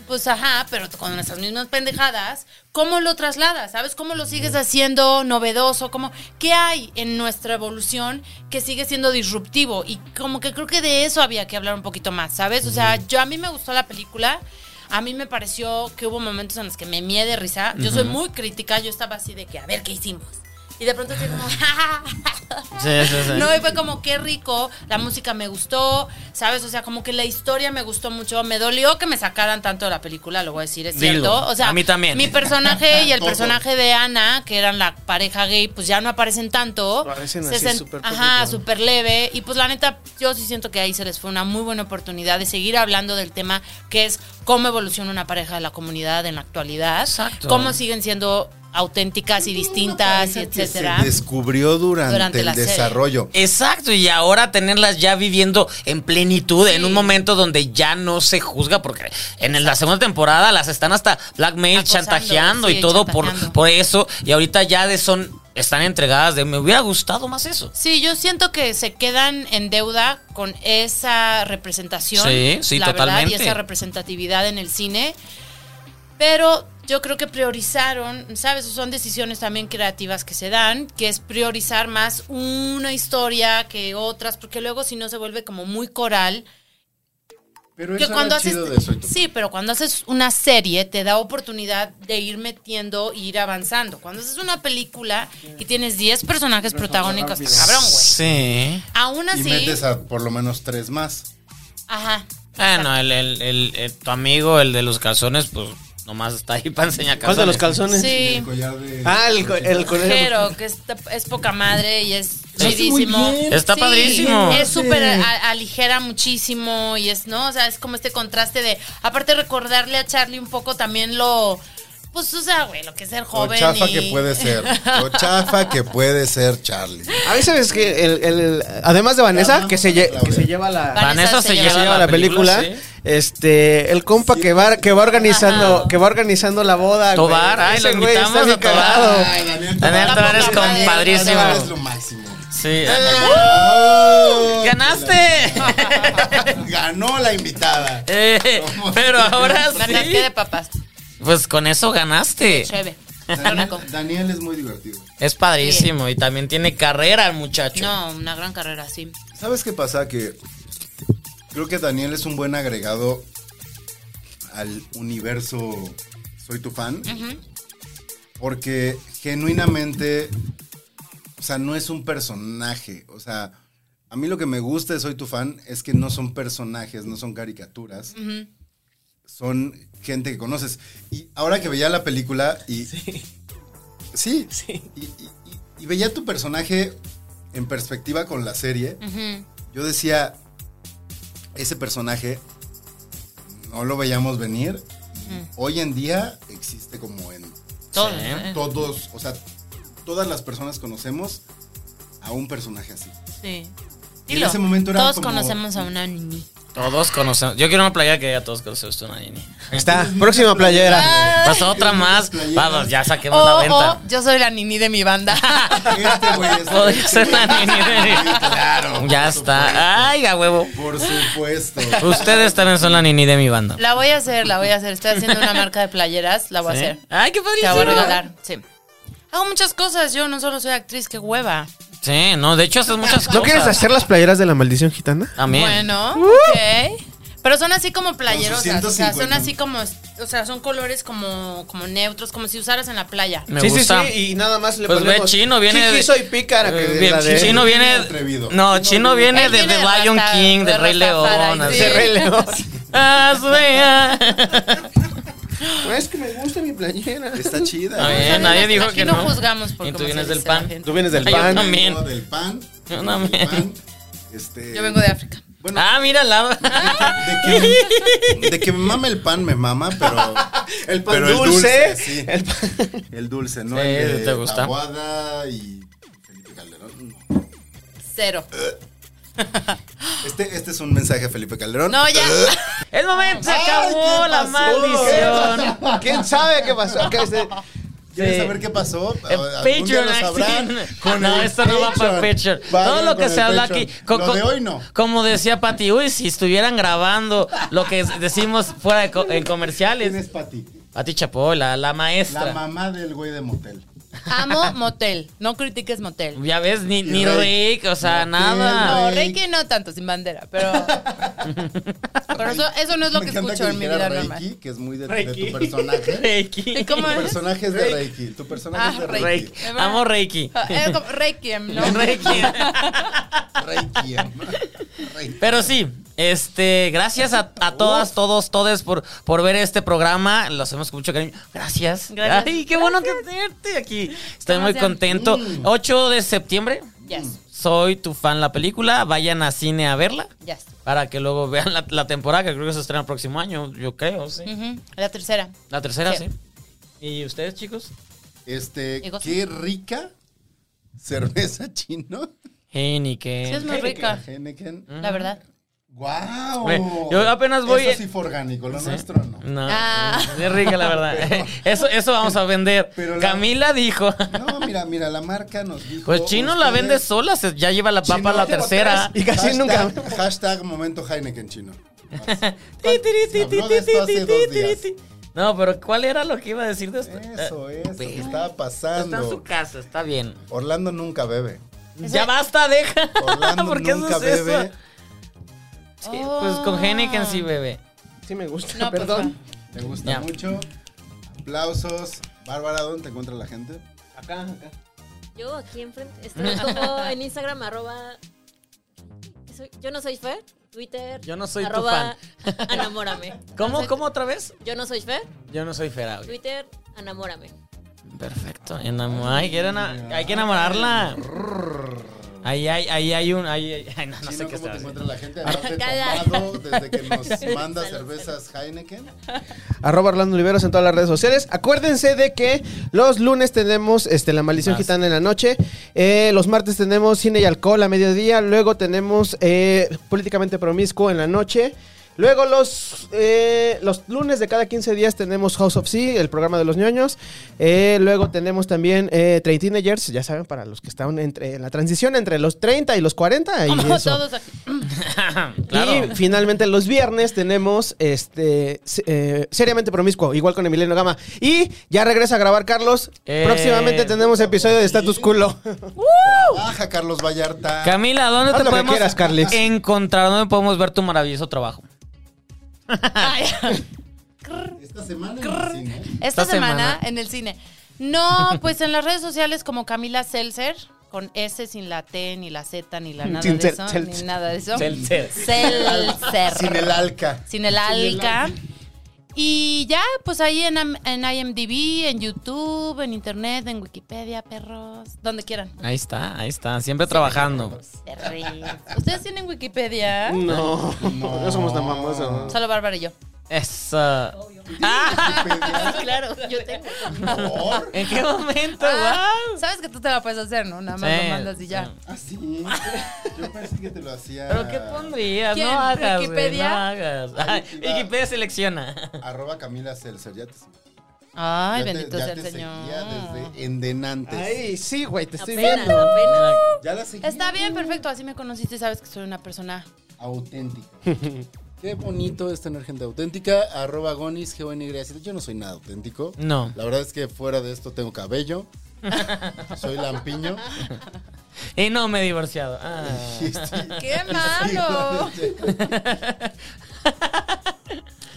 C: Pues ajá, pero con esas mismas pendejadas, ¿cómo lo trasladas? ¿Sabes? ¿Cómo lo sigues haciendo novedoso? ¿Cómo, ¿Qué hay en nuestra evolución que sigue siendo disruptivo? Y como que creo que de eso había que hablar un poquito más, ¿sabes? O sea, yo a mí me gustó la película, a mí me pareció que hubo momentos en los que me mié de risa. Yo soy muy crítica, yo estaba así de que, a ver, ¿qué hicimos? Y de pronto estoy como, "Ah, "Ja, ja, ja".
A: Sí, sí, sí.
C: No, y fue como, qué rico, la música me gustó, ¿sabes? O sea, como que la historia me gustó mucho. Me dolió que me sacaran tanto de la película, lo voy a decir, es
A: Dilo,
C: cierto. O sea,
A: a mí también.
C: Mi personaje y el
B: Todo.
C: personaje de Ana, que eran la pareja gay, pues ya no aparecen tanto.
F: Aparecen
C: Se
F: así,
C: sen-
F: súper
C: Ajá,
F: poquito.
C: súper leve. Y pues la neta, yo sí siento que ahí se les fue una muy buena oportunidad de seguir hablando del tema que es cómo evoluciona una pareja de la comunidad en la actualidad.
A: Exacto.
C: Cómo siguen siendo auténticas y distintas
B: Que
C: y
B: se
C: etcétera.
B: descubrió durante,
C: Durante
B: el
C: la serie. Eh,
B: desarrollo.
A: Exacto, y ahora tenerlas ya viviendo en plenitud, en un momento donde ya no se juzga, porque en la segunda temporada las están hasta blackmail,
C: Acosando,
A: chantajeando
C: sí,
A: y todo Por,
C: chantajeando.
A: por eso, y ahorita ya de son, están entregadas de me hubiera gustado más eso.
C: Sí, yo siento que se quedan en deuda con esa representación.
A: Sí, sí,
C: la verdad,
A: totalmente.
C: y esa representatividad en el cine. Pero yo creo que priorizaron, ¿sabes? Son decisiones también creativas que se dan, que es priorizar más una historia que otras, porque luego si no se vuelve como muy coral.
B: Pero
C: Que
B: eso
C: cuando
B: era
C: haces,
B: chido de Soy Tu-
C: sí, pero cuando haces una serie te da oportunidad de ir metiendo e ir avanzando. Cuando haces una película y tienes 10 personajes protagónicos, está cabrón, güey.
A: Sí.
C: Aún
B: Y
C: así,
B: metes a por lo menos tres más.
C: ajá.
A: Bueno, el, el- el- el- tu amigo, el de los calzones, pues nomás está ahí para enseñar
F: ¿Cuál
A: calzones.
F: de los calzones?
C: Sí,
B: El collar de.
F: Ah, el,
B: eh,
F: co- el con-
C: pero que es, es poca madre y es
A: Lo hace muy
C: chidísimo.
A: bien. Está padrísimo.
C: Es súper a- aligera muchísimo y es, ¿no? O sea, es como este contraste de, aparte recordarle a Charlie un poco también lo, pues, o sea, güey, lo que es ser
B: Lo
C: joven.
B: chafa
C: y-
B: que puede ser. Lo chafa que puede ser Charlie.
F: A mí sabes que el, el- además de Vanessa, que se, lle- que se lleva la,
A: Vanessa se,
F: que
A: lleva,
F: se lleva la película,
A: sí.
F: este, el compa que va, que va organizando,
C: Ajá.
F: que va organizando la boda. güey.
A: Tobar, ay,
F: Ese
A: lo
F: güey está
A: invitamos
F: bien
A: a Tobar.
F: cagado.
A: Daniel, tú eres
C: poca madre.
A: compadrísimo.
B: lo máximo.
A: Sí.
C: ¡Uh!
A: ¡Ganaste!
B: Ganó la invitada.
A: Eh, pero ahora
C: La
A: sí.
C: tarjeta de papas.
A: Pues con eso ganaste.
C: Chévere.
B: Daniel,
C: Rico.
B: Daniel es muy divertido.
A: Es padrísimo y también tiene carrera el muchacho.
C: No, una gran carrera, sí.
B: ¿Sabes qué pasa? Que creo que Daniel es un buen agregado al universo Soy tu fan. Porque genuinamente, o sea, no es un personaje. O sea, a mí lo que me gusta de Soy tu fan es que no son personajes, no son caricaturas. Son gente que conoces. Y ahora que veía la película y... Sí. Sí. Y, y- y- y veía tu personaje en perspectiva con la serie.
C: Ujú.
B: Yo decía, ese personaje no lo veíamos venir. y
A: Mm.
B: Hoy en día existe como en
C: Todo.
A: Sí.
C: ¿eh?
B: todos, o sea, todas las personas conocemos a un personaje así.
C: Sí.
B: Y en
C: Dilo.
B: ese momento era
C: Todos
B: como-
C: conocemos a una niña.
A: Todos conocemos. Yo quiero una playa que ya todos conocemos tú, Nayini.
F: Ahí está, próxima playera.
A: Pues otra más.
B: playeras.
A: Vamos, ya saquemos la
C: Oh,
A: venta.
C: oh, yo soy la nini de mi banda.
B: Este güey es-
A: Podría ser la Nini de-
B: Sí, Claro.
A: Ya
B: por
A: está. Ay, a huevo.
B: supuesto. Por supuesto.
A: Ustedes también son la nini de mi banda.
C: la voy a hacer, la voy a hacer. Estoy haciendo una marca de playeras, la voy
A: ¿Sí?
C: a hacer.
A: Ay, qué
C: Te la voy a
A: padrísimo.
C: regalar, sí. Hago muchas cosas, yo no solo soy actriz, qué hueva.
A: Sí, no, de hecho haces muchas cosas.
F: ¿No quieres hacer las playeras de la maldición gitana?
A: También.
C: Bueno, ok. Pero son así como
B: Con
C: playerosas,
B: sus
C: o sea, son
B: 150.
C: así como, o sea, son colores como, como neutros, como si usaras en la playa.
A: Me gusta.
F: sí, y nada más le
A: Pues ve,
F: ponemos
A: chino viene
F: Jiji,
A: de.
F: soy pícara. que
A: Eh,
F: es
A: bien,
F: la de-
A: Chino viene.
B: Atrevido.
A: No, Chino viene
C: Él
A: de
C: viene
A: The
C: de
A: Lion
C: Rasta-
A: King, de
C: de
A: Rey
C: Rastafari,
A: León. así.
C: sí.
F: de Rey León.
A: Ah, sí,
F: No, es que me gusta mi playera.
B: Está chida.
A: Está
B: ¿no?
A: bien. Eh, nadie dijo
C: Aquí
A: que no.
C: no juzgamos por
A: Y tú
C: cómo se
A: vienes del
C: viste la
A: pan.
C: gente.
F: Tú vienes del
A: Ay, yo
F: pan.
A: también.
B: Vengo del pan.
A: Yo
B: vengo
A: también.
B: del pan, Este,
C: Yo vengo de África.
B: Bueno,
A: ah, mírala.
B: de, que, de que me mama el pan, me mama, pero...
F: El pan
B: Pero el
F: dulce.
B: dulce, sí.
F: El pan-
B: El dulce, ¿no?
A: Sí,
B: el
A: ¿te gusta?
B: Taboada y Felipe Calderón.
C: Cero.
B: Este, este es un mensaje a Felipe Calderón.
C: No, ya.
A: El momento se
F: Ay, ¿qué
A: acabó la
F: pasó?
A: maldición.
F: ¿Quién sabe qué pasó? ¿Qué este-
B: ¿Quieres
A: Sí.
B: saber qué pasó?
A: Eh,
B: Algún día
A: Patreon
B: lo sabrán.
A: acting.
B: Con
A: No,
B: el
A: esto no va para Patreon. Todo
B: Vayan
A: lo que
B: con
A: se
B: el
A: habla
B: Patreon.
A: aquí. co-
B: Lo
A: co-
B: de hoy no.
A: Como decía Pati, uy, si estuvieran grabando lo que decimos fuera de co- en
B: ¿Quién es
A: comerciales.
B: Pati?
A: Pati Chapola, la
B: La
A: maestra.
B: mamá del güey de motel.
C: Amo motel. No critiques motel.
A: ya ves, ni, ni
B: Rey.
A: Rick, o sea, nada.
C: No, Reiki no tanto, sin bandera, pero. Pero eso, eso no es lo
B: Me
C: que
B: encanta
C: escucho en mi
B: dijera
C: vida
B: Reiki,
C: normal.
B: que es muy de, de tu personaje.
A: Reiki.
C: ¿Y cómo
B: Tu
C: es?
B: personaje es de Reiki. Tu personaje
C: Ah,
B: es de
C: Reiki.
B: Reiki.
A: Reiki. Amo Reiki.
C: Ah, era como Reiki, ¿no?
A: Reiki.
B: Reiki. hermano. Reiki.
A: Pero sí, este, gracias a, a todas, todos, todes por, por ver este programa. Lo hacemos con mucho cariño. Gracias.
C: Gracias.
A: Ay, qué bueno que tenerte aquí. Estoy muy
C: Gracias. Mm.
A: contento. 8 de septiembre,
C: Yes,
A: soy tu fan la película. Vayan a cine a verla.
C: yes.
A: Para que luego vean la, la temporada, que creo que se estrena el próximo año, yo creo, sí.
C: Ujú, La tercera.
A: La tercera,
C: Sí.
A: sí. ¿Y ustedes, chicos?
B: Este,
C: Digo, sí.
B: qué rica cerveza chino.
C: Sí, es
A: Heineken.
C: muy rica,
B: Heineken.
C: la verdad.
B: ¡Wow!
A: Güey, Mm. yo apenas voy- Mm.
B: Eso sí fue orgánico, lo nuestro no.
A: No,
C: Ah.
A: es rica la verdad. Eso, eso vamos a vender.
B: Pero la-
A: Camila dijo.
B: No, mira, mira, la marca nos dijo.
A: Pues Chino la
B: ustedes-
A: vende sola, se- ya lleva la
B: Chino,
A: papa a la
B: llevo
A: tercera.
F: Y casi
B: Hashtag-
F: nunca.
B: Hashtag momento Heineken chino.
A: Ti, ti, ti,
B: Se
A: ti,
B: habló
A: ti,
B: de esto
A: ti,
B: hace
A: ti,
B: dos
A: ti,
B: días.
A: ti. No, pero ¿cuál era lo que iba a decir de esto?
B: Eso, eso, que
A: Pero-
B: estaba
A: Eh, Está en su
B: pasando.
A: casa, está bien.
B: Orlando nunca bebe.
A: Ya basta, deja.
B: Orlando
A: Porque eso
B: nunca
A: es eso.
B: bebe.
A: Sí,
C: Oh.
A: pues con Heineken sí bebe.
F: Sí me gusta,
C: No, pues, por
F: perdón.
B: Te gusta
A: Ya.
B: mucho. Aplausos. Bárbara, ¿dónde te encuentra la gente?
F: Acá, acá.
E: Yo aquí enfrente. Estoy como en Instagram, arroba. ¿qué soy? Yo no soy Fer. Twitter.
A: Yo no soy tu
E: arroba, Enamórame.
A: ¿Cómo, cómo otra vez?
E: Yo no soy Fer.
A: Yo no soy Fera. ok.
E: Twitter, enamórame.
A: Perfecto. enamo- Ay, que era una- hay que enamorarla. Ahí hay, ahí hay un. Ahí, hay- ay, no, no sé
B: Chino,
A: qué
B: ¿cómo
A: está.
B: te encuentra la gente? Aparte,
E: Cada-
B: tomado desde que nos manda cervezas Heineken.
F: Arroba Orlando Oliveros en todas las redes sociales. Acuérdense de que los lunes tenemos este, La Maldición
A: Ah,
F: Gitana en la noche. Eh, los martes tenemos Cine y Alcohol a mediodía. Luego tenemos eh, Políticamente Promiscuo en la noche. Luego los, eh, los lunes de cada 15 días tenemos House of Sea, el programa de los ñoños. Eh, luego tenemos también eh, Train Teenagers, ya saben, para los que están entre, en la transición entre los 30 y los 40. Y,
C: Como
F: eso.
C: todos aquí.
A: claro.
F: Y finalmente los viernes tenemos este se- eh, Seriamente Promiscuo, igual con Emiliano Gama. Y ya regresa a grabar Carlos.
A: Eh.
F: Próximamente tenemos episodio de Status Culo.
B: Baja Carlos Vallarta.
A: Camila, ¿dónde
F: Haz
A: te
F: lo que
A: podemos
F: quieras, Carlix.
A: encontrar? ¿Dónde podemos ver tu maravilloso trabajo?
C: Ay,
B: Esta semana en el cine.
C: Esta,
A: Esta
C: semana,
A: semana.
C: en el cine. No, pues en las redes sociales como Camila Seltzer, con S sin la T, ni la Z, ni la nada
F: Sin cel-
C: de eso.
F: cel-
C: ni nada de eso.
A: Seltzer.
C: Seltzer.
B: Sin el Alca.
C: Sin el alca. Y ya, pues ahí en, am- en IMDb, en YouTube, en Internet, en Wikipedia, perros, donde quieran.
A: Ahí está, ahí está, siempre trabajando.
C: Perris. ¿Ustedes tienen Wikipedia?
F: No, no, somos tan famosos.
C: Solo Bárbara y yo.
A: Eso.
C: claro, yo tengo.
A: ¿En qué momento?
C: Ah,
A: Guau.
C: Sabes que tú te la puedes hacer, ¿no? Nada más
A: Sí,
C: lo mandas y ya.
A: sí.
B: Ah, sí. Yo pensé que te lo hacía.
A: ¿Pero qué pondrías?
C: ¿Quién?
A: No hagas, güey,
C: ¿Wikipedia?
A: no hagas. Ay,
B: Wikipedia.
A: Wikipedia selecciona.
B: Arroba Camila Seltzer. Ya te seguía.
C: Ay,
B: Ya te-
C: bendito
B: ya
C: sea
B: te
C: el
B: seguía
C: Señor.
B: desde Endenantes.
F: Ay, sí, güey, te estoy
E: Apenas,
F: viendo.
E: apenas.
B: Ya la seguía.
C: Está bien, perfecto. Así me conociste y sabes que soy una persona.
B: Auténtica. Qué bonito es tener gente auténtica. Arroba Gonis, g o n Y. Yo no soy nada auténtico.
A: No.
B: La verdad es que fuera de esto tengo cabello. soy lampiño.
A: Y no me he divorciado. Ah.
C: ¡Qué malo!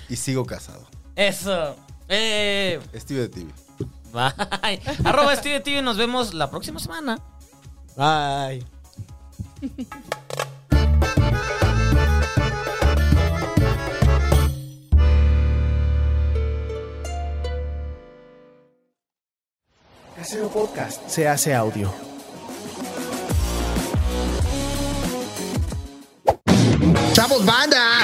B: y sigo casado.
A: Eso. Eh,
B: Steve de TV.
A: bye. Arroba Steve TV, nos vemos la próxima semana.
F: Bye. Casero Este Podcast se hace audio.
G: ¡Chavos, banda!